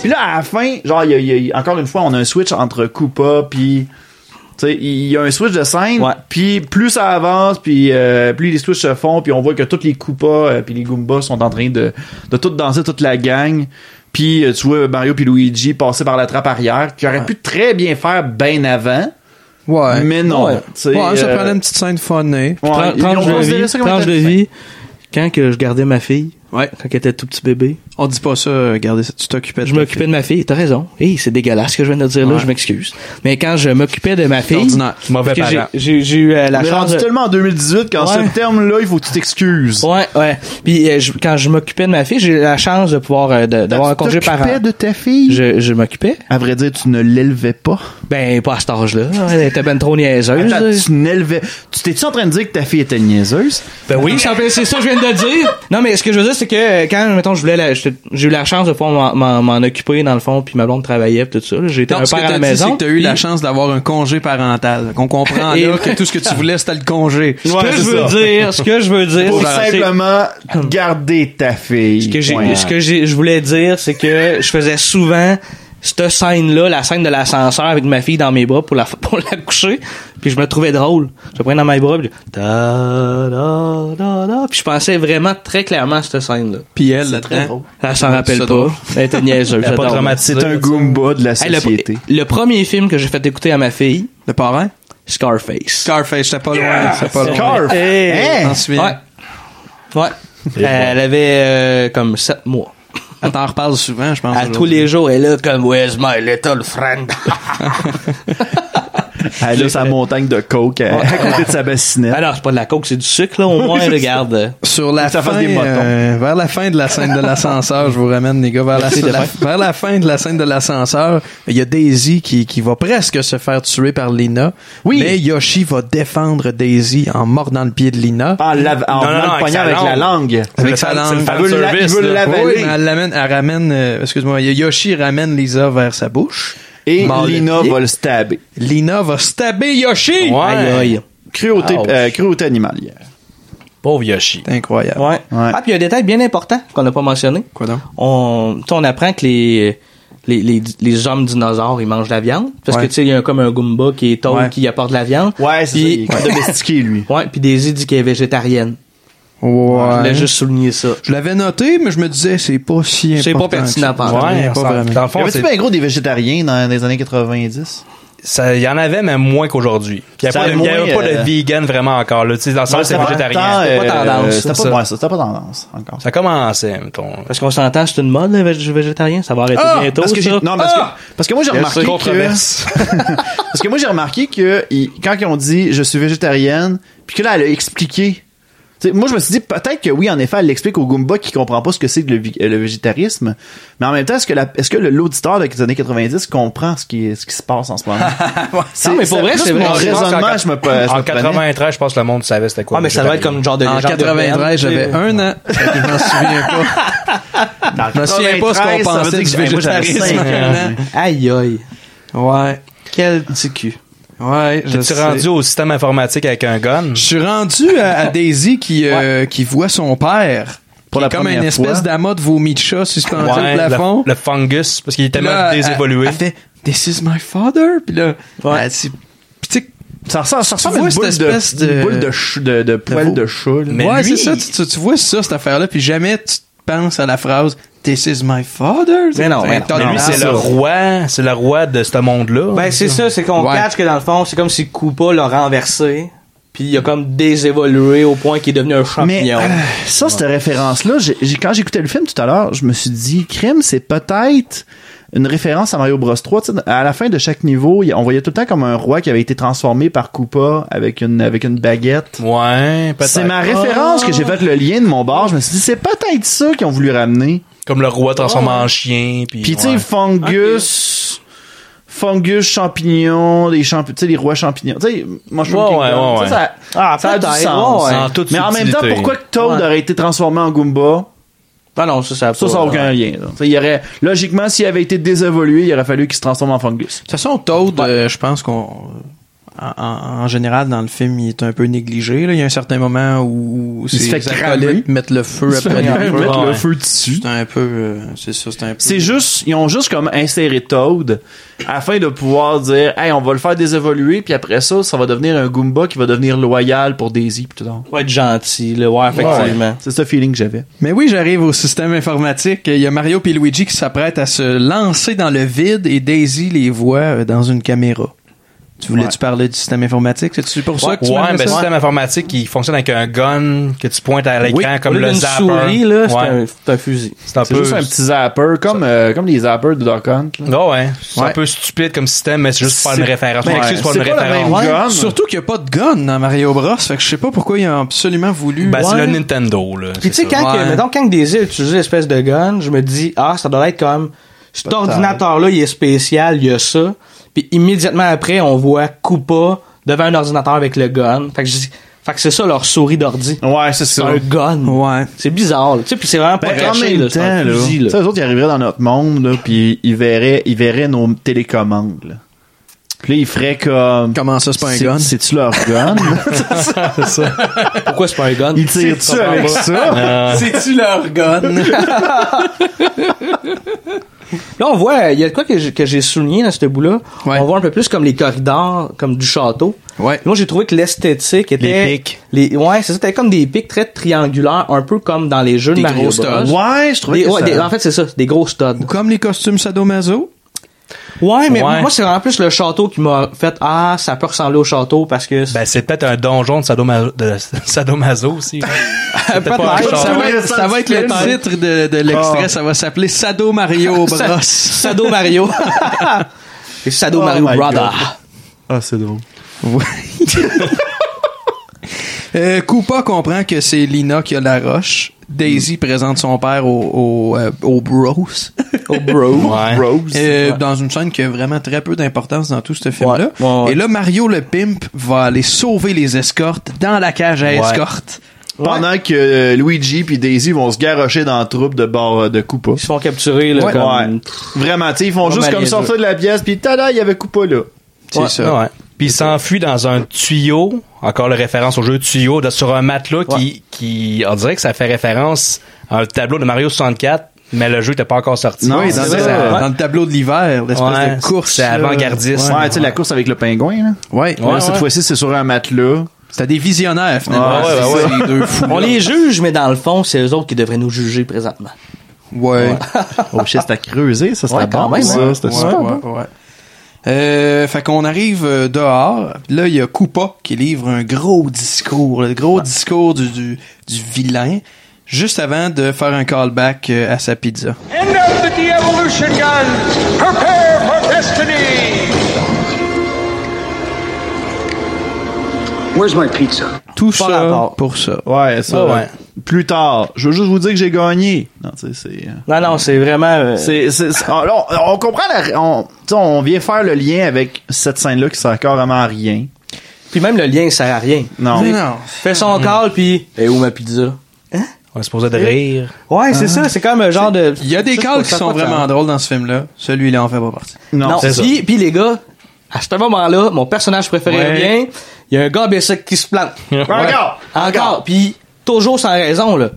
Speaker 2: Puis là, à la fin, genre, il y a- il y a- encore une fois, on a un switch entre Koopa puis. Tu sais, il y a un switch de scène,
Speaker 3: Ouais.
Speaker 2: puis plus ça avance, puis euh, plus les switches se font, puis on voit que toutes les Koopas euh, puis les Goombas sont en train de, de tout danser, toute la gang. Puis euh, tu vois Mario puis Luigi passer par la trappe arrière, qui aurait pu très bien faire bien avant,
Speaker 1: Ouais.
Speaker 2: mais non.
Speaker 1: Ouais,
Speaker 2: tu sais,
Speaker 1: Ouais, ça
Speaker 2: euh,
Speaker 1: prenait une petite scène funnée.
Speaker 2: ouais,
Speaker 3: Tran-
Speaker 2: ils ont
Speaker 3: tranche de
Speaker 2: considéré
Speaker 3: vie,
Speaker 2: ça comme
Speaker 3: tranche de
Speaker 2: étant-
Speaker 3: vie, quand que je gardais ma fille,
Speaker 1: Ouais.
Speaker 3: quand elle était tout petit bébé,
Speaker 1: On dit pas ça, regardez ça. Tu t'occupais de
Speaker 3: je
Speaker 1: ta
Speaker 3: m'occupais
Speaker 1: fille.
Speaker 3: de ma fille, t'as raison. Hé, c'est dégueulasse ce que je viens de dire là,
Speaker 1: Ouais.
Speaker 3: je m'excuse. Mais quand je m'occupais de ma fille,
Speaker 1: ordinaire.
Speaker 4: Mauvais
Speaker 3: parce que
Speaker 4: parent.
Speaker 3: j'ai j'ai- j'ai eu euh, la
Speaker 2: On est
Speaker 3: chance
Speaker 2: rendu
Speaker 3: de-
Speaker 2: tellement en 2018 qu'en
Speaker 3: Ouais.
Speaker 2: ce terme-là, il faut que tu t'excuses.
Speaker 3: Ouais, ouais. Puis euh, je- quand je m'occupais de ma fille, j'ai eu la chance de pouvoir euh, de- d'avoir un
Speaker 2: Tu
Speaker 3: congé parent.
Speaker 2: t'occupais de ta fille?
Speaker 3: Je, je m'occupais.
Speaker 2: À vrai dire, tu ne l'élevais pas.
Speaker 3: Ben, pas à cet âge-là. Elle était ben trop niaiseuse.
Speaker 2: Attends, tu n'élevais... Tu t'es-tu en train de dire que ta fille était niaiseuse?
Speaker 4: Ben oui.
Speaker 3: Oui, c'est en plein- c'est ça que je viens de dire. Non, mais ce que je veux dire, c'est que euh, quand, mettons, je voulais, la- j'étais- j'ai eu la chance de pouvoir m'en- m'en- m'en occuper dans le fond, puis ma blonde travaillait, puis tout ça. là. J'ai été
Speaker 1: Non,
Speaker 3: un
Speaker 1: ce que
Speaker 3: père à
Speaker 1: t'as
Speaker 3: la
Speaker 1: dit, c'est
Speaker 3: maison.
Speaker 1: que t'as eu la
Speaker 3: puis-
Speaker 1: chance d'avoir un congé parental. Qu'on comprend
Speaker 3: Et-
Speaker 1: là que tout ce que tu voulais, c'était le congé.
Speaker 3: Ce
Speaker 2: Ouais,
Speaker 3: que je
Speaker 2: c'est
Speaker 3: veux
Speaker 2: ça.
Speaker 3: dire, ce que je veux dire,
Speaker 2: Pour
Speaker 3: c'est-
Speaker 2: simplement garder ta fille.
Speaker 3: Ce que j'ai,
Speaker 2: Point.
Speaker 3: ce que j'ai, je voulais dire, c'est que je faisais souvent cette scène-là, la scène de l'ascenseur avec ma fille dans mes bras pour la, pour la coucher, puis je me trouvais drôle. Je la prenais dans mes bras, puis, je- ta, da, da, da. puis je pensais vraiment très clairement à cette scène-là.
Speaker 1: Puis elle, le
Speaker 2: très
Speaker 1: train.
Speaker 2: drôle.
Speaker 3: Elle s'en rappelle
Speaker 1: ça
Speaker 3: pas.
Speaker 1: drôle.
Speaker 3: Elle était niaiseuse.
Speaker 4: Elle a pas
Speaker 3: j'adore.
Speaker 4: dramatisé.
Speaker 2: C'est un Goomba de la
Speaker 3: Hey, le,
Speaker 2: société.
Speaker 3: le premier film que j'ai fait écouter à ma fille,
Speaker 1: Le parrain?
Speaker 3: Scarface.
Speaker 1: Scarface, j'étais pas loin. J'étais pas loin.
Speaker 2: Carf!
Speaker 1: Je
Speaker 2: Hein?
Speaker 1: m'en souviens.
Speaker 3: Eh. Ouais. Ouais. Elle, avait euh, comme 7 mois.
Speaker 1: Elle t'en reparle souvent, je pense.
Speaker 3: À tous les jours, elle est là comme Where's my little friend?
Speaker 2: Elle a sa montagne de coke euh, à, à côté de sa bassinette.
Speaker 3: Alors, Ben c'est pas de la coke, c'est du sucre, là, au moins, regarde.
Speaker 1: Sur la
Speaker 2: Ça fasse
Speaker 1: fin,
Speaker 2: des motons.
Speaker 1: euh, vers la fin de la scène de l'ascenseur, je vous ramène les gars vers la, la- vers la fin de la scène de l'ascenseur, il y a Daisy qui, qui va presque se faire tuer par Lina.
Speaker 2: Oui.
Speaker 1: Mais Yoshi va défendre Daisy en mordant le pied de Lina.
Speaker 2: En, lave- Ah,
Speaker 4: Non,
Speaker 2: en
Speaker 4: non,
Speaker 2: venant
Speaker 4: non,
Speaker 2: le poignard
Speaker 4: avec
Speaker 2: avec
Speaker 4: sa
Speaker 2: la langue.
Speaker 1: Avec
Speaker 4: C'est
Speaker 1: sa
Speaker 4: le fan-
Speaker 1: langue.
Speaker 4: c'est le fan
Speaker 2: Il veut la- il
Speaker 4: service,
Speaker 2: veut
Speaker 4: là.
Speaker 2: la-
Speaker 1: Oui,
Speaker 2: avaler.
Speaker 1: mais elle ramène, elle ramène, euh, excuse-moi, Yoshi ramène Lisa vers sa bouche.
Speaker 2: Et
Speaker 1: Mord le
Speaker 2: Lina
Speaker 1: pied.
Speaker 2: va le stabber.
Speaker 1: Lina va stabber Yoshi.
Speaker 4: Ouais.
Speaker 3: Aïe, aïe.
Speaker 2: Cruauté,
Speaker 4: Ouch.
Speaker 2: euh, cruauté animalière.
Speaker 4: Pauvre Yoshi.
Speaker 1: C'est incroyable.
Speaker 3: Ouais. Ah, puis il y a un détail bien important qu'on n'a pas mentionné.
Speaker 1: Quoi donc?
Speaker 3: On, tu sais, on apprend que les, les, les, les hommes dinosaures, ils mangent de la viande. Parce
Speaker 1: Ouais.
Speaker 3: que, tu sais, il y a un- comme un Goomba qui est taupe,
Speaker 1: Ouais.
Speaker 3: qui apporte de la viande.
Speaker 2: Ouais, c'est ça. Il
Speaker 3: Puis-
Speaker 2: est comme domestiqué, lui.
Speaker 3: Ouais, puis Daisy dit qu'elle est végétarienne. Je
Speaker 1: Ouais.
Speaker 3: voulais juste souligner ça.
Speaker 1: Je l'avais noté, mais je me disais, c'est pas si important.
Speaker 3: C'est pas
Speaker 1: que ça.
Speaker 3: pertinent, par exemple.
Speaker 4: Ouais,
Speaker 2: Ah,
Speaker 1: pas
Speaker 4: ça-
Speaker 1: vraiment.
Speaker 4: dans le fond,
Speaker 2: Y'avait-tu
Speaker 4: c'est-
Speaker 2: bien gros des végétariens dans les années 90?
Speaker 4: ça- il y en avait, mais moins qu'aujourd'hui. Puis Il n'y
Speaker 2: Ça
Speaker 4: avait,
Speaker 2: a moins,
Speaker 4: pas de
Speaker 2: euh,
Speaker 4: vegan vraiment encore. Là. Tu sais, Dans le sens, c'est
Speaker 2: Ouais,
Speaker 4: végétarien.
Speaker 2: tant,
Speaker 4: C'était
Speaker 2: euh,
Speaker 4: pas tendance.
Speaker 2: C'était
Speaker 4: ça.
Speaker 2: pas, ouais, ça, c'était pas tendance, encore.
Speaker 4: Ça commençait, mettons.
Speaker 3: Parce qu'on s'entend, c'est une mode, le vég- végétarien. Ça va arrêter bientôt,
Speaker 2: parce que j'ai-
Speaker 3: ça.
Speaker 2: non, parce,
Speaker 4: Ah!
Speaker 2: que, parce que moi j'ai remarqué que
Speaker 4: controverse.
Speaker 2: parce que moi j'ai remarqué que il- quand ils ont dit je suis végétarienne puis que là elle a expliqué T'sais, moi, je me suis dit, peut-être que oui, en effet, elle l'explique au Goomba qui comprend pas ce que c'est que le, vi- euh, le végétarisme. Mais en même temps, est-ce que, la- est-ce que le- l'auditeur des années 90 comprend ce qui, ce qui se passe en ce moment?
Speaker 3: Non, mais pour vrai, c'est
Speaker 2: mon
Speaker 3: vrai.
Speaker 2: raisonnement, je me pas- je
Speaker 4: En
Speaker 2: me prenais.
Speaker 4: 93, je pense que le monde savait c'était quoi.
Speaker 3: Ouais, mais ça doit être comme une genre de
Speaker 1: En
Speaker 3: légende
Speaker 1: 93,
Speaker 3: urbaine,
Speaker 1: j'avais
Speaker 3: tu sais.
Speaker 1: un an. Fait que Je m'en souviens pas.
Speaker 2: Dans
Speaker 1: Je me souviens pas ce
Speaker 2: 93,
Speaker 1: qu'on
Speaker 2: ça veut
Speaker 1: pensait
Speaker 2: dire
Speaker 1: du
Speaker 2: que- hey, moi, j'avais
Speaker 1: végétarisme.
Speaker 2: cinq ans.
Speaker 1: un an.
Speaker 3: Aïe, aïe.
Speaker 1: Ouais.
Speaker 3: Quel petit cul.
Speaker 1: Ouais, je
Speaker 4: Tu
Speaker 1: sais.
Speaker 4: rendu au système informatique avec un gun.
Speaker 1: Je suis rendu à, à Daisy qui, euh, qui voit son père.
Speaker 2: Pour
Speaker 1: qui
Speaker 2: la
Speaker 1: est comme
Speaker 2: première
Speaker 1: une espèce
Speaker 2: fois.
Speaker 1: d'amas de vomi de chat suspendu
Speaker 4: Ouais,
Speaker 1: au plafond.
Speaker 4: le, le fungus, parce qu'il est tellement
Speaker 1: Là, elle-
Speaker 4: désévolué.
Speaker 1: Elle, fait This is my father. Puis là, elle, c'est- puis tu sais,
Speaker 2: Ça ressemble, ça ressemble
Speaker 1: Tu
Speaker 2: à
Speaker 1: vois
Speaker 2: une
Speaker 1: cette
Speaker 2: boule
Speaker 1: espèce
Speaker 2: de,
Speaker 1: de-
Speaker 2: une boule de, ch- de, de poil
Speaker 1: veau.
Speaker 2: de chat. là.
Speaker 4: Mais
Speaker 1: ouais,
Speaker 4: lui-
Speaker 1: c'est ça, tu, tu- tu vois ça, cette affaire-là, puis jamais tu penses à la phrase This is my father.
Speaker 3: Mais non, mais non,
Speaker 1: T'as
Speaker 4: Mais
Speaker 1: une
Speaker 4: lui, c'est
Speaker 1: tasse.
Speaker 4: le roi, c'est le roi de ce monde-là.
Speaker 3: Ben, c'est ça, c'est qu'on
Speaker 1: Ouais.
Speaker 3: catch que dans le fond, c'est comme si Koopa l'a renversé, puis il a comme désévolué au point qu'il est devenu un
Speaker 2: Mais
Speaker 3: champignon.
Speaker 2: euh, ça, cette référence-là, j'ai- j'ai- quand j'écoutais le film tout à l'heure, je me suis dit, crime, c'est peut-être une référence à Mario Bros 3. Tu sais, à la fin de chaque niveau, il- on voyait tout le temps comme un roi qui avait été transformé par Koopa avec une, avec une baguette.
Speaker 4: Ouais, peut-être.
Speaker 2: C'est ma référence que j'ai fait le lien de mon bar. Je me suis dit, c'est peut-être ça qu'ils ont voulu ramener.
Speaker 4: Comme le roi transformé en chien. Puis,
Speaker 2: Puis tu sais,
Speaker 4: ouais.
Speaker 2: fungus... Fungus, champignons, les champignons, tu sais, les rois champignons. Tu sais, moi, je trouve
Speaker 4: Ouais,
Speaker 2: que-
Speaker 4: ouais, ouais,
Speaker 2: tu sais, ça,
Speaker 3: Ah,
Speaker 2: ça a du
Speaker 3: peut-être,
Speaker 2: sens.
Speaker 3: ouais, ouais.
Speaker 4: En toute
Speaker 2: Mais en même temps,
Speaker 4: subtilité.
Speaker 2: pourquoi que Toad
Speaker 3: Ouais.
Speaker 2: aurait été transformé en Goomba?
Speaker 3: Ah non, ça, ça a
Speaker 2: Ça,
Speaker 3: pas-
Speaker 2: ça n'a aucun lien. là. Ça, il y aurait, logiquement, s'il avait été désévolué, il aurait fallu qu'il se transforme en fungus.
Speaker 1: De toute façon, Toad, euh, je pense qu'on. En, en- en général, dans le film, il est un peu négligé. là. Il y a un certain moment où
Speaker 2: se fait
Speaker 1: ses
Speaker 2: cramer.
Speaker 1: acolytes mettent le feu après lui.
Speaker 4: mettre le
Speaker 2: feu dessus.
Speaker 1: C'est un peu. euh, c'est ça, c'est un peu.
Speaker 2: C'est juste, ils ont juste comme inséré Toad afin de pouvoir dire, hey, on va le faire désévoluer, puis après ça, ça va devenir un Goomba qui va devenir loyal pour Daisy, puis tout le long.
Speaker 3: Faut être gentil, le ouais, effectivement.
Speaker 2: C'est ce feeling que j'avais.
Speaker 1: Mais oui, j'arrive au système informatique. Il y a Mario et Luigi qui s'apprêtent à se lancer dans le vide et Daisy les voit euh, dans une caméra. Tu voulais-tu parler du système informatique? C'est-tu pour ça que tu
Speaker 4: Ouais,
Speaker 1: m'as
Speaker 4: ben,
Speaker 1: fait
Speaker 4: le
Speaker 1: ça?
Speaker 4: système informatique qui fonctionne avec un gun que tu pointes à l'écran comme
Speaker 3: Au lieu
Speaker 4: le
Speaker 3: d'une
Speaker 4: zapper.
Speaker 3: souris, là, c'est
Speaker 4: Ouais.
Speaker 3: un- c'est un, fusil.
Speaker 4: C'est un
Speaker 2: C'est
Speaker 4: peu.
Speaker 2: juste un petit zapper, comme, euh, comme les zappers de Dark Hunt. là.
Speaker 4: Ouais, ouais. C'est un
Speaker 1: Ouais.
Speaker 4: peu stupide comme système, mais c'est juste pas une
Speaker 2: C'est-
Speaker 4: référence.
Speaker 2: Ouais.
Speaker 4: Mon excuse, pas
Speaker 2: C'est
Speaker 4: une
Speaker 2: pas la
Speaker 4: référence.
Speaker 2: même-
Speaker 1: Ouais,
Speaker 2: gun.
Speaker 1: Surtout qu'il n'y a pas de gun dans Mario Bros. Fait que je sais pas pourquoi ils ont absolument voulu.
Speaker 4: Ben, c'est
Speaker 1: Ouais.
Speaker 4: le Nintendo, là.
Speaker 3: Puis tu sais,
Speaker 4: c'est ça.
Speaker 3: quand, que,
Speaker 1: Ouais.
Speaker 3: mettons, quand Daisy a utilisé l'espèce de gun, je me dis, ah, ça doit être comme, cet ordinateur-là, il est spécial, il y a ça. Puis immédiatement après, on voit Koopa devant un ordinateur avec le gun. Fait que, je dis- fait que c'est ça leur souris d'ordi.
Speaker 2: Ouais, c'est
Speaker 3: C'est
Speaker 2: ça.
Speaker 3: un gun.
Speaker 1: Ouais.
Speaker 3: C'est bizarre, là. tu sais, puis c'est vraiment pas
Speaker 2: Ben, en
Speaker 3: caché,
Speaker 2: même
Speaker 3: là. C'est un
Speaker 2: temps, là,
Speaker 3: fusil,
Speaker 2: tu
Speaker 3: là.
Speaker 2: sais, eux autres, ils arriveraient dans notre monde, là, puis ils verraient, ils verraient nos télécommandes. Là. Puis là, ils feraient comme...
Speaker 1: Comment ça, c'est pas un gun?
Speaker 2: C'est-tu leur gun?
Speaker 3: Pourquoi c'est pas un gun?
Speaker 2: ils tirent-tu avec ça? Ah.
Speaker 1: C'est-tu leur gun?
Speaker 3: Là, on voit, il y a de quoi que j'ai- que j'ai souligné dans ce bout-là.
Speaker 1: Ouais.
Speaker 3: On voit un peu plus comme les corridors, comme du château.
Speaker 1: Ouais.
Speaker 3: Moi, j'ai trouvé que l'esthétique était.
Speaker 4: Les pics.
Speaker 3: les- ouais, c'est ça. C'était comme des pics très triangulaires, un peu comme dans les jeux
Speaker 1: Des
Speaker 3: de Mario
Speaker 1: gros
Speaker 3: Bros.
Speaker 1: studs.
Speaker 2: ouais, je trouvais
Speaker 3: Des-
Speaker 2: que
Speaker 3: ouais,
Speaker 2: ça...
Speaker 3: des- en fait, c'est ça, des gros studs.
Speaker 1: Ou comme les costumes sadomaso?
Speaker 3: Ouais, mais
Speaker 4: Ouais.
Speaker 3: moi, c'est vraiment plus le château qui m'a fait, ah, ça peut ressembler au château parce que c'est-
Speaker 4: Ben, c'est peut-être un donjon de, Sadoma- de Sadomaso aussi. là. C'est peut-être pas un
Speaker 1: Peut-être.
Speaker 4: char.
Speaker 1: Ça, va être-
Speaker 2: Ça
Speaker 1: ça va être le
Speaker 2: explique.
Speaker 1: titre de, de l'extrait. Ça va s'appeler Sado Mario Bros.
Speaker 3: Sa- Sado Mario. C'est Sado
Speaker 2: Oh
Speaker 3: Mario
Speaker 2: my
Speaker 3: Brother.
Speaker 2: Ah, c'est drôle.
Speaker 1: Ouais. Euh, Koopa comprend que c'est Lina qui a la roche. Daisy présente son père au, au, euh, au Bros.
Speaker 3: Oh, bro.
Speaker 4: Ouais.
Speaker 2: Rose.
Speaker 1: Euh, Dans une scène qui a vraiment très peu d'importance dans tout ce film-là.
Speaker 3: Ouais, ouais, ouais.
Speaker 1: Et là, Mario le pimp va aller sauver les escortes dans la cage à
Speaker 4: Ouais.
Speaker 1: escortes.
Speaker 2: Pendant que euh, Luigi puis Daisy vont se garrocher dans la troupe de bord euh, de Koopa.
Speaker 3: Ils se font capturer, là,
Speaker 1: Ouais.
Speaker 3: comme.
Speaker 2: Ouais. Vraiment, tu sais, ils font
Speaker 3: Pas
Speaker 2: juste comme
Speaker 3: malaiseux.
Speaker 2: sortir de la pièce, puis tada, il y avait Koopa là.
Speaker 1: C'est
Speaker 4: Ouais,
Speaker 1: ça.
Speaker 4: ouais. Puis il s'enfuit dans un tuyau, encore la référence au jeu tuyau, de- sur un matelas qui, qui, on dirait que ça fait référence à un tableau de Mario 64, mais le jeu n'était pas encore sorti.
Speaker 2: Non,
Speaker 1: Oui,
Speaker 2: c'est
Speaker 1: dans,
Speaker 2: ça.
Speaker 1: le-
Speaker 2: Ouais.
Speaker 1: dans le tableau de l'hiver, l'espèce
Speaker 4: Ouais,
Speaker 1: de course.
Speaker 4: c'est
Speaker 1: là.
Speaker 4: avant-gardiste.
Speaker 2: Ouais, tu sais, la course avec le pingouin, là.
Speaker 1: Ouais,
Speaker 2: Là, cette fois-ci, c'est sur un matelas.
Speaker 1: C'était des visionnaires, finalement.
Speaker 2: Ouais,
Speaker 1: C'est
Speaker 2: ouais,
Speaker 1: ça, les deux fous.
Speaker 3: On les juge, mais dans le fond, c'est eux autres qui devraient nous juger présentement.
Speaker 1: Ouais.
Speaker 2: Oh shit, c'était creusé, ça, c'était
Speaker 3: Ouais,
Speaker 2: bon,
Speaker 3: quand même,
Speaker 2: ça.
Speaker 3: ouais.
Speaker 2: C'était
Speaker 1: Ouais,
Speaker 2: super
Speaker 1: ouais, ouais. Euh, fait qu'on arrive euh, dehors. Là, il y a Koopa qui livre un gros discours, le gros discours du, du, du vilain, juste avant de faire un callback euh, à sa pizza.
Speaker 7: End of the de-evolution gun. Prepare for destiny.
Speaker 8: Where's my pizza?
Speaker 1: Tout
Speaker 2: Pas
Speaker 1: ça
Speaker 2: rapport.
Speaker 1: pour ça.
Speaker 2: Ouais, ça.
Speaker 3: Ah ouais.
Speaker 2: Plus tard. Je veux juste vous dire que j'ai gagné. Non, tu sais, c'est. euh,
Speaker 3: Non, non, c'est vraiment. euh,
Speaker 2: C'est, c'est, c'est- ah, là, on, on comprend la, on, tu sais, on vient faire le lien avec cette scène-là qui sert carrément à rien.
Speaker 3: Puis même le lien, il sert à rien.
Speaker 2: Non.
Speaker 1: Mais non.
Speaker 3: Fais son call, puis. Et où ma pizza?
Speaker 4: On est supposé de rire.
Speaker 3: Ouais, c'est ça, c'est comme un genre de.
Speaker 1: Ah. Il y a des
Speaker 3: Ça,
Speaker 1: calls
Speaker 3: je
Speaker 1: qui sont
Speaker 3: comprends pas
Speaker 1: vraiment
Speaker 3: ça.
Speaker 1: drôles dans ce film-là. Celui-là en fait pas partie.
Speaker 2: Non,
Speaker 3: Non,
Speaker 2: c'est ça.
Speaker 3: puis, puis les gars, à ce moment-là, mon personnage préféré
Speaker 2: Ouais.
Speaker 3: revient, il y a un gars basic qui se plante.
Speaker 2: Encore!
Speaker 3: Encore! Puis toujours sans raison, là.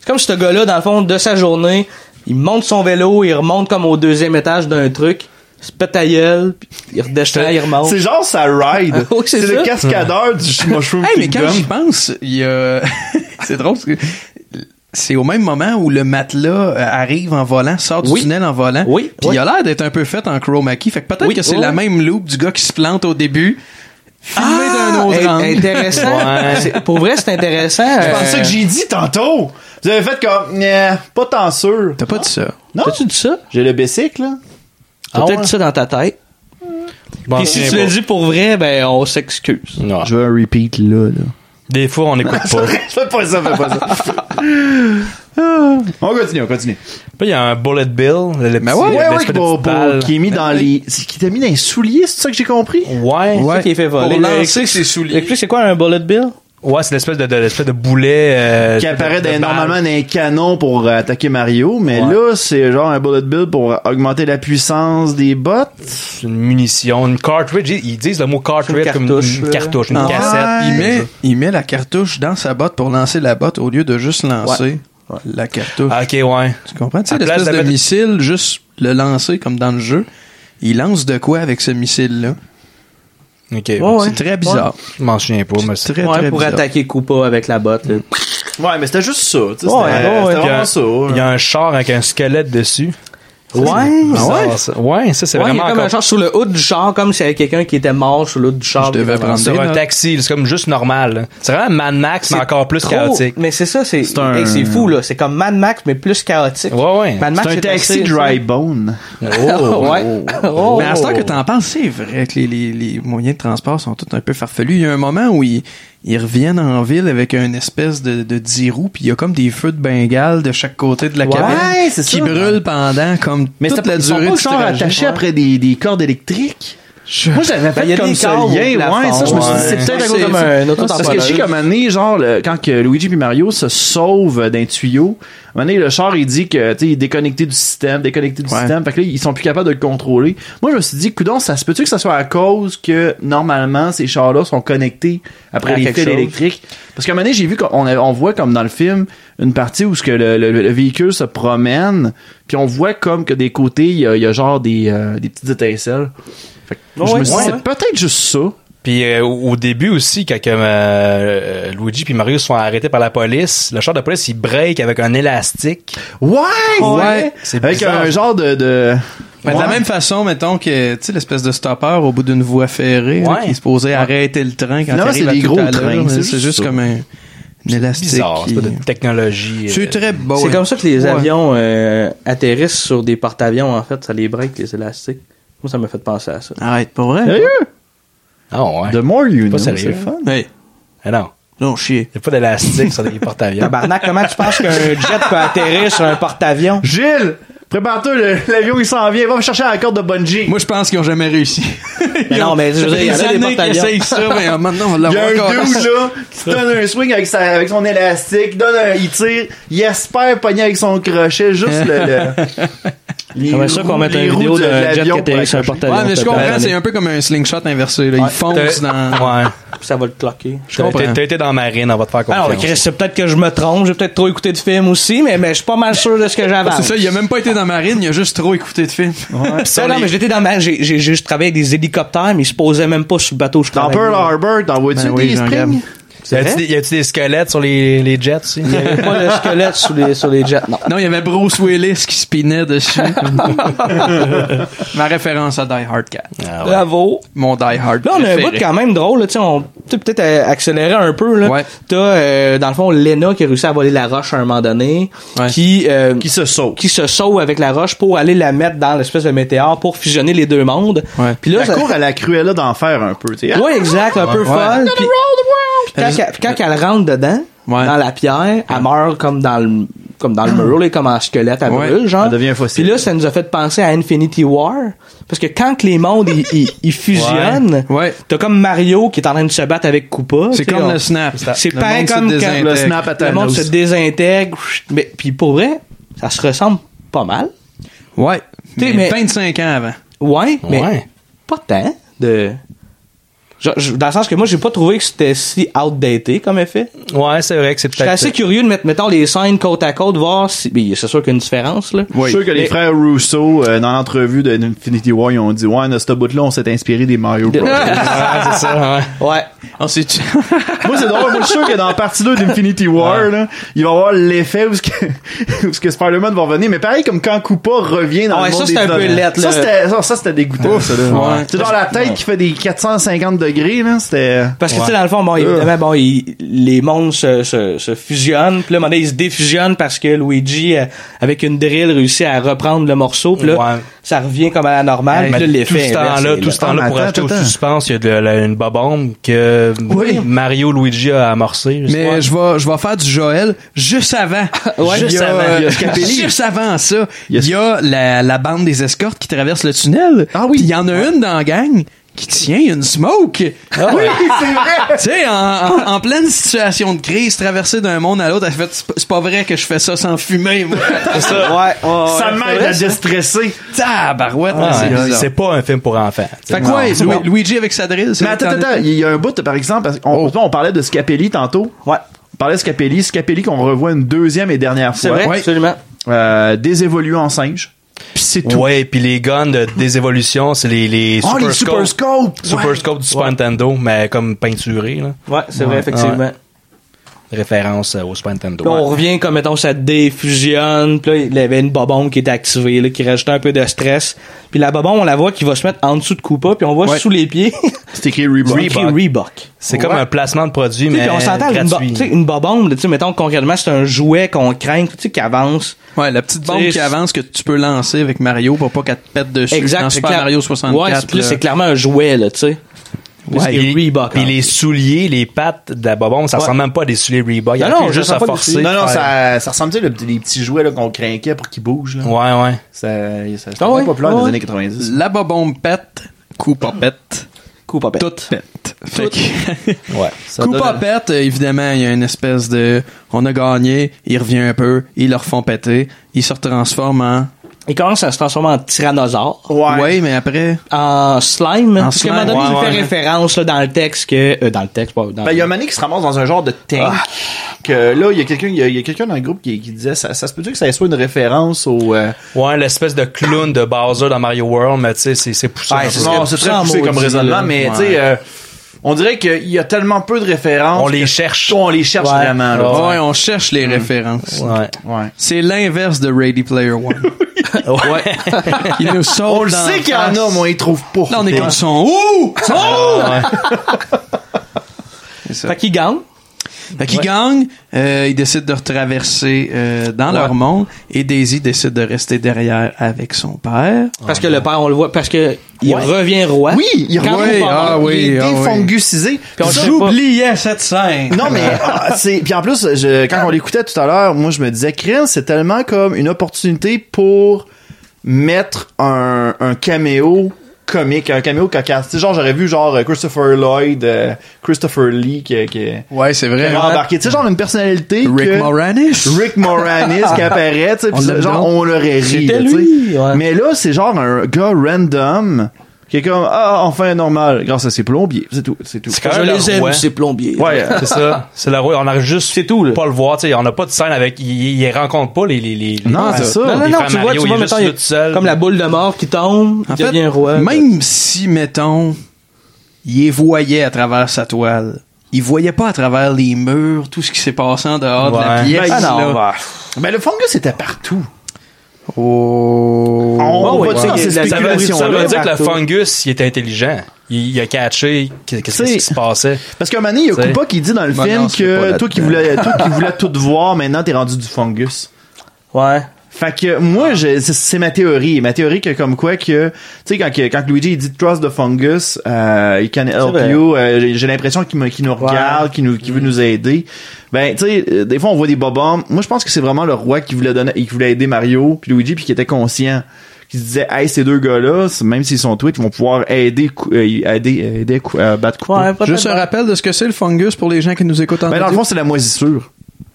Speaker 3: C'est comme ce gars-là, dans le fond, de sa journée, il monte son vélo, il remonte comme au deuxième étage d'un truc, il se pète à gueule, puis il redescend, il remonte.
Speaker 2: C'est genre sa ride.
Speaker 3: Ah Oh. oui, c'est
Speaker 2: le
Speaker 3: ça.
Speaker 2: cascadeur du Mushroom
Speaker 1: Hey, mais
Speaker 2: Kingdom.
Speaker 1: quand j'y pense, il y a. c'est drôle parce que c'est au même moment où le matelas euh, arrive en volant, sort du
Speaker 3: Oui.
Speaker 1: tunnel en volant.
Speaker 3: Oui,
Speaker 1: Puis
Speaker 3: oui.
Speaker 1: il a l'air d'être un peu fait en chroma key. Fait que peut-être
Speaker 3: Oui,
Speaker 1: que c'est
Speaker 3: oui.
Speaker 1: la même loop du gars qui se plante au début. Filmé
Speaker 2: Ah!
Speaker 1: d'un autre
Speaker 3: Ah, in-
Speaker 1: angle.
Speaker 3: intéressant. C'est- Pour vrai, c'est intéressant.
Speaker 2: C'est pas
Speaker 3: Euh,
Speaker 2: ça que j'ai dit tantôt. Vous avez fait comme, Nyeh, pas tant sûr.
Speaker 1: T'as pas dit ça.
Speaker 2: Non?
Speaker 3: T'as-tu dit ça?
Speaker 2: J'ai le bicycle, là.
Speaker 3: T'as
Speaker 4: Ah
Speaker 3: peut-être
Speaker 4: ouais?
Speaker 3: dit ça dans ta tête.
Speaker 4: Bon,
Speaker 3: Puis si
Speaker 4: tiens,
Speaker 3: tu le
Speaker 4: bon.
Speaker 3: dis pour vrai, ben on s'excuse.
Speaker 4: Ouais.
Speaker 2: veux un repeat, là, là.
Speaker 4: Des fois, on n'écoute pas. Puis
Speaker 2: Fais pas ça, fais pas ça. Ah, on continue, on continue.
Speaker 4: il y a un bullet bill. Le,
Speaker 1: Mais
Speaker 4: le petit-
Speaker 1: Ben ouais, Ben
Speaker 4: l'espèce
Speaker 2: Ouais,
Speaker 4: de
Speaker 2: ouais, qui,
Speaker 4: petite
Speaker 2: bon, bon,
Speaker 4: balle.
Speaker 2: qui est mis dans les, c'est- qui t'a mis dans les souliers, c'est ça que j'ai compris?
Speaker 4: Ouais.
Speaker 3: C'est ça qui est fait voler.
Speaker 1: Pour
Speaker 3: Là,
Speaker 1: lancer
Speaker 3: explique-
Speaker 1: ses souliers.
Speaker 3: Explique, c'est quoi un bullet bill?
Speaker 4: Ouais, c'est l'espèce de, de- l'espèce de boulet. euh,
Speaker 2: qui
Speaker 4: de-
Speaker 2: apparaît
Speaker 4: de
Speaker 2: dans-
Speaker 4: balle.
Speaker 2: normalement dans un canon pour euh, attaquer Mario, mais
Speaker 4: Ouais.
Speaker 2: là, c'est genre un bullet bill pour augmenter la puissance des bottes.
Speaker 4: C'est une munition, une cartridge. Ils ils disent le mot cartridge
Speaker 3: C'est une
Speaker 4: comme
Speaker 3: cartouche,
Speaker 4: une,
Speaker 3: là.
Speaker 4: cartouche, une
Speaker 1: Ah,
Speaker 4: cassette.
Speaker 1: Il met, il met la cartouche dans sa botte pour lancer la botte au lieu de juste lancer la cartouche.
Speaker 4: Ah, Ok, ouais.
Speaker 1: Tu comprends? Tu sais,
Speaker 4: à place
Speaker 1: l'espèce
Speaker 4: de
Speaker 1: de,
Speaker 4: mettre-
Speaker 1: missile, juste le lancer comme dans le jeu. Il lance de quoi avec ce missile-là?
Speaker 4: Ok.
Speaker 3: Ouais.
Speaker 1: C'est très bizarre.
Speaker 4: Je m'en souviens pas, mais
Speaker 1: C'est
Speaker 4: c'est.
Speaker 1: très,
Speaker 3: Ouais,
Speaker 1: très
Speaker 3: pour
Speaker 1: bizarre.
Speaker 3: attaquer Koopa avec la botte. là.
Speaker 2: Ouais, mais c'était juste ça. tu sais, c'était-
Speaker 3: Ouais, ouais,
Speaker 2: c'était
Speaker 3: ouais.
Speaker 2: vraiment ça.
Speaker 4: Il y a un char avec un squelette dessus.
Speaker 3: Ah Ouais,
Speaker 4: Bizarre,
Speaker 3: ouais.
Speaker 4: ça. Ouais, ça, c'est
Speaker 3: Ouais, il y
Speaker 4: vraiment
Speaker 3: a comme
Speaker 4: encore-
Speaker 3: un char sur le haut du char, comme s'il y avait quelqu'un qui était mort sur le haut du char.
Speaker 1: Je devais
Speaker 3: Puis,
Speaker 1: prendre
Speaker 3: euh,
Speaker 1: des
Speaker 4: Sur un
Speaker 1: notes.
Speaker 4: taxi, c'est comme juste normal. là. C'est vraiment Mad Max, mais
Speaker 3: c'est
Speaker 4: encore plus
Speaker 3: trop-
Speaker 4: chaotique.
Speaker 3: Mais c'est ça, c'est
Speaker 2: C'est un-
Speaker 3: hey, c'est fou, là. C'est comme Mad Max, mais plus chaotique.
Speaker 4: Ouais, ouais.
Speaker 3: Mad Max,
Speaker 2: C'est un taxi
Speaker 3: assez-
Speaker 2: dry bone. oh,
Speaker 3: ouais. Oh.
Speaker 1: Mais à ce temps que t'en penses, c'est vrai que les, les- les moyens de transport sont tous un peu farfelus. Il y a un moment où ils, ils reviennent en ville avec une espèce de, de 10 roues, puis il y a comme des feux de Bengale de chaque côté de la cabine
Speaker 2: c'est
Speaker 1: qui
Speaker 2: ça.
Speaker 1: brûlent pendant comme
Speaker 2: Mais
Speaker 1: toute
Speaker 2: c'était
Speaker 1: la
Speaker 2: ils sont
Speaker 1: durée
Speaker 2: pas
Speaker 1: du
Speaker 2: genre
Speaker 1: trajet.
Speaker 2: attaché après des, des cordes électriques. Moi, j'avais
Speaker 3: Ben, il
Speaker 2: fait
Speaker 3: y a
Speaker 2: comme
Speaker 3: des
Speaker 2: ça
Speaker 3: cordes au
Speaker 2: lien, ouais,
Speaker 3: plafond,
Speaker 2: ça, je me suis dit,
Speaker 4: ouais.
Speaker 2: c'est peut-être à cause
Speaker 3: C'est
Speaker 2: de
Speaker 3: comme
Speaker 2: ça.
Speaker 3: un auto-tamponneuse.
Speaker 2: Parce que je sais qu'à un moment donné, genre, le- quand que Luigi puis Mario se sauvent d'un tuyau, à un moment donné, le char, il dit que, tu sais, il est déconnecté du système, déconnecté du
Speaker 1: Ouais.
Speaker 2: système, fait que là, ils sont plus capables de le contrôler. Moi, je me suis dit, coudon, ça se peut-tu que ça soit à cause que, normalement, ces chars-là sont connectés après
Speaker 3: À
Speaker 2: les
Speaker 3: quelque
Speaker 2: fils
Speaker 3: chose.
Speaker 2: électriques? Parce qu'à un moment donné, j'ai vu qu'on avait- on voit, comme dans le film, une partie où ce que le, le- le véhicule se promène, puis on voit comme que des côtés, il y a, il y a genre des, euh, des petites étincelles. Fait que je
Speaker 3: Ouais,
Speaker 2: me suis
Speaker 3: ouais,
Speaker 2: dit,
Speaker 3: ouais.
Speaker 2: c'est peut-être juste ça.
Speaker 4: Puis euh, au au début aussi, quand euh, euh, Luigi puis Mario se font arrêter par la police, le char de police, il break avec un élastique.
Speaker 2: Ouais,
Speaker 4: Ouais. C'est
Speaker 2: Avec
Speaker 4: bizarre.
Speaker 2: un genre de. de...
Speaker 1: Mais De la
Speaker 2: Ouais.
Speaker 1: même façon, mettons que, tu sais, l'espèce de stopper au bout d'une voie ferrée là,
Speaker 4: Ouais.
Speaker 1: qui est supposé arrêter le train quand
Speaker 2: Non,
Speaker 1: il
Speaker 2: c'est
Speaker 1: arrive à
Speaker 2: des
Speaker 1: tout
Speaker 2: gros
Speaker 1: à l'heure.
Speaker 2: trains, c'est
Speaker 1: C'est
Speaker 2: juste
Speaker 1: juste,
Speaker 2: ça.
Speaker 1: comme un, un élastique.
Speaker 4: Bizarre,
Speaker 1: qui-
Speaker 4: c'est pas de technologie. euh,
Speaker 1: C'est très beau.
Speaker 3: C'est
Speaker 1: hein.
Speaker 3: comme ça que les
Speaker 1: Ouais.
Speaker 3: avions euh, atterrissent sur des porte-avions, en fait. Ça les break, les élastiques. Moi, ça m'a fait penser à ça.
Speaker 1: Arrête, pas vrai?
Speaker 2: Sérieux?
Speaker 4: Ah ouais.
Speaker 2: The more you know,
Speaker 4: Pas
Speaker 2: c'est
Speaker 4: sérieux.
Speaker 2: le fun.
Speaker 1: Hey,
Speaker 4: Ah non,
Speaker 1: non, chier.
Speaker 4: il a pas d'élastique sur les porte-avions.
Speaker 3: Tabarnak, comment tu penses qu'un jet peut atterrir sur un porte-avions?
Speaker 2: Gilles, prépare-toi, le- l'avion il s'en vient, va me chercher à la corde de bungee.
Speaker 1: Moi, je pense qu'ils ont jamais réussi.
Speaker 3: Mais non, mais je veux dire, il y en a des porte-avions.
Speaker 1: essayent ça, mais euh, maintenant, on va
Speaker 2: il y a
Speaker 1: l'avoir
Speaker 2: un
Speaker 1: encore.
Speaker 2: dude là qui se donne un swing avec, sa, avec son élastique, donne un, il tire, il espère pogner avec son crochet juste le. le les
Speaker 3: J'aimerais ça qu'on
Speaker 2: roues-
Speaker 3: mette
Speaker 2: les
Speaker 3: une
Speaker 2: roues
Speaker 3: vidéo
Speaker 2: de
Speaker 3: d'un jet qui
Speaker 2: l'avion
Speaker 3: atterrit sur un
Speaker 2: pour
Speaker 3: porte-avions.
Speaker 1: Ouais, mais je
Speaker 3: s'il te plaît.
Speaker 1: comprends, c'est un peu comme un slingshot inversé, là. Il fonce
Speaker 2: Ah,
Speaker 1: dans...
Speaker 4: Ouais.
Speaker 3: Ça va le cloquer.
Speaker 1: Je comprends.
Speaker 4: T'as- T'as été dans la marine, on va te faire
Speaker 3: Alors,
Speaker 4: confiance.
Speaker 3: Chris, c'est peut-être que je me trompe, j'ai peut-être trop écouté de films aussi, mais, mais je suis pas mal sûr de ce que j'avais.
Speaker 1: C'est ça, il a même pas été dans Marine, il a juste trop écouté de films.
Speaker 3: Non, non, mais j'étais dans ma. J'ai j'ai juste travaillé avec des hélicoptères, mais ils se posaient même pas sur le bateau. Je
Speaker 2: Dans
Speaker 3: travaillais.
Speaker 2: Pearl Harbor, t'en vois-tu
Speaker 1: Ben oui,
Speaker 2: des
Speaker 1: j'en
Speaker 2: springs?
Speaker 1: regarde.
Speaker 4: Y a-tu des- y a-tu des squelettes sur les, les jets aussi?
Speaker 3: Il y avait pas de squelette sur les, sur les jets, non.
Speaker 1: Non, il y avait Bruce Willis qui spinait dessus. Ma référence à Die Hard 4.
Speaker 4: Ah ouais.
Speaker 3: Bravo.
Speaker 1: Mon Die Hard
Speaker 3: Là, on a un bout
Speaker 1: préféré.
Speaker 3: quand même drôle, là, tu sais, on peut peut-être euh, accélérer un peu, là.
Speaker 1: Ouais.
Speaker 3: T'as, euh, dans le fond, Lena qui a réussi à voler la roche à un moment donné,
Speaker 1: Ouais.
Speaker 3: qui, euh,
Speaker 2: Qui se sauve.
Speaker 3: qui se sauve avec la roche pour aller la mettre dans l'espèce de météore pour fusionner les deux mondes.
Speaker 1: Ouais.
Speaker 3: Puis là,
Speaker 2: La
Speaker 3: ça-
Speaker 2: cour à la cruella d'enfer un peu, tu sais. hein?
Speaker 3: Ouais, exact, un peu folle. puis- Puis Quand, qu'elle- quand elle rentre dedans,
Speaker 1: Ouais.
Speaker 3: dans la pierre, elle meurt comme dans le comme dans le mur, là, comme en squelette, elle
Speaker 1: Ouais.
Speaker 3: brûle, genre.
Speaker 2: Elle devient un fossile.
Speaker 3: Puis là, ça nous a fait penser à Infinity War, parce que quand que les mondes, ils, ils- ils fusionnent,
Speaker 1: Ouais.
Speaker 3: t'as comme Mario qui est en train de se battre avec Koopa.
Speaker 1: C'est
Speaker 3: tu sais,
Speaker 1: comme
Speaker 3: on-
Speaker 1: le snap.
Speaker 3: C'est
Speaker 1: Le
Speaker 3: pareil
Speaker 1: monde se
Speaker 3: comme quand
Speaker 1: désintègre.
Speaker 2: Le snap à
Speaker 3: le monde
Speaker 2: Thanos.
Speaker 3: se désintègre. Mais, puis pour vrai, ça se ressemble pas mal.
Speaker 1: Ouais. Mais,
Speaker 3: T'sais, mais-
Speaker 1: 25 ans avant.
Speaker 3: Ouais, mais
Speaker 4: Ouais.
Speaker 3: pas tant de. Je- je- dans le sens que moi, j'ai pas trouvé que c'était si outdated comme effet.
Speaker 4: Ouais, c'est vrai que c'est
Speaker 3: J'étais
Speaker 4: peut-être.
Speaker 3: assez curieux de mettre, mettons, les scènes côte à côte, voir si. Mais c'est sûr qu'il y a une différence, là.
Speaker 2: Je suis sûr que les frères Russo, euh, dans l'entrebout de Infinity War, ils ont dit Ouais, de ce bout-là, on s'est inspiré des Mario Bros.
Speaker 4: Ouais, c'est ça, ouais.
Speaker 3: Ouais.
Speaker 1: On s'est-
Speaker 2: Moi, c'est drôle. Moi, je suis sûr que dans la partie 2 d'Infinity War, là, il va y avoir l'effet où, ce que, où ce que Spider-Man va revenir. Mais pareil, comme quand Koopa revient dans
Speaker 3: Ah ouais,
Speaker 2: le
Speaker 3: ça,
Speaker 2: monde
Speaker 3: c'était
Speaker 2: des
Speaker 3: un peu
Speaker 2: vilains.
Speaker 3: laid,
Speaker 2: Ça,
Speaker 3: là.
Speaker 2: c'était, ça, ça, c'était dégoûtant, ça, là.
Speaker 1: ouais.
Speaker 2: C'est dans la tête qui fait des 450 degrés, là. C'était...
Speaker 3: Parce que, tu sais, dans le fond, bon, évidemment, bon, il- les mondes se, se, se fusionnent, puis là, à un moment donné, ils se défusionnent parce que Luigi, euh, avec une drill, réussit à reprendre le morceau, puis là,
Speaker 4: Ouais.
Speaker 3: ça revient comme à la normale,
Speaker 4: Mais
Speaker 3: puis là,
Speaker 4: tout
Speaker 3: l'effet.
Speaker 4: ce temps-là,
Speaker 3: inverse est
Speaker 4: tout ce
Speaker 3: là.
Speaker 4: temps-là,
Speaker 2: Ah,
Speaker 4: pour
Speaker 2: mais
Speaker 4: rajouter au
Speaker 2: attends, attends.
Speaker 4: suspense, il y a de la- une babombe que
Speaker 1: Oui.
Speaker 4: Mario Luigi a amorcé. je sais pas.
Speaker 1: Mais je vais, je vais faire du Joël juste avant. Il
Speaker 4: Ouais.
Speaker 1: y
Speaker 4: Juste
Speaker 1: a,
Speaker 4: avant.
Speaker 1: euh,
Speaker 4: Il y a
Speaker 2: Scapelli.
Speaker 1: juste avant ça,
Speaker 2: Il y a-
Speaker 1: il y a la, la bande des escortes qui traverse le tunnel.
Speaker 2: Ah oui.
Speaker 1: Puis Il y en a une dans la gang qui tient une smoke.
Speaker 2: Oui, c'est vrai!
Speaker 1: Tu sais, en, en- en pleine situation de crise, traversée d'un monde à l'autre, elle fait c'est pas- c'est pas vrai que je fais ça sans fumer, moi.
Speaker 3: Ouais, ouais,
Speaker 2: Ça
Speaker 3: ouais,
Speaker 2: m'aide
Speaker 3: c'est
Speaker 2: à
Speaker 3: vrai,
Speaker 2: déstresser.
Speaker 1: Tabarouette,
Speaker 4: Ouais,
Speaker 1: là, c'est bizarre.
Speaker 4: Ah, c'est pas un film pour enfants. tu sais.
Speaker 1: Fait que ouais,
Speaker 2: c'est
Speaker 1: Lu-
Speaker 2: bon.
Speaker 1: Luigi avec sa drill, c'est
Speaker 2: Mais attends,
Speaker 1: le temps
Speaker 2: attends, il y a un bout, par exemple, parce qu'on on parlait de Scapelli tantôt.
Speaker 3: Ouais.
Speaker 2: On parlait de Scapelli. Scapelli qu'on revoit une deuxième et dernière
Speaker 3: C'est
Speaker 2: fois.
Speaker 3: vrai,
Speaker 1: Ouais.
Speaker 3: absolument.
Speaker 2: Euh, désévolué en singe. Puis c'est tout.
Speaker 4: Ouais, puis les guns de, des évolutions, c'est les, les
Speaker 2: Oh, les
Speaker 4: Super
Speaker 2: Super
Speaker 4: Scope.
Speaker 2: Scope!
Speaker 4: Super Scope du Super Nintendo, mais comme peinturé, là.
Speaker 3: Ouais, c'est vrai, effectivement.
Speaker 4: Ouais. Référence euh, au Super Nintendo.
Speaker 3: Puis on revient comme mettons ça défusionne, puis là il y avait une bobombe qui était activée là, qui rajoutait un peu de stress. Puis la bobombe, on la voit qui va se mettre en dessous de Koopa, puis on voit
Speaker 2: Ouais.
Speaker 3: sous les pieds
Speaker 2: C'est écrit Reebok.
Speaker 3: c'est écrit Reebok.
Speaker 4: C'est comme un placement de produit,
Speaker 3: Tu sais,
Speaker 4: mais
Speaker 3: puis on s'entend une, bo-
Speaker 4: gratuit.
Speaker 3: tu sais, une bobombe, là, tu sais mettons concrètement c'est un jouet qu'on craint, tu sais qui avance.
Speaker 1: Ouais, la petite bombe
Speaker 3: T'sais,
Speaker 1: qui avance que tu peux lancer avec Mario pour pas qu'elle te pète dessus.
Speaker 3: Exact,
Speaker 1: Dans
Speaker 3: c'est
Speaker 1: Super
Speaker 3: clair-
Speaker 1: Mario
Speaker 3: Ouais,
Speaker 1: 64.
Speaker 3: c'est- là,
Speaker 1: là.
Speaker 3: c'est clairement un jouet là, tu sais.
Speaker 4: Ouais,
Speaker 3: c'est
Speaker 4: puis-
Speaker 3: Reebok,
Speaker 4: Puis
Speaker 3: hein.
Speaker 4: les souliers, les pattes de la bobombe, ça ressemble même pas à des souliers Reebok. Il
Speaker 3: Non,
Speaker 4: a
Speaker 3: non,
Speaker 4: pu
Speaker 3: ça
Speaker 4: juste à
Speaker 3: ressemble pas à des
Speaker 4: forcer.
Speaker 3: souliers.
Speaker 2: Non, non,
Speaker 4: Ouais.
Speaker 2: ça, ça ressemble, tu sais, le petit- les petits jouets là, qu'on craquait pour qu'ils bougent. Là.
Speaker 4: Ouais, ouais.
Speaker 2: Ça, ça, c'était
Speaker 3: Ah ouais,
Speaker 2: bien populaire
Speaker 3: ah
Speaker 2: dans
Speaker 3: ouais.
Speaker 2: les années 90.
Speaker 1: La bombe pète, Koopa pète,
Speaker 3: Koopa pète.
Speaker 1: tout pète. Fait que-
Speaker 4: Ouais. Ça
Speaker 1: Koopa
Speaker 4: donne-
Speaker 1: pète, euh, évidemment, il y a une espèce de... On a gagné, il revient un peu, ils leur font péter, ils se transforment en...
Speaker 3: Il commence à se transformer en tyrannosaure.
Speaker 1: Ouais, mais après...
Speaker 3: En slime.
Speaker 1: En
Speaker 3: Parce
Speaker 1: slime,
Speaker 3: qu'à un moment donné,
Speaker 1: ouais,
Speaker 3: il fait
Speaker 1: ouais.
Speaker 3: référence là, dans le texte que. euh, dans le texte, pas dans
Speaker 2: Ben, il y a un mané qui se ramasse dans un genre de tank. Que là, il y a quelqu'un, il y a, il y a quelqu'un dans le groupe qui, qui disait, ça, ça se peut-tu que ça soit une référence au, euh,
Speaker 4: Ouais, l'espèce de clown de Bowser dans Mario World, mais tu sais, c'est- c'est poussé.
Speaker 2: Ouais,
Speaker 4: dans
Speaker 2: c'est
Speaker 4: ce-
Speaker 2: non, c'est très
Speaker 3: ça,
Speaker 2: poussé
Speaker 3: maudit,
Speaker 2: comme raisonnement,
Speaker 3: là.
Speaker 2: mais
Speaker 1: Ouais.
Speaker 2: tu sais, euh, on dirait qu'il y a tellement peu de références.
Speaker 4: On les
Speaker 2: que-
Speaker 4: cherche.
Speaker 2: On les cherche
Speaker 3: Ouais.
Speaker 2: vraiment, là.
Speaker 1: ouais, on cherche les références.
Speaker 4: Ouais.
Speaker 2: Ouais.
Speaker 1: C'est l'inverse de Ready Player One. ouais. Il nous saute
Speaker 2: On le
Speaker 1: dans
Speaker 2: sait
Speaker 1: la
Speaker 2: qu'il y en a,
Speaker 1: face.
Speaker 2: mais on les trouve pas.
Speaker 1: Là, on est comme son... Ouh!
Speaker 3: Fait qu'il gagne.
Speaker 1: Fait qu'ils gagnent, euh, ils décident de retraverser euh, dans leur monde et Daisy décide de rester derrière avec son père.
Speaker 3: Parce que le père, on le voit, parce que il revient roi.
Speaker 2: Oui, il
Speaker 3: Quand
Speaker 2: revient.
Speaker 3: on parle,
Speaker 1: ah oui,
Speaker 2: il est
Speaker 1: ah oui.
Speaker 2: défonguscisé.
Speaker 3: Puis on le
Speaker 2: Ça,
Speaker 3: sait
Speaker 1: J'oubliais cette scène.
Speaker 2: Non mais ah, c'est puis en plus je- quand on l'écoutait tout à l'heure, moi je me disais Krill, c'est tellement comme une opportunité pour mettre un, un caméo comique, un caméo cocasse. Tu sais, genre j'aurais vu genre euh, Christopher Lloyd, euh, Christopher Lee qui qui qui
Speaker 1: Ouais, c'est vrai. hein.
Speaker 2: aurait embarqué, tu sais genre une personnalité que-
Speaker 1: Rick Moranis.
Speaker 2: Rick Moranis qui apparaît, tu sais, pis
Speaker 1: On l'aime
Speaker 2: genre
Speaker 1: donc.
Speaker 2: on l'aurait ri,
Speaker 3: C'était
Speaker 2: là, tu
Speaker 3: lui,
Speaker 2: sais.
Speaker 3: ouais.
Speaker 2: Mais là c'est genre un gars random qui est comme ah enfin normal grâce à ses plombiers, c'est tout, c'est tout.
Speaker 4: C'est quand
Speaker 3: Je
Speaker 4: même le
Speaker 3: les aime,
Speaker 4: roi.
Speaker 3: ces plombiers.
Speaker 4: Ouais, c'est ça. C'est la roue. On a juste c'est tout, pas le voir. tu sais, on n'a pas de scène avec. Il, il rencontre pas les. les, les
Speaker 2: Non,
Speaker 4: les-
Speaker 2: c'est ça.
Speaker 3: Non, non,
Speaker 4: Il
Speaker 3: non,
Speaker 4: fait
Speaker 3: tu vois,
Speaker 4: Mario,
Speaker 3: tu
Speaker 4: il est
Speaker 3: vois,
Speaker 4: juste
Speaker 3: mettons,
Speaker 4: là
Speaker 3: il-
Speaker 4: tout seul.
Speaker 3: comme la boule de mort qui tombe, il
Speaker 1: En fait,
Speaker 3: devient roi.
Speaker 1: même si, mettons, il les voyait à travers sa toile, il voyait pas à travers les murs tout ce qui s'est passé en dehors de la
Speaker 4: Ouais.
Speaker 1: pièce.
Speaker 2: Ben,
Speaker 1: Ah, là.
Speaker 2: non, bah. Ben, le fungus était partout.
Speaker 1: Oh.
Speaker 2: On
Speaker 3: ouais,
Speaker 2: va dire
Speaker 3: ouais.
Speaker 2: dans ces
Speaker 3: Ça veut-
Speaker 4: Ça veut,
Speaker 2: spéculations
Speaker 4: ça veut
Speaker 3: là,
Speaker 4: dire que le
Speaker 3: partout.
Speaker 4: fungus, il était intelligent. Il, il a catché qu'est- qu'est-ce
Speaker 2: C'est-
Speaker 4: qui se passait.
Speaker 2: Parce qu'à un moment donné, il y a
Speaker 4: C'est-
Speaker 2: Koopa qui dit dans le
Speaker 1: Ben
Speaker 2: film
Speaker 1: non, c'est pas
Speaker 2: que
Speaker 1: là-dedans.
Speaker 2: toi qui voulais, toi qui voulais tout voir, maintenant t'es rendu du fungus.
Speaker 3: Ouais.
Speaker 2: Fait que
Speaker 3: Ah.
Speaker 2: moi, je- c'est- c'est ma théorie. Ma théorie que comme quoi que, tu sais, quand, que- quand Luigi il dit Trust the fungus, euh, it can help
Speaker 3: vrai. Mm.
Speaker 2: you, euh, j'ai- j'ai l'impression qu'il me- qu'il nous regarde, qu'il nous, qu'il veut nous aider. Ben, tu sais, euh, des fois on voit des bobombes. Moi, je pense que c'est vraiment le roi qui voulait donner, qui voulait aider Mario puis Luigi puis qui était conscient, qui se disait, hey, ces deux gars-là, c'est- même s'ils sont tweets, ils vont pouvoir aider, cou- euh, aider, aider, cou- euh, battre Koopa.
Speaker 3: Ouais, peut-être
Speaker 1: Juste un
Speaker 3: pas.
Speaker 1: rappel de ce que c'est le fungus pour les gens qui nous écoutent en
Speaker 2: Ben, dans le
Speaker 1: audio.
Speaker 2: fond, c'est la moisissure.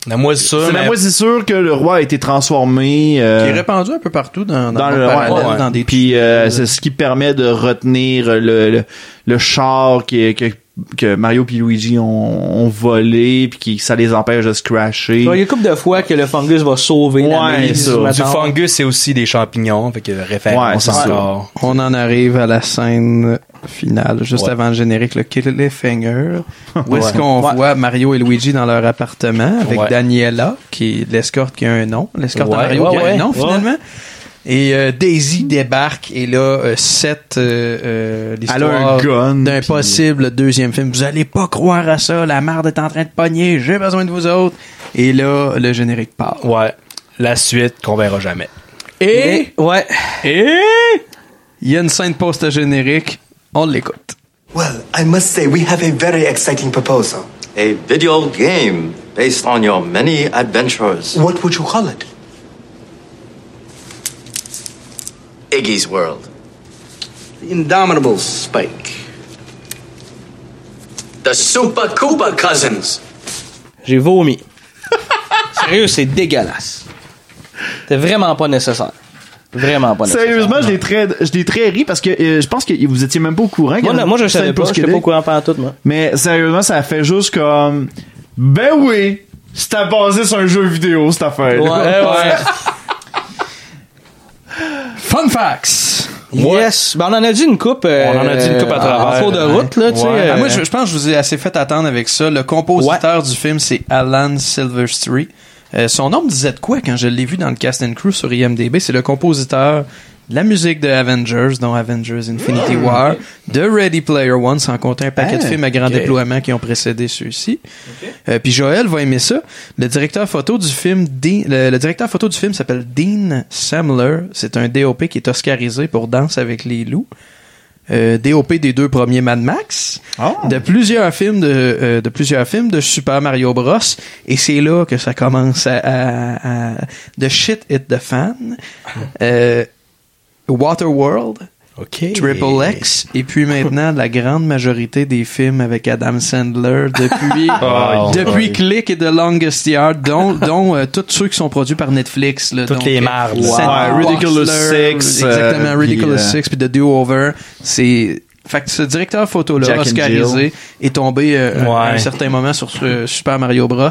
Speaker 4: La moisissure,
Speaker 2: C'est la
Speaker 4: mais-
Speaker 2: moisissure que le roi a été transformé. euh,
Speaker 1: qui est répandu un peu partout dans, dans,
Speaker 2: dans
Speaker 1: le
Speaker 2: le
Speaker 1: monde parallèle,
Speaker 2: ouais, ouais.
Speaker 1: dans des
Speaker 2: puis euh, c'est ce qui permet de retenir le, le, le char qui est- que, que Mario puis Luigi ont, ont volé puis qui ça les empêche de se crasher.
Speaker 3: Il y a une couple de fois que le fungus va sauver la
Speaker 2: Ouais,
Speaker 3: mise,
Speaker 2: ça. Du
Speaker 4: Du
Speaker 3: mettons.
Speaker 4: fungus, c'est aussi des champignons, fait que
Speaker 2: Ouais,
Speaker 4: référence
Speaker 2: c'est ça.
Speaker 4: encore.
Speaker 1: On en arrive à la scène finale, juste
Speaker 4: Ouais.
Speaker 1: avant le générique, le cliffhanger, où est-ce
Speaker 4: Ouais.
Speaker 1: qu'on voit Mario et Luigi dans leur appartement avec
Speaker 4: Ouais.
Speaker 1: Daniela, qui est l'escorte qui a un nom, l'escorte à
Speaker 4: Ouais,
Speaker 1: Mario
Speaker 4: ouais,
Speaker 1: qui a un
Speaker 4: ouais.
Speaker 1: nom
Speaker 4: Ouais.
Speaker 1: finalement. Et euh, Daisy débarque et là, euh, cette euh, euh,
Speaker 2: Elle a un
Speaker 1: l'histoire
Speaker 2: gun.
Speaker 1: d'un
Speaker 2: puis-
Speaker 1: possible deuxième film. Vous allez pas croire à ça, la marde est en train de pogner, j'ai besoin de vous autres. Et là, le générique part.
Speaker 4: Ouais. La suite qu'on verra jamais.
Speaker 1: Et
Speaker 3: Ouais.
Speaker 1: il y a une scène post-générique, on l'écoute.
Speaker 10: Well, I must say we have a very exciting proposal.
Speaker 11: A video game based on your many adventures.
Speaker 10: What would you call it?
Speaker 11: Iggy's World.
Speaker 5: The Indomitable Spike. The Super Koopa Cousins.
Speaker 3: J'ai vomi. Sérieux, c'est dégueulasse. C'est vraiment pas nécessaire. Vraiment pas nécessaire.
Speaker 2: Sérieusement, je l'ai très, je l'ai très ri parce que euh, je pense que vous étiez même pas au courant. qu'il y
Speaker 3: Moi,
Speaker 2: en a
Speaker 3: non, moi, je
Speaker 2: une
Speaker 3: savais
Speaker 2: scène
Speaker 3: pas,
Speaker 2: post-
Speaker 3: j'étais pas au courant pendant tout, moi.
Speaker 2: Mais sérieusement, ça fait juste comme ben oui, c'était basé sur un jeu vidéo cette affaire.
Speaker 3: Ouais, ouais.
Speaker 1: Fun facts!
Speaker 3: Yes. Ben, on en a dit une coupe. euh,
Speaker 4: On en a dit une coupe à travers.
Speaker 3: En cours de route, là, tu sais.
Speaker 4: Ouais.
Speaker 3: euh,
Speaker 1: Ah, moi, je, je pense que je vous ai assez fait attendre avec ça. Le compositeur du film, c'est Alan Silverstreet. Euh, son nom me disait de quoi quand je l'ai vu dans le cast and crew sur IMDb? C'est le compositeur de la musique de Avengers, dont Avengers Infinity
Speaker 3: Hmm.
Speaker 1: War, de Ready Player One, sans compter un paquet de
Speaker 3: Ah,
Speaker 1: films à grand déploiement qui ont précédé ceux-ci. Euh, Puis Joël va aimer ça. Le directeur photo du film, Dean- le, le directeur photo du film s'appelle Dean Samler. C'est un DOP qui est oscarisé pour Danse avec les loups. Euh, DOP des deux premiers Mad Max,
Speaker 2: Oh.
Speaker 1: de plusieurs films de, euh, de plusieurs films de Super Mario Bros. Et c'est là que ça commence à, à, à- de shit hit the fan. Euh, Waterworld,
Speaker 4: OK.
Speaker 1: Triple X, et puis maintenant la grande majorité des films avec Adam Sandler depuis euh,
Speaker 4: Oh,
Speaker 1: depuis
Speaker 4: ouais.
Speaker 1: Click et The Longest Yard, dont dont euh, tous ceux qui sont produits par Netflix. là.
Speaker 4: Toutes
Speaker 1: Donc,
Speaker 4: les
Speaker 1: euh,
Speaker 4: mardes.
Speaker 1: Seth
Speaker 2: Ouais, Ridiculous
Speaker 1: Boxler,
Speaker 2: Six,
Speaker 1: Exactement,
Speaker 2: euh,
Speaker 1: Ridiculous
Speaker 2: puis, euh,
Speaker 1: Six, puis The Do-Over. C'est. Fait que ce directeur photo-là,
Speaker 2: Jack and
Speaker 1: Oscarisé, est tombé euh,
Speaker 4: Ouais.
Speaker 1: à un certain moment sur ce Super Mario Bros.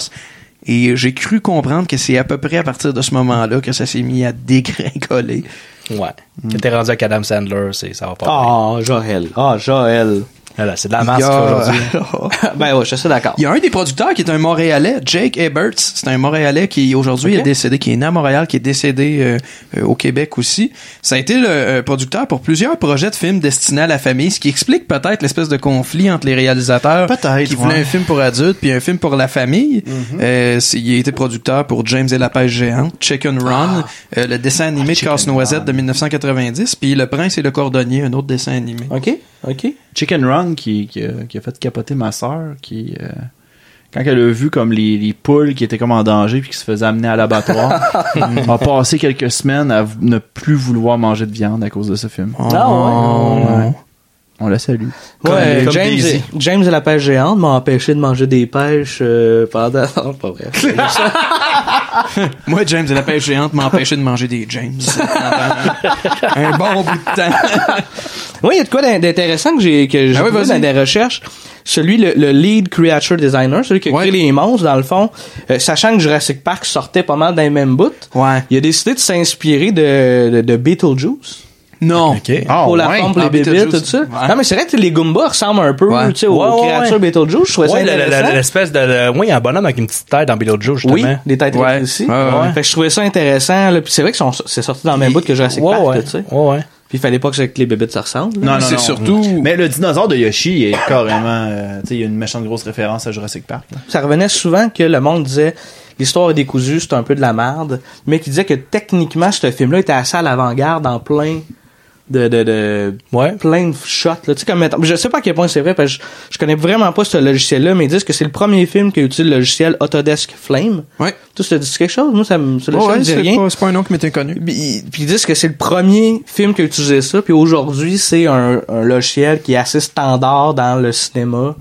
Speaker 1: Et j'ai cru comprendre que c'est à peu près à partir de ce moment-là que ça s'est mis à dégringoler.
Speaker 4: Ouais. Que t'es rendu avec Adam Sandler, c'est, ça va pas.
Speaker 2: Ah.
Speaker 4: bien.
Speaker 3: Oh, Joël. Oh, Joël.
Speaker 4: Voilà, Ah, c'est de la
Speaker 1: Il
Speaker 4: masse
Speaker 1: y a- euh, oh,
Speaker 4: aujourd'hui.
Speaker 3: ben ouais, je suis assez d'accord.
Speaker 1: Il y a un des producteurs qui est un Montréalais, Jake Eberts. C'est un Montréalais qui aujourd'hui est décédé, qui est né à Montréal, qui est décédé euh, euh, au Québec aussi. Ça a été le euh, producteur pour plusieurs projets de films destinés à la famille, ce qui explique peut-être l'espèce de conflit entre les réalisateurs
Speaker 2: Peut-être,
Speaker 1: qui voulaient
Speaker 2: ouais.
Speaker 1: un film pour adultes puis un film pour la famille. Euh, c'est- il a été producteur pour James et la pêche géante, Chicken Run, euh, le dessin animé de Casse-Noisette de 1990, puis Le Prince et le Cordonnier, un autre dessin animé.
Speaker 3: OK? OK?
Speaker 2: Chicken Run qui, qui, a, qui a fait capoter ma sœur qui euh, quand elle a vu comme les, les poules qui étaient comme en danger puis qui se faisaient amener à l'abattoir a passé quelques semaines à v- ne plus vouloir manger de viande à cause de ce film.
Speaker 3: Ah
Speaker 1: Oh.
Speaker 2: On la salue.
Speaker 3: Ouais,
Speaker 4: Comme- comme
Speaker 3: James,
Speaker 4: Daisy.
Speaker 3: et, James et la pêche géante m'ont empêché de manger des pêches euh, pendant. Non, pas vrai.
Speaker 1: Moi, James et la pêche géante m'empêchait de manger des James. pendant un bon bout de temps.
Speaker 3: oui, il y a de quoi d'in- d'intéressant que j'ai que j'ai
Speaker 1: Ah oui,
Speaker 3: trouvé
Speaker 1: vas-y.
Speaker 3: dans des recherches. Celui, le, le lead creature designer, celui qui a
Speaker 1: Ouais.
Speaker 3: créé les monstres, dans le fond, euh, sachant que Jurassic Park sortait pas mal dans les mêmes bouts,
Speaker 1: Ouais.
Speaker 3: il a décidé de s'inspirer de, de, de Beetlejuice.
Speaker 1: Non.
Speaker 2: Ah,
Speaker 3: pour la
Speaker 2: ouais.
Speaker 3: forme, pour
Speaker 1: Ah,
Speaker 3: les bébés,
Speaker 1: Beetlejuice.
Speaker 3: tout ça.
Speaker 1: Ouais.
Speaker 3: Non, mais c'est vrai que les Goombas ressemblent un peu
Speaker 1: Ouais.
Speaker 3: tu sais, aux
Speaker 4: Ouais, ouais,
Speaker 3: créatures Beetlejuice. Je trouvais ça
Speaker 4: Ouais, le- le-
Speaker 3: intéressant.
Speaker 4: l'espèce de, le- oui, il y a un bonhomme avec une petite tête dans Beetlejuice, justement.
Speaker 3: Oui, des têtes
Speaker 1: Ouais.
Speaker 3: ouais. aussi.
Speaker 1: Ouais, ouais, ouais.
Speaker 3: Fait que je trouvais ça intéressant. Là. Puis c'est vrai que sont- c'est sorti dans le même bout que Jurassic
Speaker 4: Ouais,
Speaker 3: Park,
Speaker 4: ouais.
Speaker 3: là, tu sais.
Speaker 4: Ouais, ouais.
Speaker 3: Puis il fallait pas que ça- que les bébés se ressemblent. là.
Speaker 2: Non, non,
Speaker 1: C'est
Speaker 2: non.
Speaker 1: surtout-
Speaker 2: Mais le dinosaure de Yoshi est carrément. euh, tu sais, il y a une méchante grosse référence à Jurassic Park. là.
Speaker 3: Ça revenait souvent que le monde disait l'histoire est décousue, c'est un peu de la merde, mais qui disait que techniquement, ce film-là était assez à l'avant-garde en plein de de de ouais. plein de shots là tu sais comme mettons- je sais pas à quel point c'est vrai parce que je, je connais vraiment pas ce logiciel là mais ils disent que c'est le premier film qui utilise le logiciel Autodesk Flame
Speaker 1: ouais
Speaker 3: tout ça te dit quelque chose moi ça me ça
Speaker 1: Ouais,
Speaker 3: me dit
Speaker 1: c'est
Speaker 3: rien
Speaker 1: pas- c'est pas un nom qui m'était connu.
Speaker 3: puis puis ils disent que c'est le premier film qui a utilisé ça puis aujourd'hui c'est un, un logiciel qui est assez standard dans le cinéma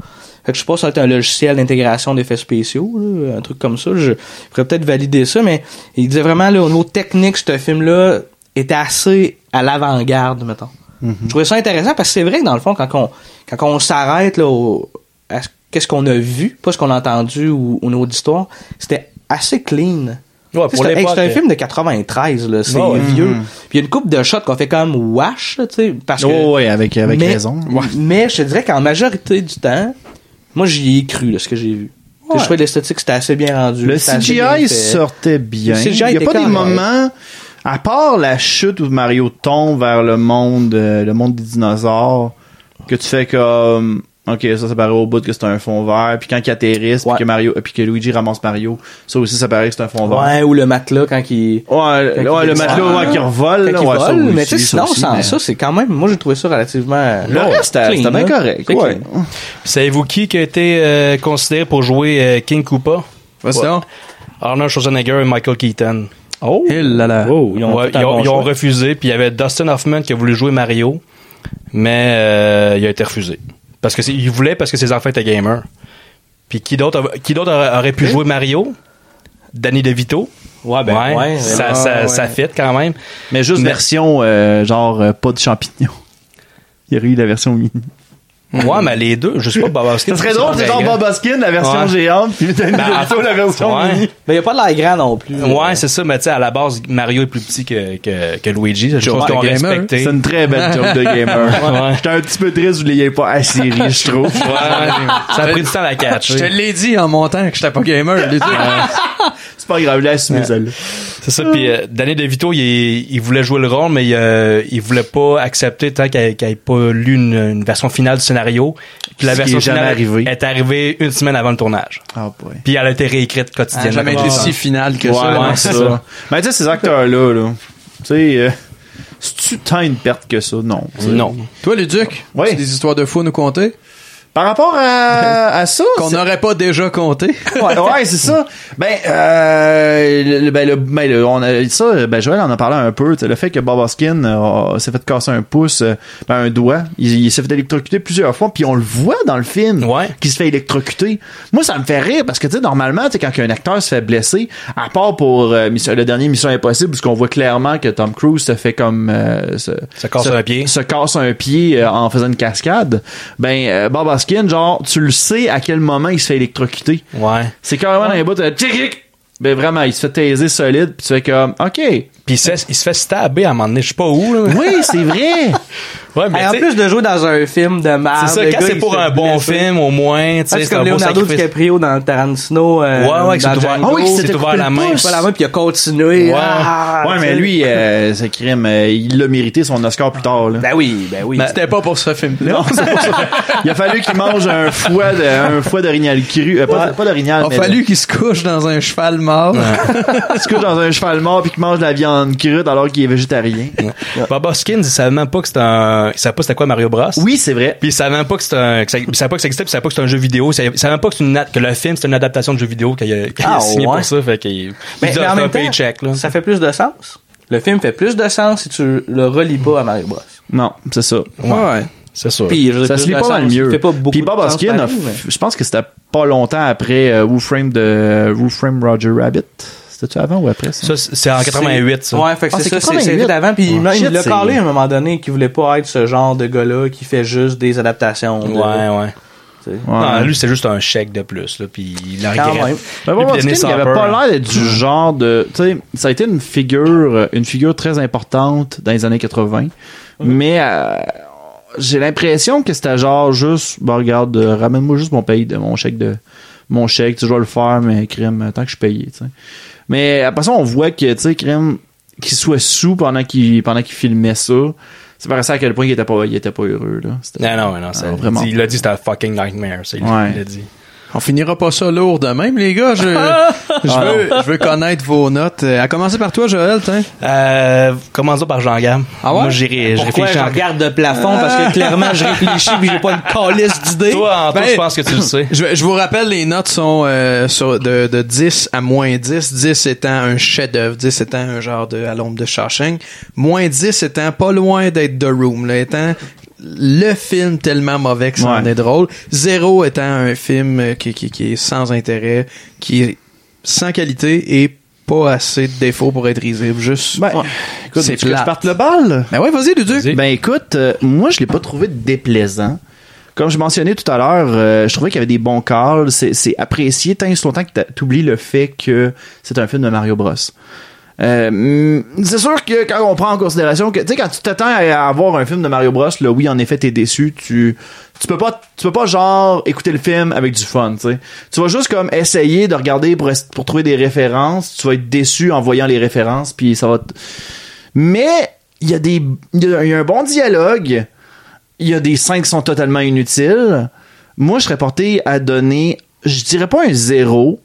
Speaker 3: fait que je sais pas si c'est un logiciel d'intégration d'effets spéciaux là, un truc comme ça je pourrais peut-être valider ça mais il disait vraiment là, au niveau technique ce film là était assez à l'avant-garde mettons je trouvais ça intéressant parce que c'est vrai que dans le fond quand on quand on s'arrête là au- à ce- qu'est-ce qu'on a vu pas ce qu'on a entendu ou, ou nos histoires c'était assez
Speaker 4: Ouais,
Speaker 3: clean Tu sais,
Speaker 4: pour
Speaker 3: c'est un- hey,
Speaker 4: l'époque,
Speaker 3: c'est
Speaker 4: euh,
Speaker 3: un film de 93 là c'est
Speaker 4: Ouais, ouais.
Speaker 3: vieux.
Speaker 4: Mhm.
Speaker 3: Puis il y a une coupe de shots qu'on fait comme wash, là, tu sais, parce que.
Speaker 2: Ouais, Oh, ouais, avec- avec
Speaker 3: mais,
Speaker 2: raison. Ouais.
Speaker 3: Mais je te dirais qu'en majorité du temps, moi j'y ai cru là, ce que j'ai vu.
Speaker 2: Ouais.
Speaker 3: Je trouvais l'esthétique c'était assez bien rendu.
Speaker 2: Le
Speaker 3: c'était assez bien
Speaker 2: CGI
Speaker 3: fait.
Speaker 2: sortait bien.
Speaker 3: Le CGI
Speaker 2: Il n'y a
Speaker 3: était
Speaker 2: pas des
Speaker 3: correct.
Speaker 2: moments, à part la chute où Mario tombe vers le monde, euh, le monde des dinosaures, que tu fais comme, ok, ça, ça paraît au bout que c'est un fond vert, puis quand il atterrisse, puis que Mario, euh, puis que Luigi ramasse Mario, ça aussi, ça paraît que c'est un fond vert.
Speaker 3: Ouais, ou le matelas quand il.
Speaker 2: Ouais,
Speaker 3: quand
Speaker 2: ouais,
Speaker 3: il
Speaker 2: le
Speaker 3: descend.
Speaker 2: matelas, ouais, qui revole,
Speaker 3: Quand
Speaker 2: là,
Speaker 3: il
Speaker 2: ouais, ça
Speaker 3: vole,
Speaker 2: aussi,
Speaker 3: mais tu sais,
Speaker 2: ça
Speaker 3: sinon,
Speaker 2: aussi,
Speaker 3: sans
Speaker 2: mais-
Speaker 3: ça, c'est quand même. Moi, j'ai trouvé ça relativement.
Speaker 2: Le reste, c'était- c'était bien correct, hein. ouais.
Speaker 4: Puis Savez-vous qui qui a été euh, considéré pour jouer euh, King Koopa?
Speaker 1: Vas-y
Speaker 4: Ouais.
Speaker 1: donc.
Speaker 4: Arnold Schwarzenegger et Michael Keaton.
Speaker 1: Oh! là là.
Speaker 4: ils ont,
Speaker 1: Ouais,
Speaker 4: ils ont- ils ont refusé. Puis il y avait Dustin Hoffman qui a voulu jouer Mario, mais euh, il a été refusé. Parce que c'est- il voulait parce que ses enfants étaient gamers. Puis qui d'autre av- qui d'autre aurait aurait pu jouer Mario? Danny DeVito. Ouais,
Speaker 3: ben, ouais,
Speaker 4: ça,
Speaker 3: ouais.
Speaker 4: ça,
Speaker 3: Ouais.
Speaker 4: ça fit quand même.
Speaker 2: Mais juste
Speaker 4: Mais-
Speaker 2: version, euh, genre, euh, pas de champignons. Il y aurait eu la version mini.
Speaker 4: Ouais, mais les deux, je sais pas, Bob Hoskins,
Speaker 2: Ça serait
Speaker 4: c'est
Speaker 2: drôle,
Speaker 4: pas hein.
Speaker 2: c'est Bah,
Speaker 4: très
Speaker 2: genre
Speaker 4: grand.
Speaker 2: Bob Hoskins, la version
Speaker 4: Ouais.
Speaker 2: géante, puis Danny
Speaker 4: Ben,
Speaker 2: DeVito, la version
Speaker 4: ouais.
Speaker 2: mini.
Speaker 3: Mais il n'y a pas de l'air grand non plus.
Speaker 4: Ouais, c'est ça, mais tu sais, à la base, Mario est plus petit que, que, que Luigi. Je
Speaker 2: Joke
Speaker 4: pense
Speaker 2: de
Speaker 4: qu'on
Speaker 2: gamer.
Speaker 4: respecté.
Speaker 2: C'est une très belle joke de gamer.
Speaker 4: Ouais.
Speaker 2: J'étais un petit peu triste, vous l'ayez pas assez riche, je trouve.
Speaker 4: Ouais, ça a pris du temps à la
Speaker 1: Je
Speaker 4: catcher.
Speaker 1: te l'ai dit en montant que j'étais pas gamer. je l'ai dit.
Speaker 2: C'est pas grave, je l'ai assumé, celle-là.
Speaker 4: C'est ça, puis euh, Danny DeVito, il, est- il voulait jouer le rôle, mais il, euh, il voulait pas accepter tant qu'il n'avait pas lu une, une version finale du scénario. Puis la
Speaker 2: Ce qui
Speaker 4: version
Speaker 2: est jamais
Speaker 4: finale
Speaker 2: arrivé.
Speaker 4: est arrivée une semaine avant le tournage.
Speaker 2: Ah, boy.
Speaker 4: Puis elle a été réécrite
Speaker 1: Elle a
Speaker 4: quotidiennement.
Speaker 1: jamais
Speaker 4: comme
Speaker 1: été
Speaker 4: ça.
Speaker 1: si finale que ça.
Speaker 2: Ouais,
Speaker 1: non,
Speaker 2: c'est ça. Mais tu sais, ces acteurs-là, là, tu sais, euh, c'est-tu tant une perte que ça? Non. tu sais.
Speaker 4: Non.
Speaker 1: Toi, Luduc,
Speaker 2: Oui.
Speaker 1: tu as des histoires de fous à nous conter
Speaker 2: Par rapport à, à ça,
Speaker 1: qu'on
Speaker 2: c'est-
Speaker 1: n'aurait pas déjà compté.
Speaker 2: ouais, ouais, c'est ça. Ben, euh, le- le- ben, le- ben, le- on a ça. Ben, Joël en a parlé un peu. tu sais, Le fait que Bob Hoskin euh, s'est fait casser un pouce, euh, ben, un doigt. Il, il s'est fait électrocuter plusieurs fois, puis on le voit dans le film.
Speaker 4: Ouais.
Speaker 2: Qui se fait électrocuter. Moi, ça me fait rire parce que tu sais, normalement, tu sais, quand un acteur se fait blesser, à part pour euh, Mission- le dernier Mission Impossible, puisqu'on voit clairement que Tom Cruise se fait comme euh, se,
Speaker 4: Se casse un pied.
Speaker 2: se casse un pied euh, en faisant une cascade. Ben, euh, Bob Hoskin, genre, tu le sais à quel moment il se fait électrocuter.
Speaker 4: Ouais.
Speaker 2: C'est carrément dans les bouts de tchic, tchic. Ben vraiment, il se fait taiser solide, puis tu fais comme, OK.
Speaker 4: Puis il se, fait- il se fait stabber à un moment donné, je sais pas où. Là.
Speaker 2: Oui, c'est vrai.
Speaker 4: Ouais, mais
Speaker 3: Et en
Speaker 4: tu sais,
Speaker 3: plus de jouer dans un film de merde.
Speaker 4: c'est ça,
Speaker 3: le
Speaker 4: quand
Speaker 3: gars,
Speaker 4: c'est
Speaker 3: il
Speaker 4: pour
Speaker 3: se
Speaker 4: un
Speaker 3: fait
Speaker 4: bon
Speaker 3: blesser.
Speaker 4: film, au moins, tu
Speaker 3: Ah,
Speaker 4: sais,
Speaker 3: C'est comme
Speaker 4: un beau
Speaker 3: Leonardo
Speaker 4: sacrifice.
Speaker 3: DiCaprio dans Tarantino. euh,
Speaker 4: Ouais, ouais, que
Speaker 3: dans
Speaker 4: c'est ouvert-
Speaker 3: Django.
Speaker 4: Ah oui, que
Speaker 3: Il
Speaker 4: c'est
Speaker 3: s'était
Speaker 4: ouvert
Speaker 3: coupé
Speaker 4: la
Speaker 3: le
Speaker 4: main.
Speaker 3: pouce. Voilà, la main, puis il a continué.
Speaker 4: Ouais.
Speaker 3: Ah,
Speaker 2: ouais, mais
Speaker 3: tu sais.
Speaker 2: lui, euh, ce crime, euh, il l'a mérité son Oscar plus tard. Là.
Speaker 3: Ben oui, ben oui.
Speaker 1: C'était pas pour ce film.
Speaker 2: Non, c'est pas ça. Il a fallu qu'il mange un foie de, un foie d'orignal cru. Euh, pas, pas d'orignal,
Speaker 1: Il a
Speaker 2: mais
Speaker 1: fallu qu'il se couche dans un cheval mort.
Speaker 2: il se couche dans un cheval mort puis qu'il mange de la viande crue alors qu'il est végétarien.
Speaker 4: Bob Hoskins, il savait même pas que c'était un. Il savait pas c'était quoi Mario Bros.
Speaker 2: Oui, c'est vrai.
Speaker 4: Puis il savait même pas que c'était un. que ça- Il savait pas que ça existait, puis il savait pas que c'était un jeu vidéo. Il savait il savait même pas que, c'est une, ad- que le film c'était une adaptation de jeu vidéo qu'il a, qu'il a
Speaker 3: Ah,
Speaker 4: signé
Speaker 3: ouais.
Speaker 4: pour ça. Fait qu'il.
Speaker 3: Mais-
Speaker 4: il
Speaker 3: mais en
Speaker 4: a
Speaker 3: même
Speaker 4: un
Speaker 3: temps,
Speaker 4: paycheck, là.
Speaker 3: Ça fait plus de sens. Le film fait plus de sens si tu le relis pas à Mario Bros.
Speaker 2: Non, c'est ça.
Speaker 1: Ouais.
Speaker 4: C'est sûr.
Speaker 3: Puis, je veux dire,
Speaker 2: ça
Speaker 3: plus
Speaker 2: se lit
Speaker 3: de
Speaker 2: pas
Speaker 3: sens.
Speaker 2: mal
Speaker 3: Il
Speaker 2: mieux.
Speaker 3: Fait pas beaucoup
Speaker 2: Puis Bob
Speaker 3: de sens
Speaker 2: Hoskin, a
Speaker 3: pareil,
Speaker 2: f-
Speaker 3: mais-
Speaker 2: je pense que c'était pas longtemps après euh, Who Framed, euh, Who Framed Roger Rabbit. C'était-tu avant ou après ça?
Speaker 4: ça, c'est c'est en 88, ça.
Speaker 3: Ouais, fait que
Speaker 2: Ah,
Speaker 3: c'est
Speaker 2: c'est
Speaker 3: ça, c'est
Speaker 2: 88.
Speaker 3: c'est avant. Puis
Speaker 2: Ouais.
Speaker 3: même,
Speaker 2: Shit,
Speaker 3: il l'a
Speaker 2: c'est-
Speaker 3: parlé à un moment donné qu'il voulait pas être ce genre de gars-là qui fait juste des adaptations. de-
Speaker 4: Ouais, ouais.
Speaker 3: tu sais.
Speaker 2: Ouais.
Speaker 4: Non, lui, c'est juste un chèque de plus, là. Puis il a
Speaker 3: Quand
Speaker 4: regretté.
Speaker 3: même.
Speaker 2: Mais Bob Hoskins, il avait pas l'air d'être du genre de, tu sais, ça a été une figure, euh, une figure très importante dans les années 80. Mais euh, j'ai l'impression que c'était genre juste, bah regarde, euh, ramène-moi juste mon paye, de mon chèque de, mon chèque, tu sais, je vais le faire, mais crime, euh, tant que je suis payé, tu sais. Mais euh, après ça, on voit que, tu sais, crime, qu'il soit sous pendant qu'il, pendant qu'il filmait ça, ça paraissait à quel point il était pas, il était pas heureux là. C'était-
Speaker 4: Non, non, non, c'est-
Speaker 2: Ah, vraiment.
Speaker 4: Il l'a dit, c'était un fucking nightmare, ça. Il
Speaker 2: Ouais.
Speaker 4: il l'a dit.
Speaker 1: On finira pas ça lourd de même, les gars. Je,
Speaker 2: Ah.
Speaker 1: je, veux, je veux connaître vos notes. Euh, À commencer par toi, Joël, tiens.
Speaker 4: Euh, commençons par Jean-Gab.
Speaker 1: Ah ouais?
Speaker 4: Moi, j'irai, je
Speaker 3: Pourquoi
Speaker 4: réfléchis
Speaker 3: je
Speaker 4: en-
Speaker 3: regarde de plafond parce que clairement je réfléchis puis j'ai pas une calice d'idée.
Speaker 4: Toi, Antoine,
Speaker 1: Ben,
Speaker 4: je pense que tu le sais.
Speaker 1: Je, vais- je vous rappelle, les notes sont euh, sur- de, de 10 à moins 10. 10 étant un chef-d'œuvre, 10 étant un genre de à l'ombre de Shawshank, moins 10 étant pas loin d'être The Room, là, étant le film tellement mauvais que ça en
Speaker 2: Ouais.
Speaker 1: est drôle. Zéro étant un film euh, qui, qui, qui est sans intérêt, qui est sans qualité et pas assez de défauts pour être risible. Juste,
Speaker 2: Ben, écoute,
Speaker 1: c'est
Speaker 2: tu veux que
Speaker 1: plat.
Speaker 2: je parte le bal?
Speaker 1: Ben ouais, vas-y, Dudu.
Speaker 2: Ben écoute, euh, moi je l'ai pas trouvé déplaisant. Comme je mentionnais tout à l'heure, euh, je trouvais qu'il y avait des bons calls. C'est c'est apprécié tant et si longtemps que t'a- t'oublies le fait que c'est un film de Mario Bros. Euh, mm, c'est sûr que quand on prend en considération que tu sais quand tu t'attends à avoir un film de Mario Bros là oui en effet t'es déçu tu tu peux pas tu peux pas genre écouter le film avec du fun tu sais tu vas juste comme essayer de regarder pour es- pour trouver des références tu vas être déçu en voyant les références puis ça va t- mais il y a des il y a- il y a un bon dialogue il y a des scènes qui sont totalement inutiles. Moi, je serais porté à donner, je dirais pas un zéro,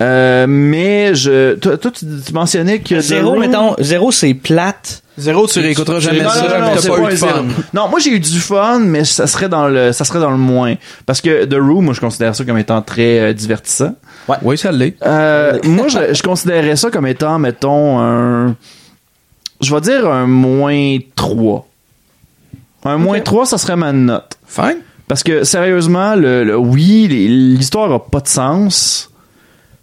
Speaker 2: euh, mais je. Toi, toi, tu, tu mentionnais que.
Speaker 3: Zéro,
Speaker 2: The Room-
Speaker 3: mettons, zéro c'est plate.
Speaker 1: Zéro, tu réécouteras jamais
Speaker 2: non,
Speaker 1: ça,
Speaker 2: non, non,
Speaker 1: mais
Speaker 2: c'est
Speaker 1: t'as pas,
Speaker 2: pas
Speaker 1: eu de
Speaker 2: un zéro.
Speaker 1: fun.
Speaker 2: Non, moi j'ai eu du fun, mais ça serait dans le, ça serait dans le moins. Parce que The Room, moi je considère ça comme étant très euh, divertissant.
Speaker 1: Oui, ça l'est.
Speaker 2: Euh, moi, je, je considérais ça comme étant, mettons, un. Je vais dire un moins 3. Un moins 3, ça serait ma note.
Speaker 1: Fine.
Speaker 2: Parce que, sérieusement, le, le- oui, les- l'histoire a pas de sens,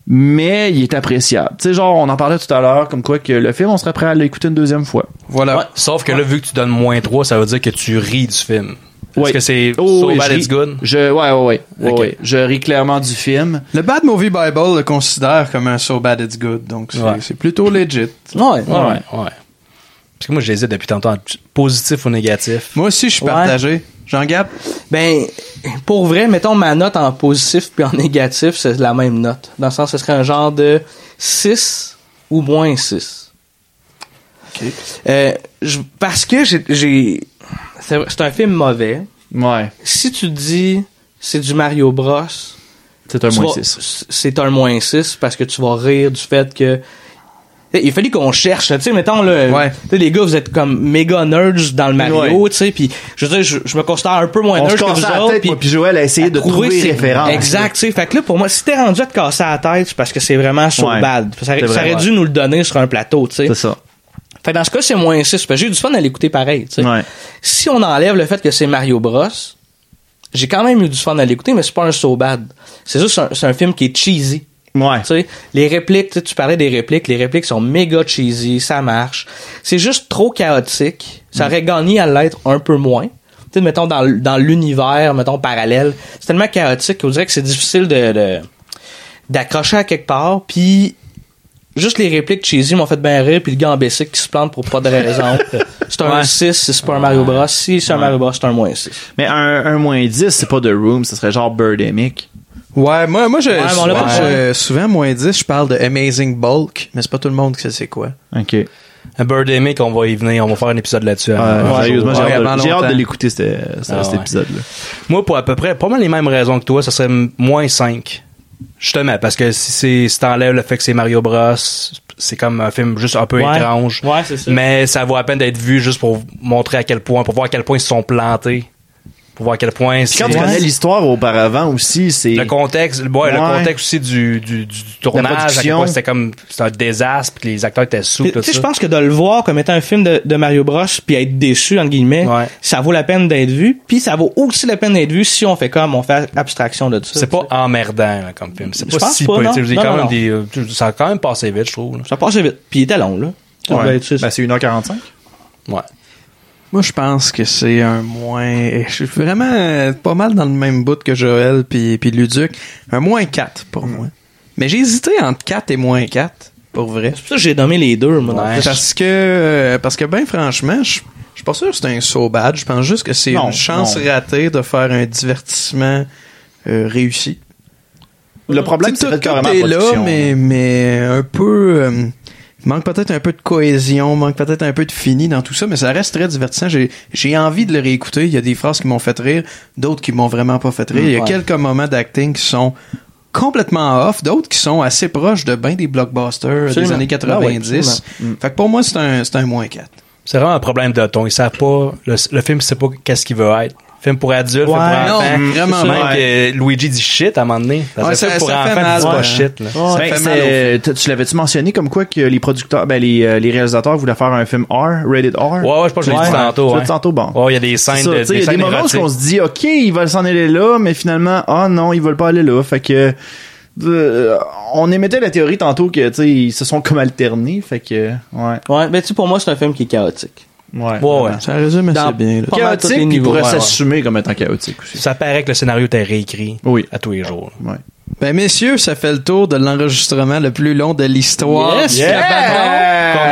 Speaker 2: mais il est appréciable. Tu sais, genre, on en parlait tout à l'heure, comme quoi que le film, on serait prêt à l'écouter une deuxième fois.
Speaker 1: Voilà.
Speaker 4: Ouais, Sauf que là, vu que tu donnes moins 3, ça veut dire que tu ris du film. Parce
Speaker 2: Ouais.
Speaker 4: que c'est
Speaker 2: Oh,
Speaker 4: so
Speaker 2: oui,
Speaker 4: bad
Speaker 2: je
Speaker 4: it's
Speaker 2: ris-
Speaker 4: good.
Speaker 2: Je, ouais, ouais, ouais. Ouais,
Speaker 4: Ok.
Speaker 2: ouais. Je ris clairement du film.
Speaker 1: Le Bad Movie Bible le considère comme un so bad it's good, donc c'est
Speaker 4: Ouais.
Speaker 1: c'est plutôt legit.
Speaker 3: Ouais.
Speaker 4: Ouais, ouais. Parce que moi, j'hésite depuis tantôt entre positif ou négatif.
Speaker 1: Moi aussi, je suis
Speaker 3: Ouais.
Speaker 1: partagé. Jean Gap,
Speaker 3: Ben, pour vrai, mettons ma note en positif puis en négatif, c'est la même note. Dans le sens, ce serait un genre de 6 ou moins 6. Euh, je- parce que j'ai- j'ai. C'est c'est un film mauvais.
Speaker 2: Ouais.
Speaker 3: Si tu dis c'est du Mario Bros,
Speaker 2: C'est un
Speaker 3: tu
Speaker 2: moins
Speaker 3: vas-
Speaker 2: 6.
Speaker 3: c- C'est un moins 6 parce que tu vas rire du fait que. Il fallait qu'on cherche, tu sais, mettons, là,
Speaker 1: Ouais.
Speaker 3: tu sais, les gars, vous êtes comme méga nerds dans le Mario, tu sais, puis je veux dire, je, je me considère un peu moins
Speaker 2: On
Speaker 3: nerd
Speaker 2: se
Speaker 3: que
Speaker 2: casse
Speaker 3: vous
Speaker 2: la
Speaker 3: autres,
Speaker 2: tête,
Speaker 3: puis
Speaker 2: moi, puis Joël a essayé de trouver
Speaker 3: ces-
Speaker 2: les références.
Speaker 3: Exact, tu sais, fait que là, pour moi, si t'es rendu à te casser la tête, c'est parce que c'est vraiment so
Speaker 2: Ouais.
Speaker 3: bad. Ça, aurait-
Speaker 2: C'est
Speaker 3: ça
Speaker 2: vrai,
Speaker 3: aurait
Speaker 2: ouais.
Speaker 3: dû nous le donner sur un plateau, tu sais.
Speaker 2: C'est ça.
Speaker 3: Fait que dans ce cas, c'est moins 6, parce que j'ai eu du fun à l'écouter pareil, tu sais.
Speaker 2: Ouais.
Speaker 3: Si on enlève le fait que c'est Mario Bros, j'ai quand même eu du fun à l'écouter, mais c'est pas un so bad. C'est juste un, c'est un film qui est cheesy.
Speaker 2: Ouais.
Speaker 3: Tu sais, les répliques, tu sais, tu parlais des répliques, les répliques sont méga cheesy, ça marche. C'est juste trop chaotique. Ça aurait gagné à l'être un peu moins. Tu sais, mettons dans, l- dans l'univers, mettons parallèle, c'est tellement chaotique qu'on dirait que c'est difficile de, de- d'accrocher à quelque part, puis juste les répliques cheesy m'ont fait bien rire, puis le gars en basic qui se plante pour pas de raison. c'est un 6, c'est pas un Mario Bros. Si c'est un Mario Bros, c'est un moins 6.
Speaker 2: Mais un, un moins 10, c'est pas The Room, ce serait genre Birdemic.
Speaker 1: ouais, moi, moi, je,
Speaker 3: mais on l'a
Speaker 1: souvent,
Speaker 3: pas
Speaker 1: je- souvent, moins 10, je parle de Amazing Bulk, mais c'est pas tout le monde qui sait c'est quoi.
Speaker 2: Ok.
Speaker 4: Un Birdemic, on va y venir, on va faire un épisode là-dessus.
Speaker 2: Euh,
Speaker 4: Un jour.
Speaker 2: sérieusement, j'ai
Speaker 1: ouais,
Speaker 2: hâte de-
Speaker 1: avant
Speaker 2: j'ai hâte de,
Speaker 1: longtemps.
Speaker 2: l'écouter, c'était- c'était-
Speaker 4: Ah,
Speaker 2: cet
Speaker 4: ouais.
Speaker 2: épisode-là.
Speaker 4: Moi, pour à peu près pas mal les mêmes raisons que toi, ça serait m- moins 5. Justement, parce que si c'est si t'enlèves le fait que c'est Mario Bros, c'est comme un film juste un peu
Speaker 3: Ouais.
Speaker 4: étrange.
Speaker 3: Ouais, c'est ça.
Speaker 4: Mais ça vaut à peine d'être vu juste pour montrer à quel point, pour voir à quel point ils se sont plantés. Pour voir à quel point
Speaker 2: Puis
Speaker 4: c'est...
Speaker 2: quand tu connais l'histoire auparavant aussi, c'est.
Speaker 4: Le contexte, ouais, le
Speaker 2: Ouais.
Speaker 4: contexte aussi du, du, du tournage, à quel
Speaker 2: production.
Speaker 4: point c'était comme c'était un désastre, puis que les acteurs étaient sous,
Speaker 3: Tu
Speaker 4: tout
Speaker 3: sais,
Speaker 4: ça.
Speaker 3: je pense que de le voir comme étant un film de, de Mario Bros puis être déçu entre guillemets,
Speaker 4: Ouais.
Speaker 3: ça vaut la peine d'être vu, puis ça vaut aussi la peine d'être vu si on fait comme on fait abstraction de tout ça.
Speaker 4: C'est
Speaker 3: tu
Speaker 4: pas emmerdant là, comme film. C'est
Speaker 3: Je
Speaker 4: pas
Speaker 3: pense
Speaker 4: si
Speaker 3: pas,
Speaker 4: peu.
Speaker 3: non.
Speaker 4: tu sais, j'ai
Speaker 3: Non,
Speaker 4: quand
Speaker 3: non,
Speaker 4: même
Speaker 3: non.
Speaker 4: des, euh, tu- ça a quand même passé vite, je trouve. là.
Speaker 3: sais. Ça passait vite, puis il était long là. Ça
Speaker 1: Ah,
Speaker 2: Ouais.
Speaker 3: devait être ça.
Speaker 2: Ben, c'est 1h45.
Speaker 4: Ouais.
Speaker 1: Moi, je pense que c'est un moins, je suis vraiment euh, pas mal dans le même bout que Joël puis, puis Luduc. Un moins 4 pour moi. Mais j'ai hésité entre 4 et moins 4, pour vrai.
Speaker 3: C'est pour ça que j'ai nommé les deux moi. dans
Speaker 4: Ouais.
Speaker 3: le-
Speaker 1: Parce que, euh, parce que ben franchement, je je suis pas sûr que c'est un so bad. Je pense juste que c'est
Speaker 2: Non,
Speaker 1: une chance
Speaker 2: non.
Speaker 1: ratée de faire un divertissement euh, réussi.
Speaker 2: Le problème,
Speaker 1: Tu sais,
Speaker 2: c'est
Speaker 1: tout-
Speaker 2: fait
Speaker 1: tout
Speaker 2: carrément
Speaker 1: est
Speaker 2: la
Speaker 1: là,
Speaker 2: production,
Speaker 1: mais, mais un peu... euh, manque peut-être un peu de cohésion, manque peut-être un peu de fini dans tout ça, mais ça reste très divertissant. J'ai, j'ai envie de le réécouter. Il y a des phrases qui m'ont fait rire, d'autres qui m'ont vraiment pas fait rire. Il y a
Speaker 3: Ouais.
Speaker 1: quelques moments d'acting qui sont complètement off, d'autres qui sont assez proches de ben des blockbusters des
Speaker 4: Absolument.
Speaker 1: années 90.
Speaker 4: Ah ouais, absolument.
Speaker 1: fait que pour moi, c'est un, c'est un moins 4.
Speaker 4: C'est vraiment un problème de ton. Ils savent pas, le, le film sait pas qu'est-ce qu'il veut être. Film pour adultes,
Speaker 1: Ouais,
Speaker 4: film pour
Speaker 1: non,
Speaker 4: enfants.
Speaker 1: vraiment,
Speaker 4: Même
Speaker 1: ouais.
Speaker 4: que Luigi dit shit à un moment donné. Parce
Speaker 1: Ouais,
Speaker 4: que
Speaker 1: ça-
Speaker 4: film pour
Speaker 1: ça fait
Speaker 4: enfants,
Speaker 1: mal,
Speaker 4: dis
Speaker 1: ouais.
Speaker 4: pas shit. Là.
Speaker 1: Ouais,
Speaker 2: Ben,
Speaker 1: ça fait
Speaker 2: c'est-
Speaker 1: mal au
Speaker 2: t- tu l'avais-tu mentionné comme quoi que les producteurs, ben, les, euh, les réalisateurs voulaient faire un film R, rated R?
Speaker 4: Ouais, ouais, je pense que je l'ai dit tantôt.
Speaker 2: Tu l'as
Speaker 4: ouais.
Speaker 2: dit tantôt, bon.
Speaker 4: Ouais, il y a des
Speaker 2: C'est
Speaker 4: scènes
Speaker 2: ça,
Speaker 4: de.
Speaker 2: tu sais, Il y a des
Speaker 4: scènes
Speaker 2: moments où
Speaker 4: érotiques.
Speaker 2: on se dit, OK, ils veulent s'en aller là, mais finalement, ah non, ils veulent pas aller là. Fait que, euh, on émettait la théorie tantôt que, tu sais, ils se sont comme alternés. Fait que, ouais.
Speaker 3: Ouais, mais tu sais, pour moi, c'est un film qui est chaotique.
Speaker 2: Ouais.
Speaker 4: Ouais, ouais.
Speaker 1: Ça résume assez
Speaker 3: Dans
Speaker 1: bien. là.
Speaker 3: pas mal tous les
Speaker 2: Chaotique, puis il
Speaker 3: niveaux,
Speaker 2: pourrait
Speaker 3: ouais, ouais.
Speaker 2: s'assumer comme étant chaotique aussi.
Speaker 4: Ça paraît que le scénario était réécrit
Speaker 2: Oui.
Speaker 4: à tous les jours.
Speaker 2: Ouais.
Speaker 1: Ben messieurs, ça fait le tour de l'enregistrement le plus long de l'histoire.
Speaker 3: Yes!
Speaker 1: du Cabanon.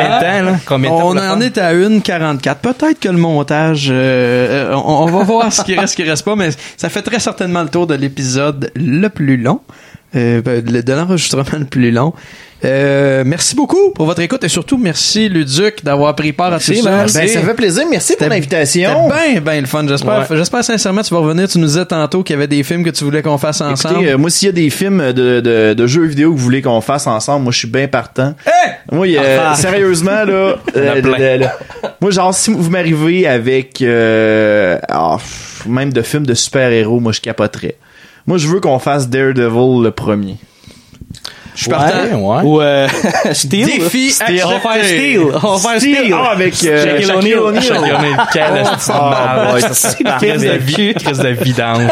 Speaker 4: Combien de temps, là? Combien de temps?
Speaker 1: On
Speaker 4: pour le
Speaker 1: en
Speaker 4: faire?
Speaker 1: est à 1,44. Peut-être que le montage, euh, euh, on, on va voir ce qui reste, ce qui reste pas, mais ça fait très certainement le tour de l'épisode le plus long, euh, ben, de de l'enregistrement le plus long. Euh, merci beaucoup pour votre écoute et surtout merci Luduc d'avoir pris part à tout ça.
Speaker 2: Ben, ça fait plaisir. Merci pour l'invitation.
Speaker 1: C'était bien, bien le fun. J'espère,
Speaker 4: Ouais.
Speaker 1: j'espère sincèrement que tu vas revenir. Tu nous disais tantôt qu'il y avait des films que tu voulais qu'on fasse ensemble.
Speaker 2: Écoutez, euh, moi, s'il y a des films de, de, de jeux vidéo que vous voulez qu'on fasse ensemble, moi, je suis bien partant. Moi, il y a- euh, sérieusement, là, euh,
Speaker 4: a plein.
Speaker 2: le- le- moi, genre, si vous m'arrivez avec euh, ah, pff, même de films de super-héros, moi, je capoterais. Moi, je veux qu'on fasse Daredevil le premier.
Speaker 1: je suis partant.
Speaker 4: Ouais, ouais.
Speaker 3: Ou euh, Steel.
Speaker 1: Défi
Speaker 3: Steel. On va faire
Speaker 1: accepté.
Speaker 3: Steel. On va faire
Speaker 2: Steel.
Speaker 3: Steel.
Speaker 2: Ah, avec, euh,
Speaker 3: Shaquille
Speaker 2: Shaquille
Speaker 3: O'Neal.
Speaker 2: O'Neal. Ah, bah,
Speaker 4: Chacun est quel esti de marde.
Speaker 2: ouais, ça serait parfait.
Speaker 4: Crise de vie, crise de vidange.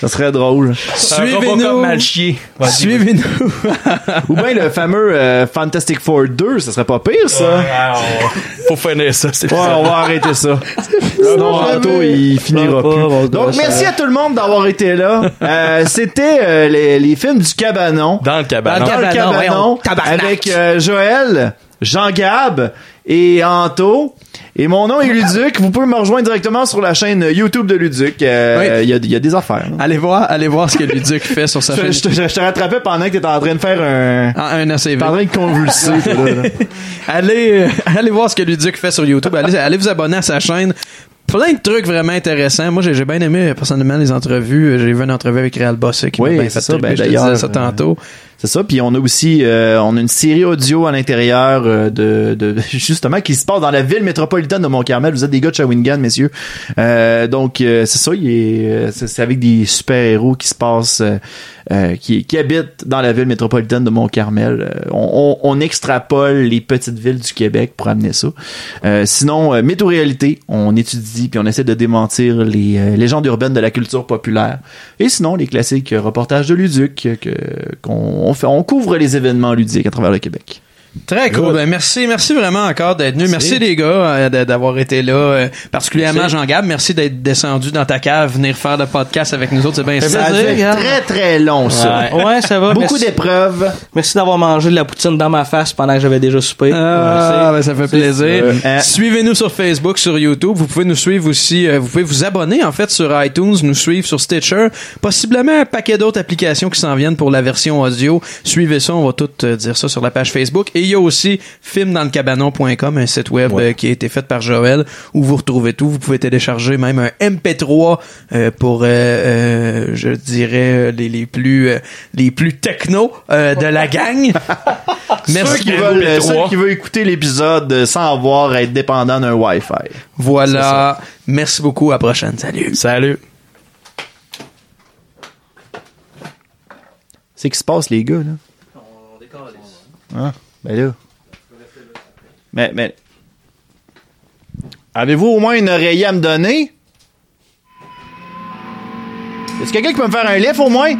Speaker 2: Ça serait drôle.
Speaker 4: comme
Speaker 1: Suivez-nous.
Speaker 4: mal chié. Vas-y,
Speaker 1: Suivez-nous.
Speaker 2: Ou bien le fameux euh, Fantastic Four 2, ça serait pas pire, ça. Ouais,
Speaker 4: Faut finir ça, c'est
Speaker 2: on va arrêter ça. Sinon, Anto, il finira
Speaker 3: pas, on
Speaker 2: plus.
Speaker 3: se
Speaker 2: Donc,
Speaker 3: lâche,
Speaker 2: merci à tout le monde d'avoir été là. Euh, C'était euh, les, les films du cabanon.
Speaker 4: Dans le cabanon.
Speaker 2: dans le
Speaker 3: Cabanon,
Speaker 2: cabanon
Speaker 3: voyons, tabarnak.
Speaker 2: avec euh, Joël, Jean-Gab et Anto. Et mon nom est Luduc. Vous pouvez me rejoindre directement sur la chaîne YouTube de Luduc. Euh,
Speaker 1: Oui.
Speaker 2: Il y, a, il y a des affaires. là.
Speaker 1: Allez voir, allez voir ce que Luduc fait sur sa
Speaker 2: Je,
Speaker 1: chaîne.
Speaker 2: je te- je te rattrapais pendant que t'étais en train de faire un...
Speaker 1: Ah, un ACV.
Speaker 2: T'es en train de convulser. toi, là, là.
Speaker 1: Allez, euh, allez voir ce que Luduc fait sur YouTube. Allez, allez vous abonner à sa chaîne. Plein de trucs vraiment intéressants. Moi, j'ai j'ai bien aimé euh, personnellement les entrevues. Euh, J'ai vu une entrevue avec Réal Bossé qui
Speaker 2: Oui,
Speaker 1: m'a bien fait
Speaker 2: c'est ça.
Speaker 1: triper.
Speaker 2: Ben,
Speaker 1: Je te
Speaker 2: d'ailleurs,
Speaker 1: disais ça
Speaker 2: euh,
Speaker 1: tantôt.
Speaker 2: C'est ça. Puis on a aussi euh, on a une série audio à l'intérieur euh, de, de justement qui se passe dans la ville métropolitaine de Mont-Carmel. Vous êtes des gars de Shawinigan, messieurs. Euh, donc euh, c'est ça. il est, euh, c'est c'est avec des super héros qui se passent, euh, euh, qui, qui habitent dans la ville métropolitaine de Mont-Carmel. Euh, on, on, on extrapole les petites villes du Québec pour amener ça. Euh, sinon, euh, mythe ou réalité, on étudie puis on essaie de démentir les euh, légendes urbaines de la culture populaire. Et sinon, les classiques euh, reportages de Luduc, euh, que, qu'on on fait, on couvre les événements ludiques à travers le Québec.
Speaker 1: Très cool. Ben, merci, merci vraiment encore d'être venu. Merci, les gars euh, d'a- d'avoir été là. euh, particulièrement Jean Gab, merci d'être descendu dans ta cave, venir faire le podcast avec nous autres. C'est bien
Speaker 3: Ça
Speaker 1: ça.
Speaker 3: fait
Speaker 2: C'est
Speaker 3: regarde.
Speaker 2: très très long ça.
Speaker 3: Ouais, ça va.
Speaker 2: Beaucoup
Speaker 3: merci.
Speaker 2: d'épreuves.
Speaker 3: Merci d'avoir mangé de la poutine dans ma face pendant que j'avais déjà soupé.
Speaker 1: Ah, ben, ça fait plaisir.
Speaker 2: ça. Euh,
Speaker 1: Suivez-nous sur Facebook, sur YouTube. Vous pouvez nous suivre aussi. euh, vous pouvez vous abonner en fait sur iTunes, nous suivre sur Stitcher, possiblement un paquet d'autres applications qui s'en viennent pour la version audio. Suivez ça, on va tout euh, dire ça sur la page Facebook. Et il y a aussi filmdanslecabanon.com, un site web euh, qui a été fait par Joël où vous retrouvez tout. Vous pouvez télécharger même un MP3 euh, pour, euh, euh, je dirais, euh, les, les plus euh, les plus techno euh, de la gang.
Speaker 2: Ceux qui, veulent, euh, ceux qui veulent écouter l'épisode euh, sans avoir à être dépendant d'un Wi-Fi.
Speaker 1: Voilà. Merci beaucoup. À la prochaine. Salut.
Speaker 4: Salut.
Speaker 2: C'est qui se passe les gars là Ah, ben là. Mais mais Avez-vous au moins une oreiller à me donner Est-ce quelqu'un qui peut me faire un lift au moins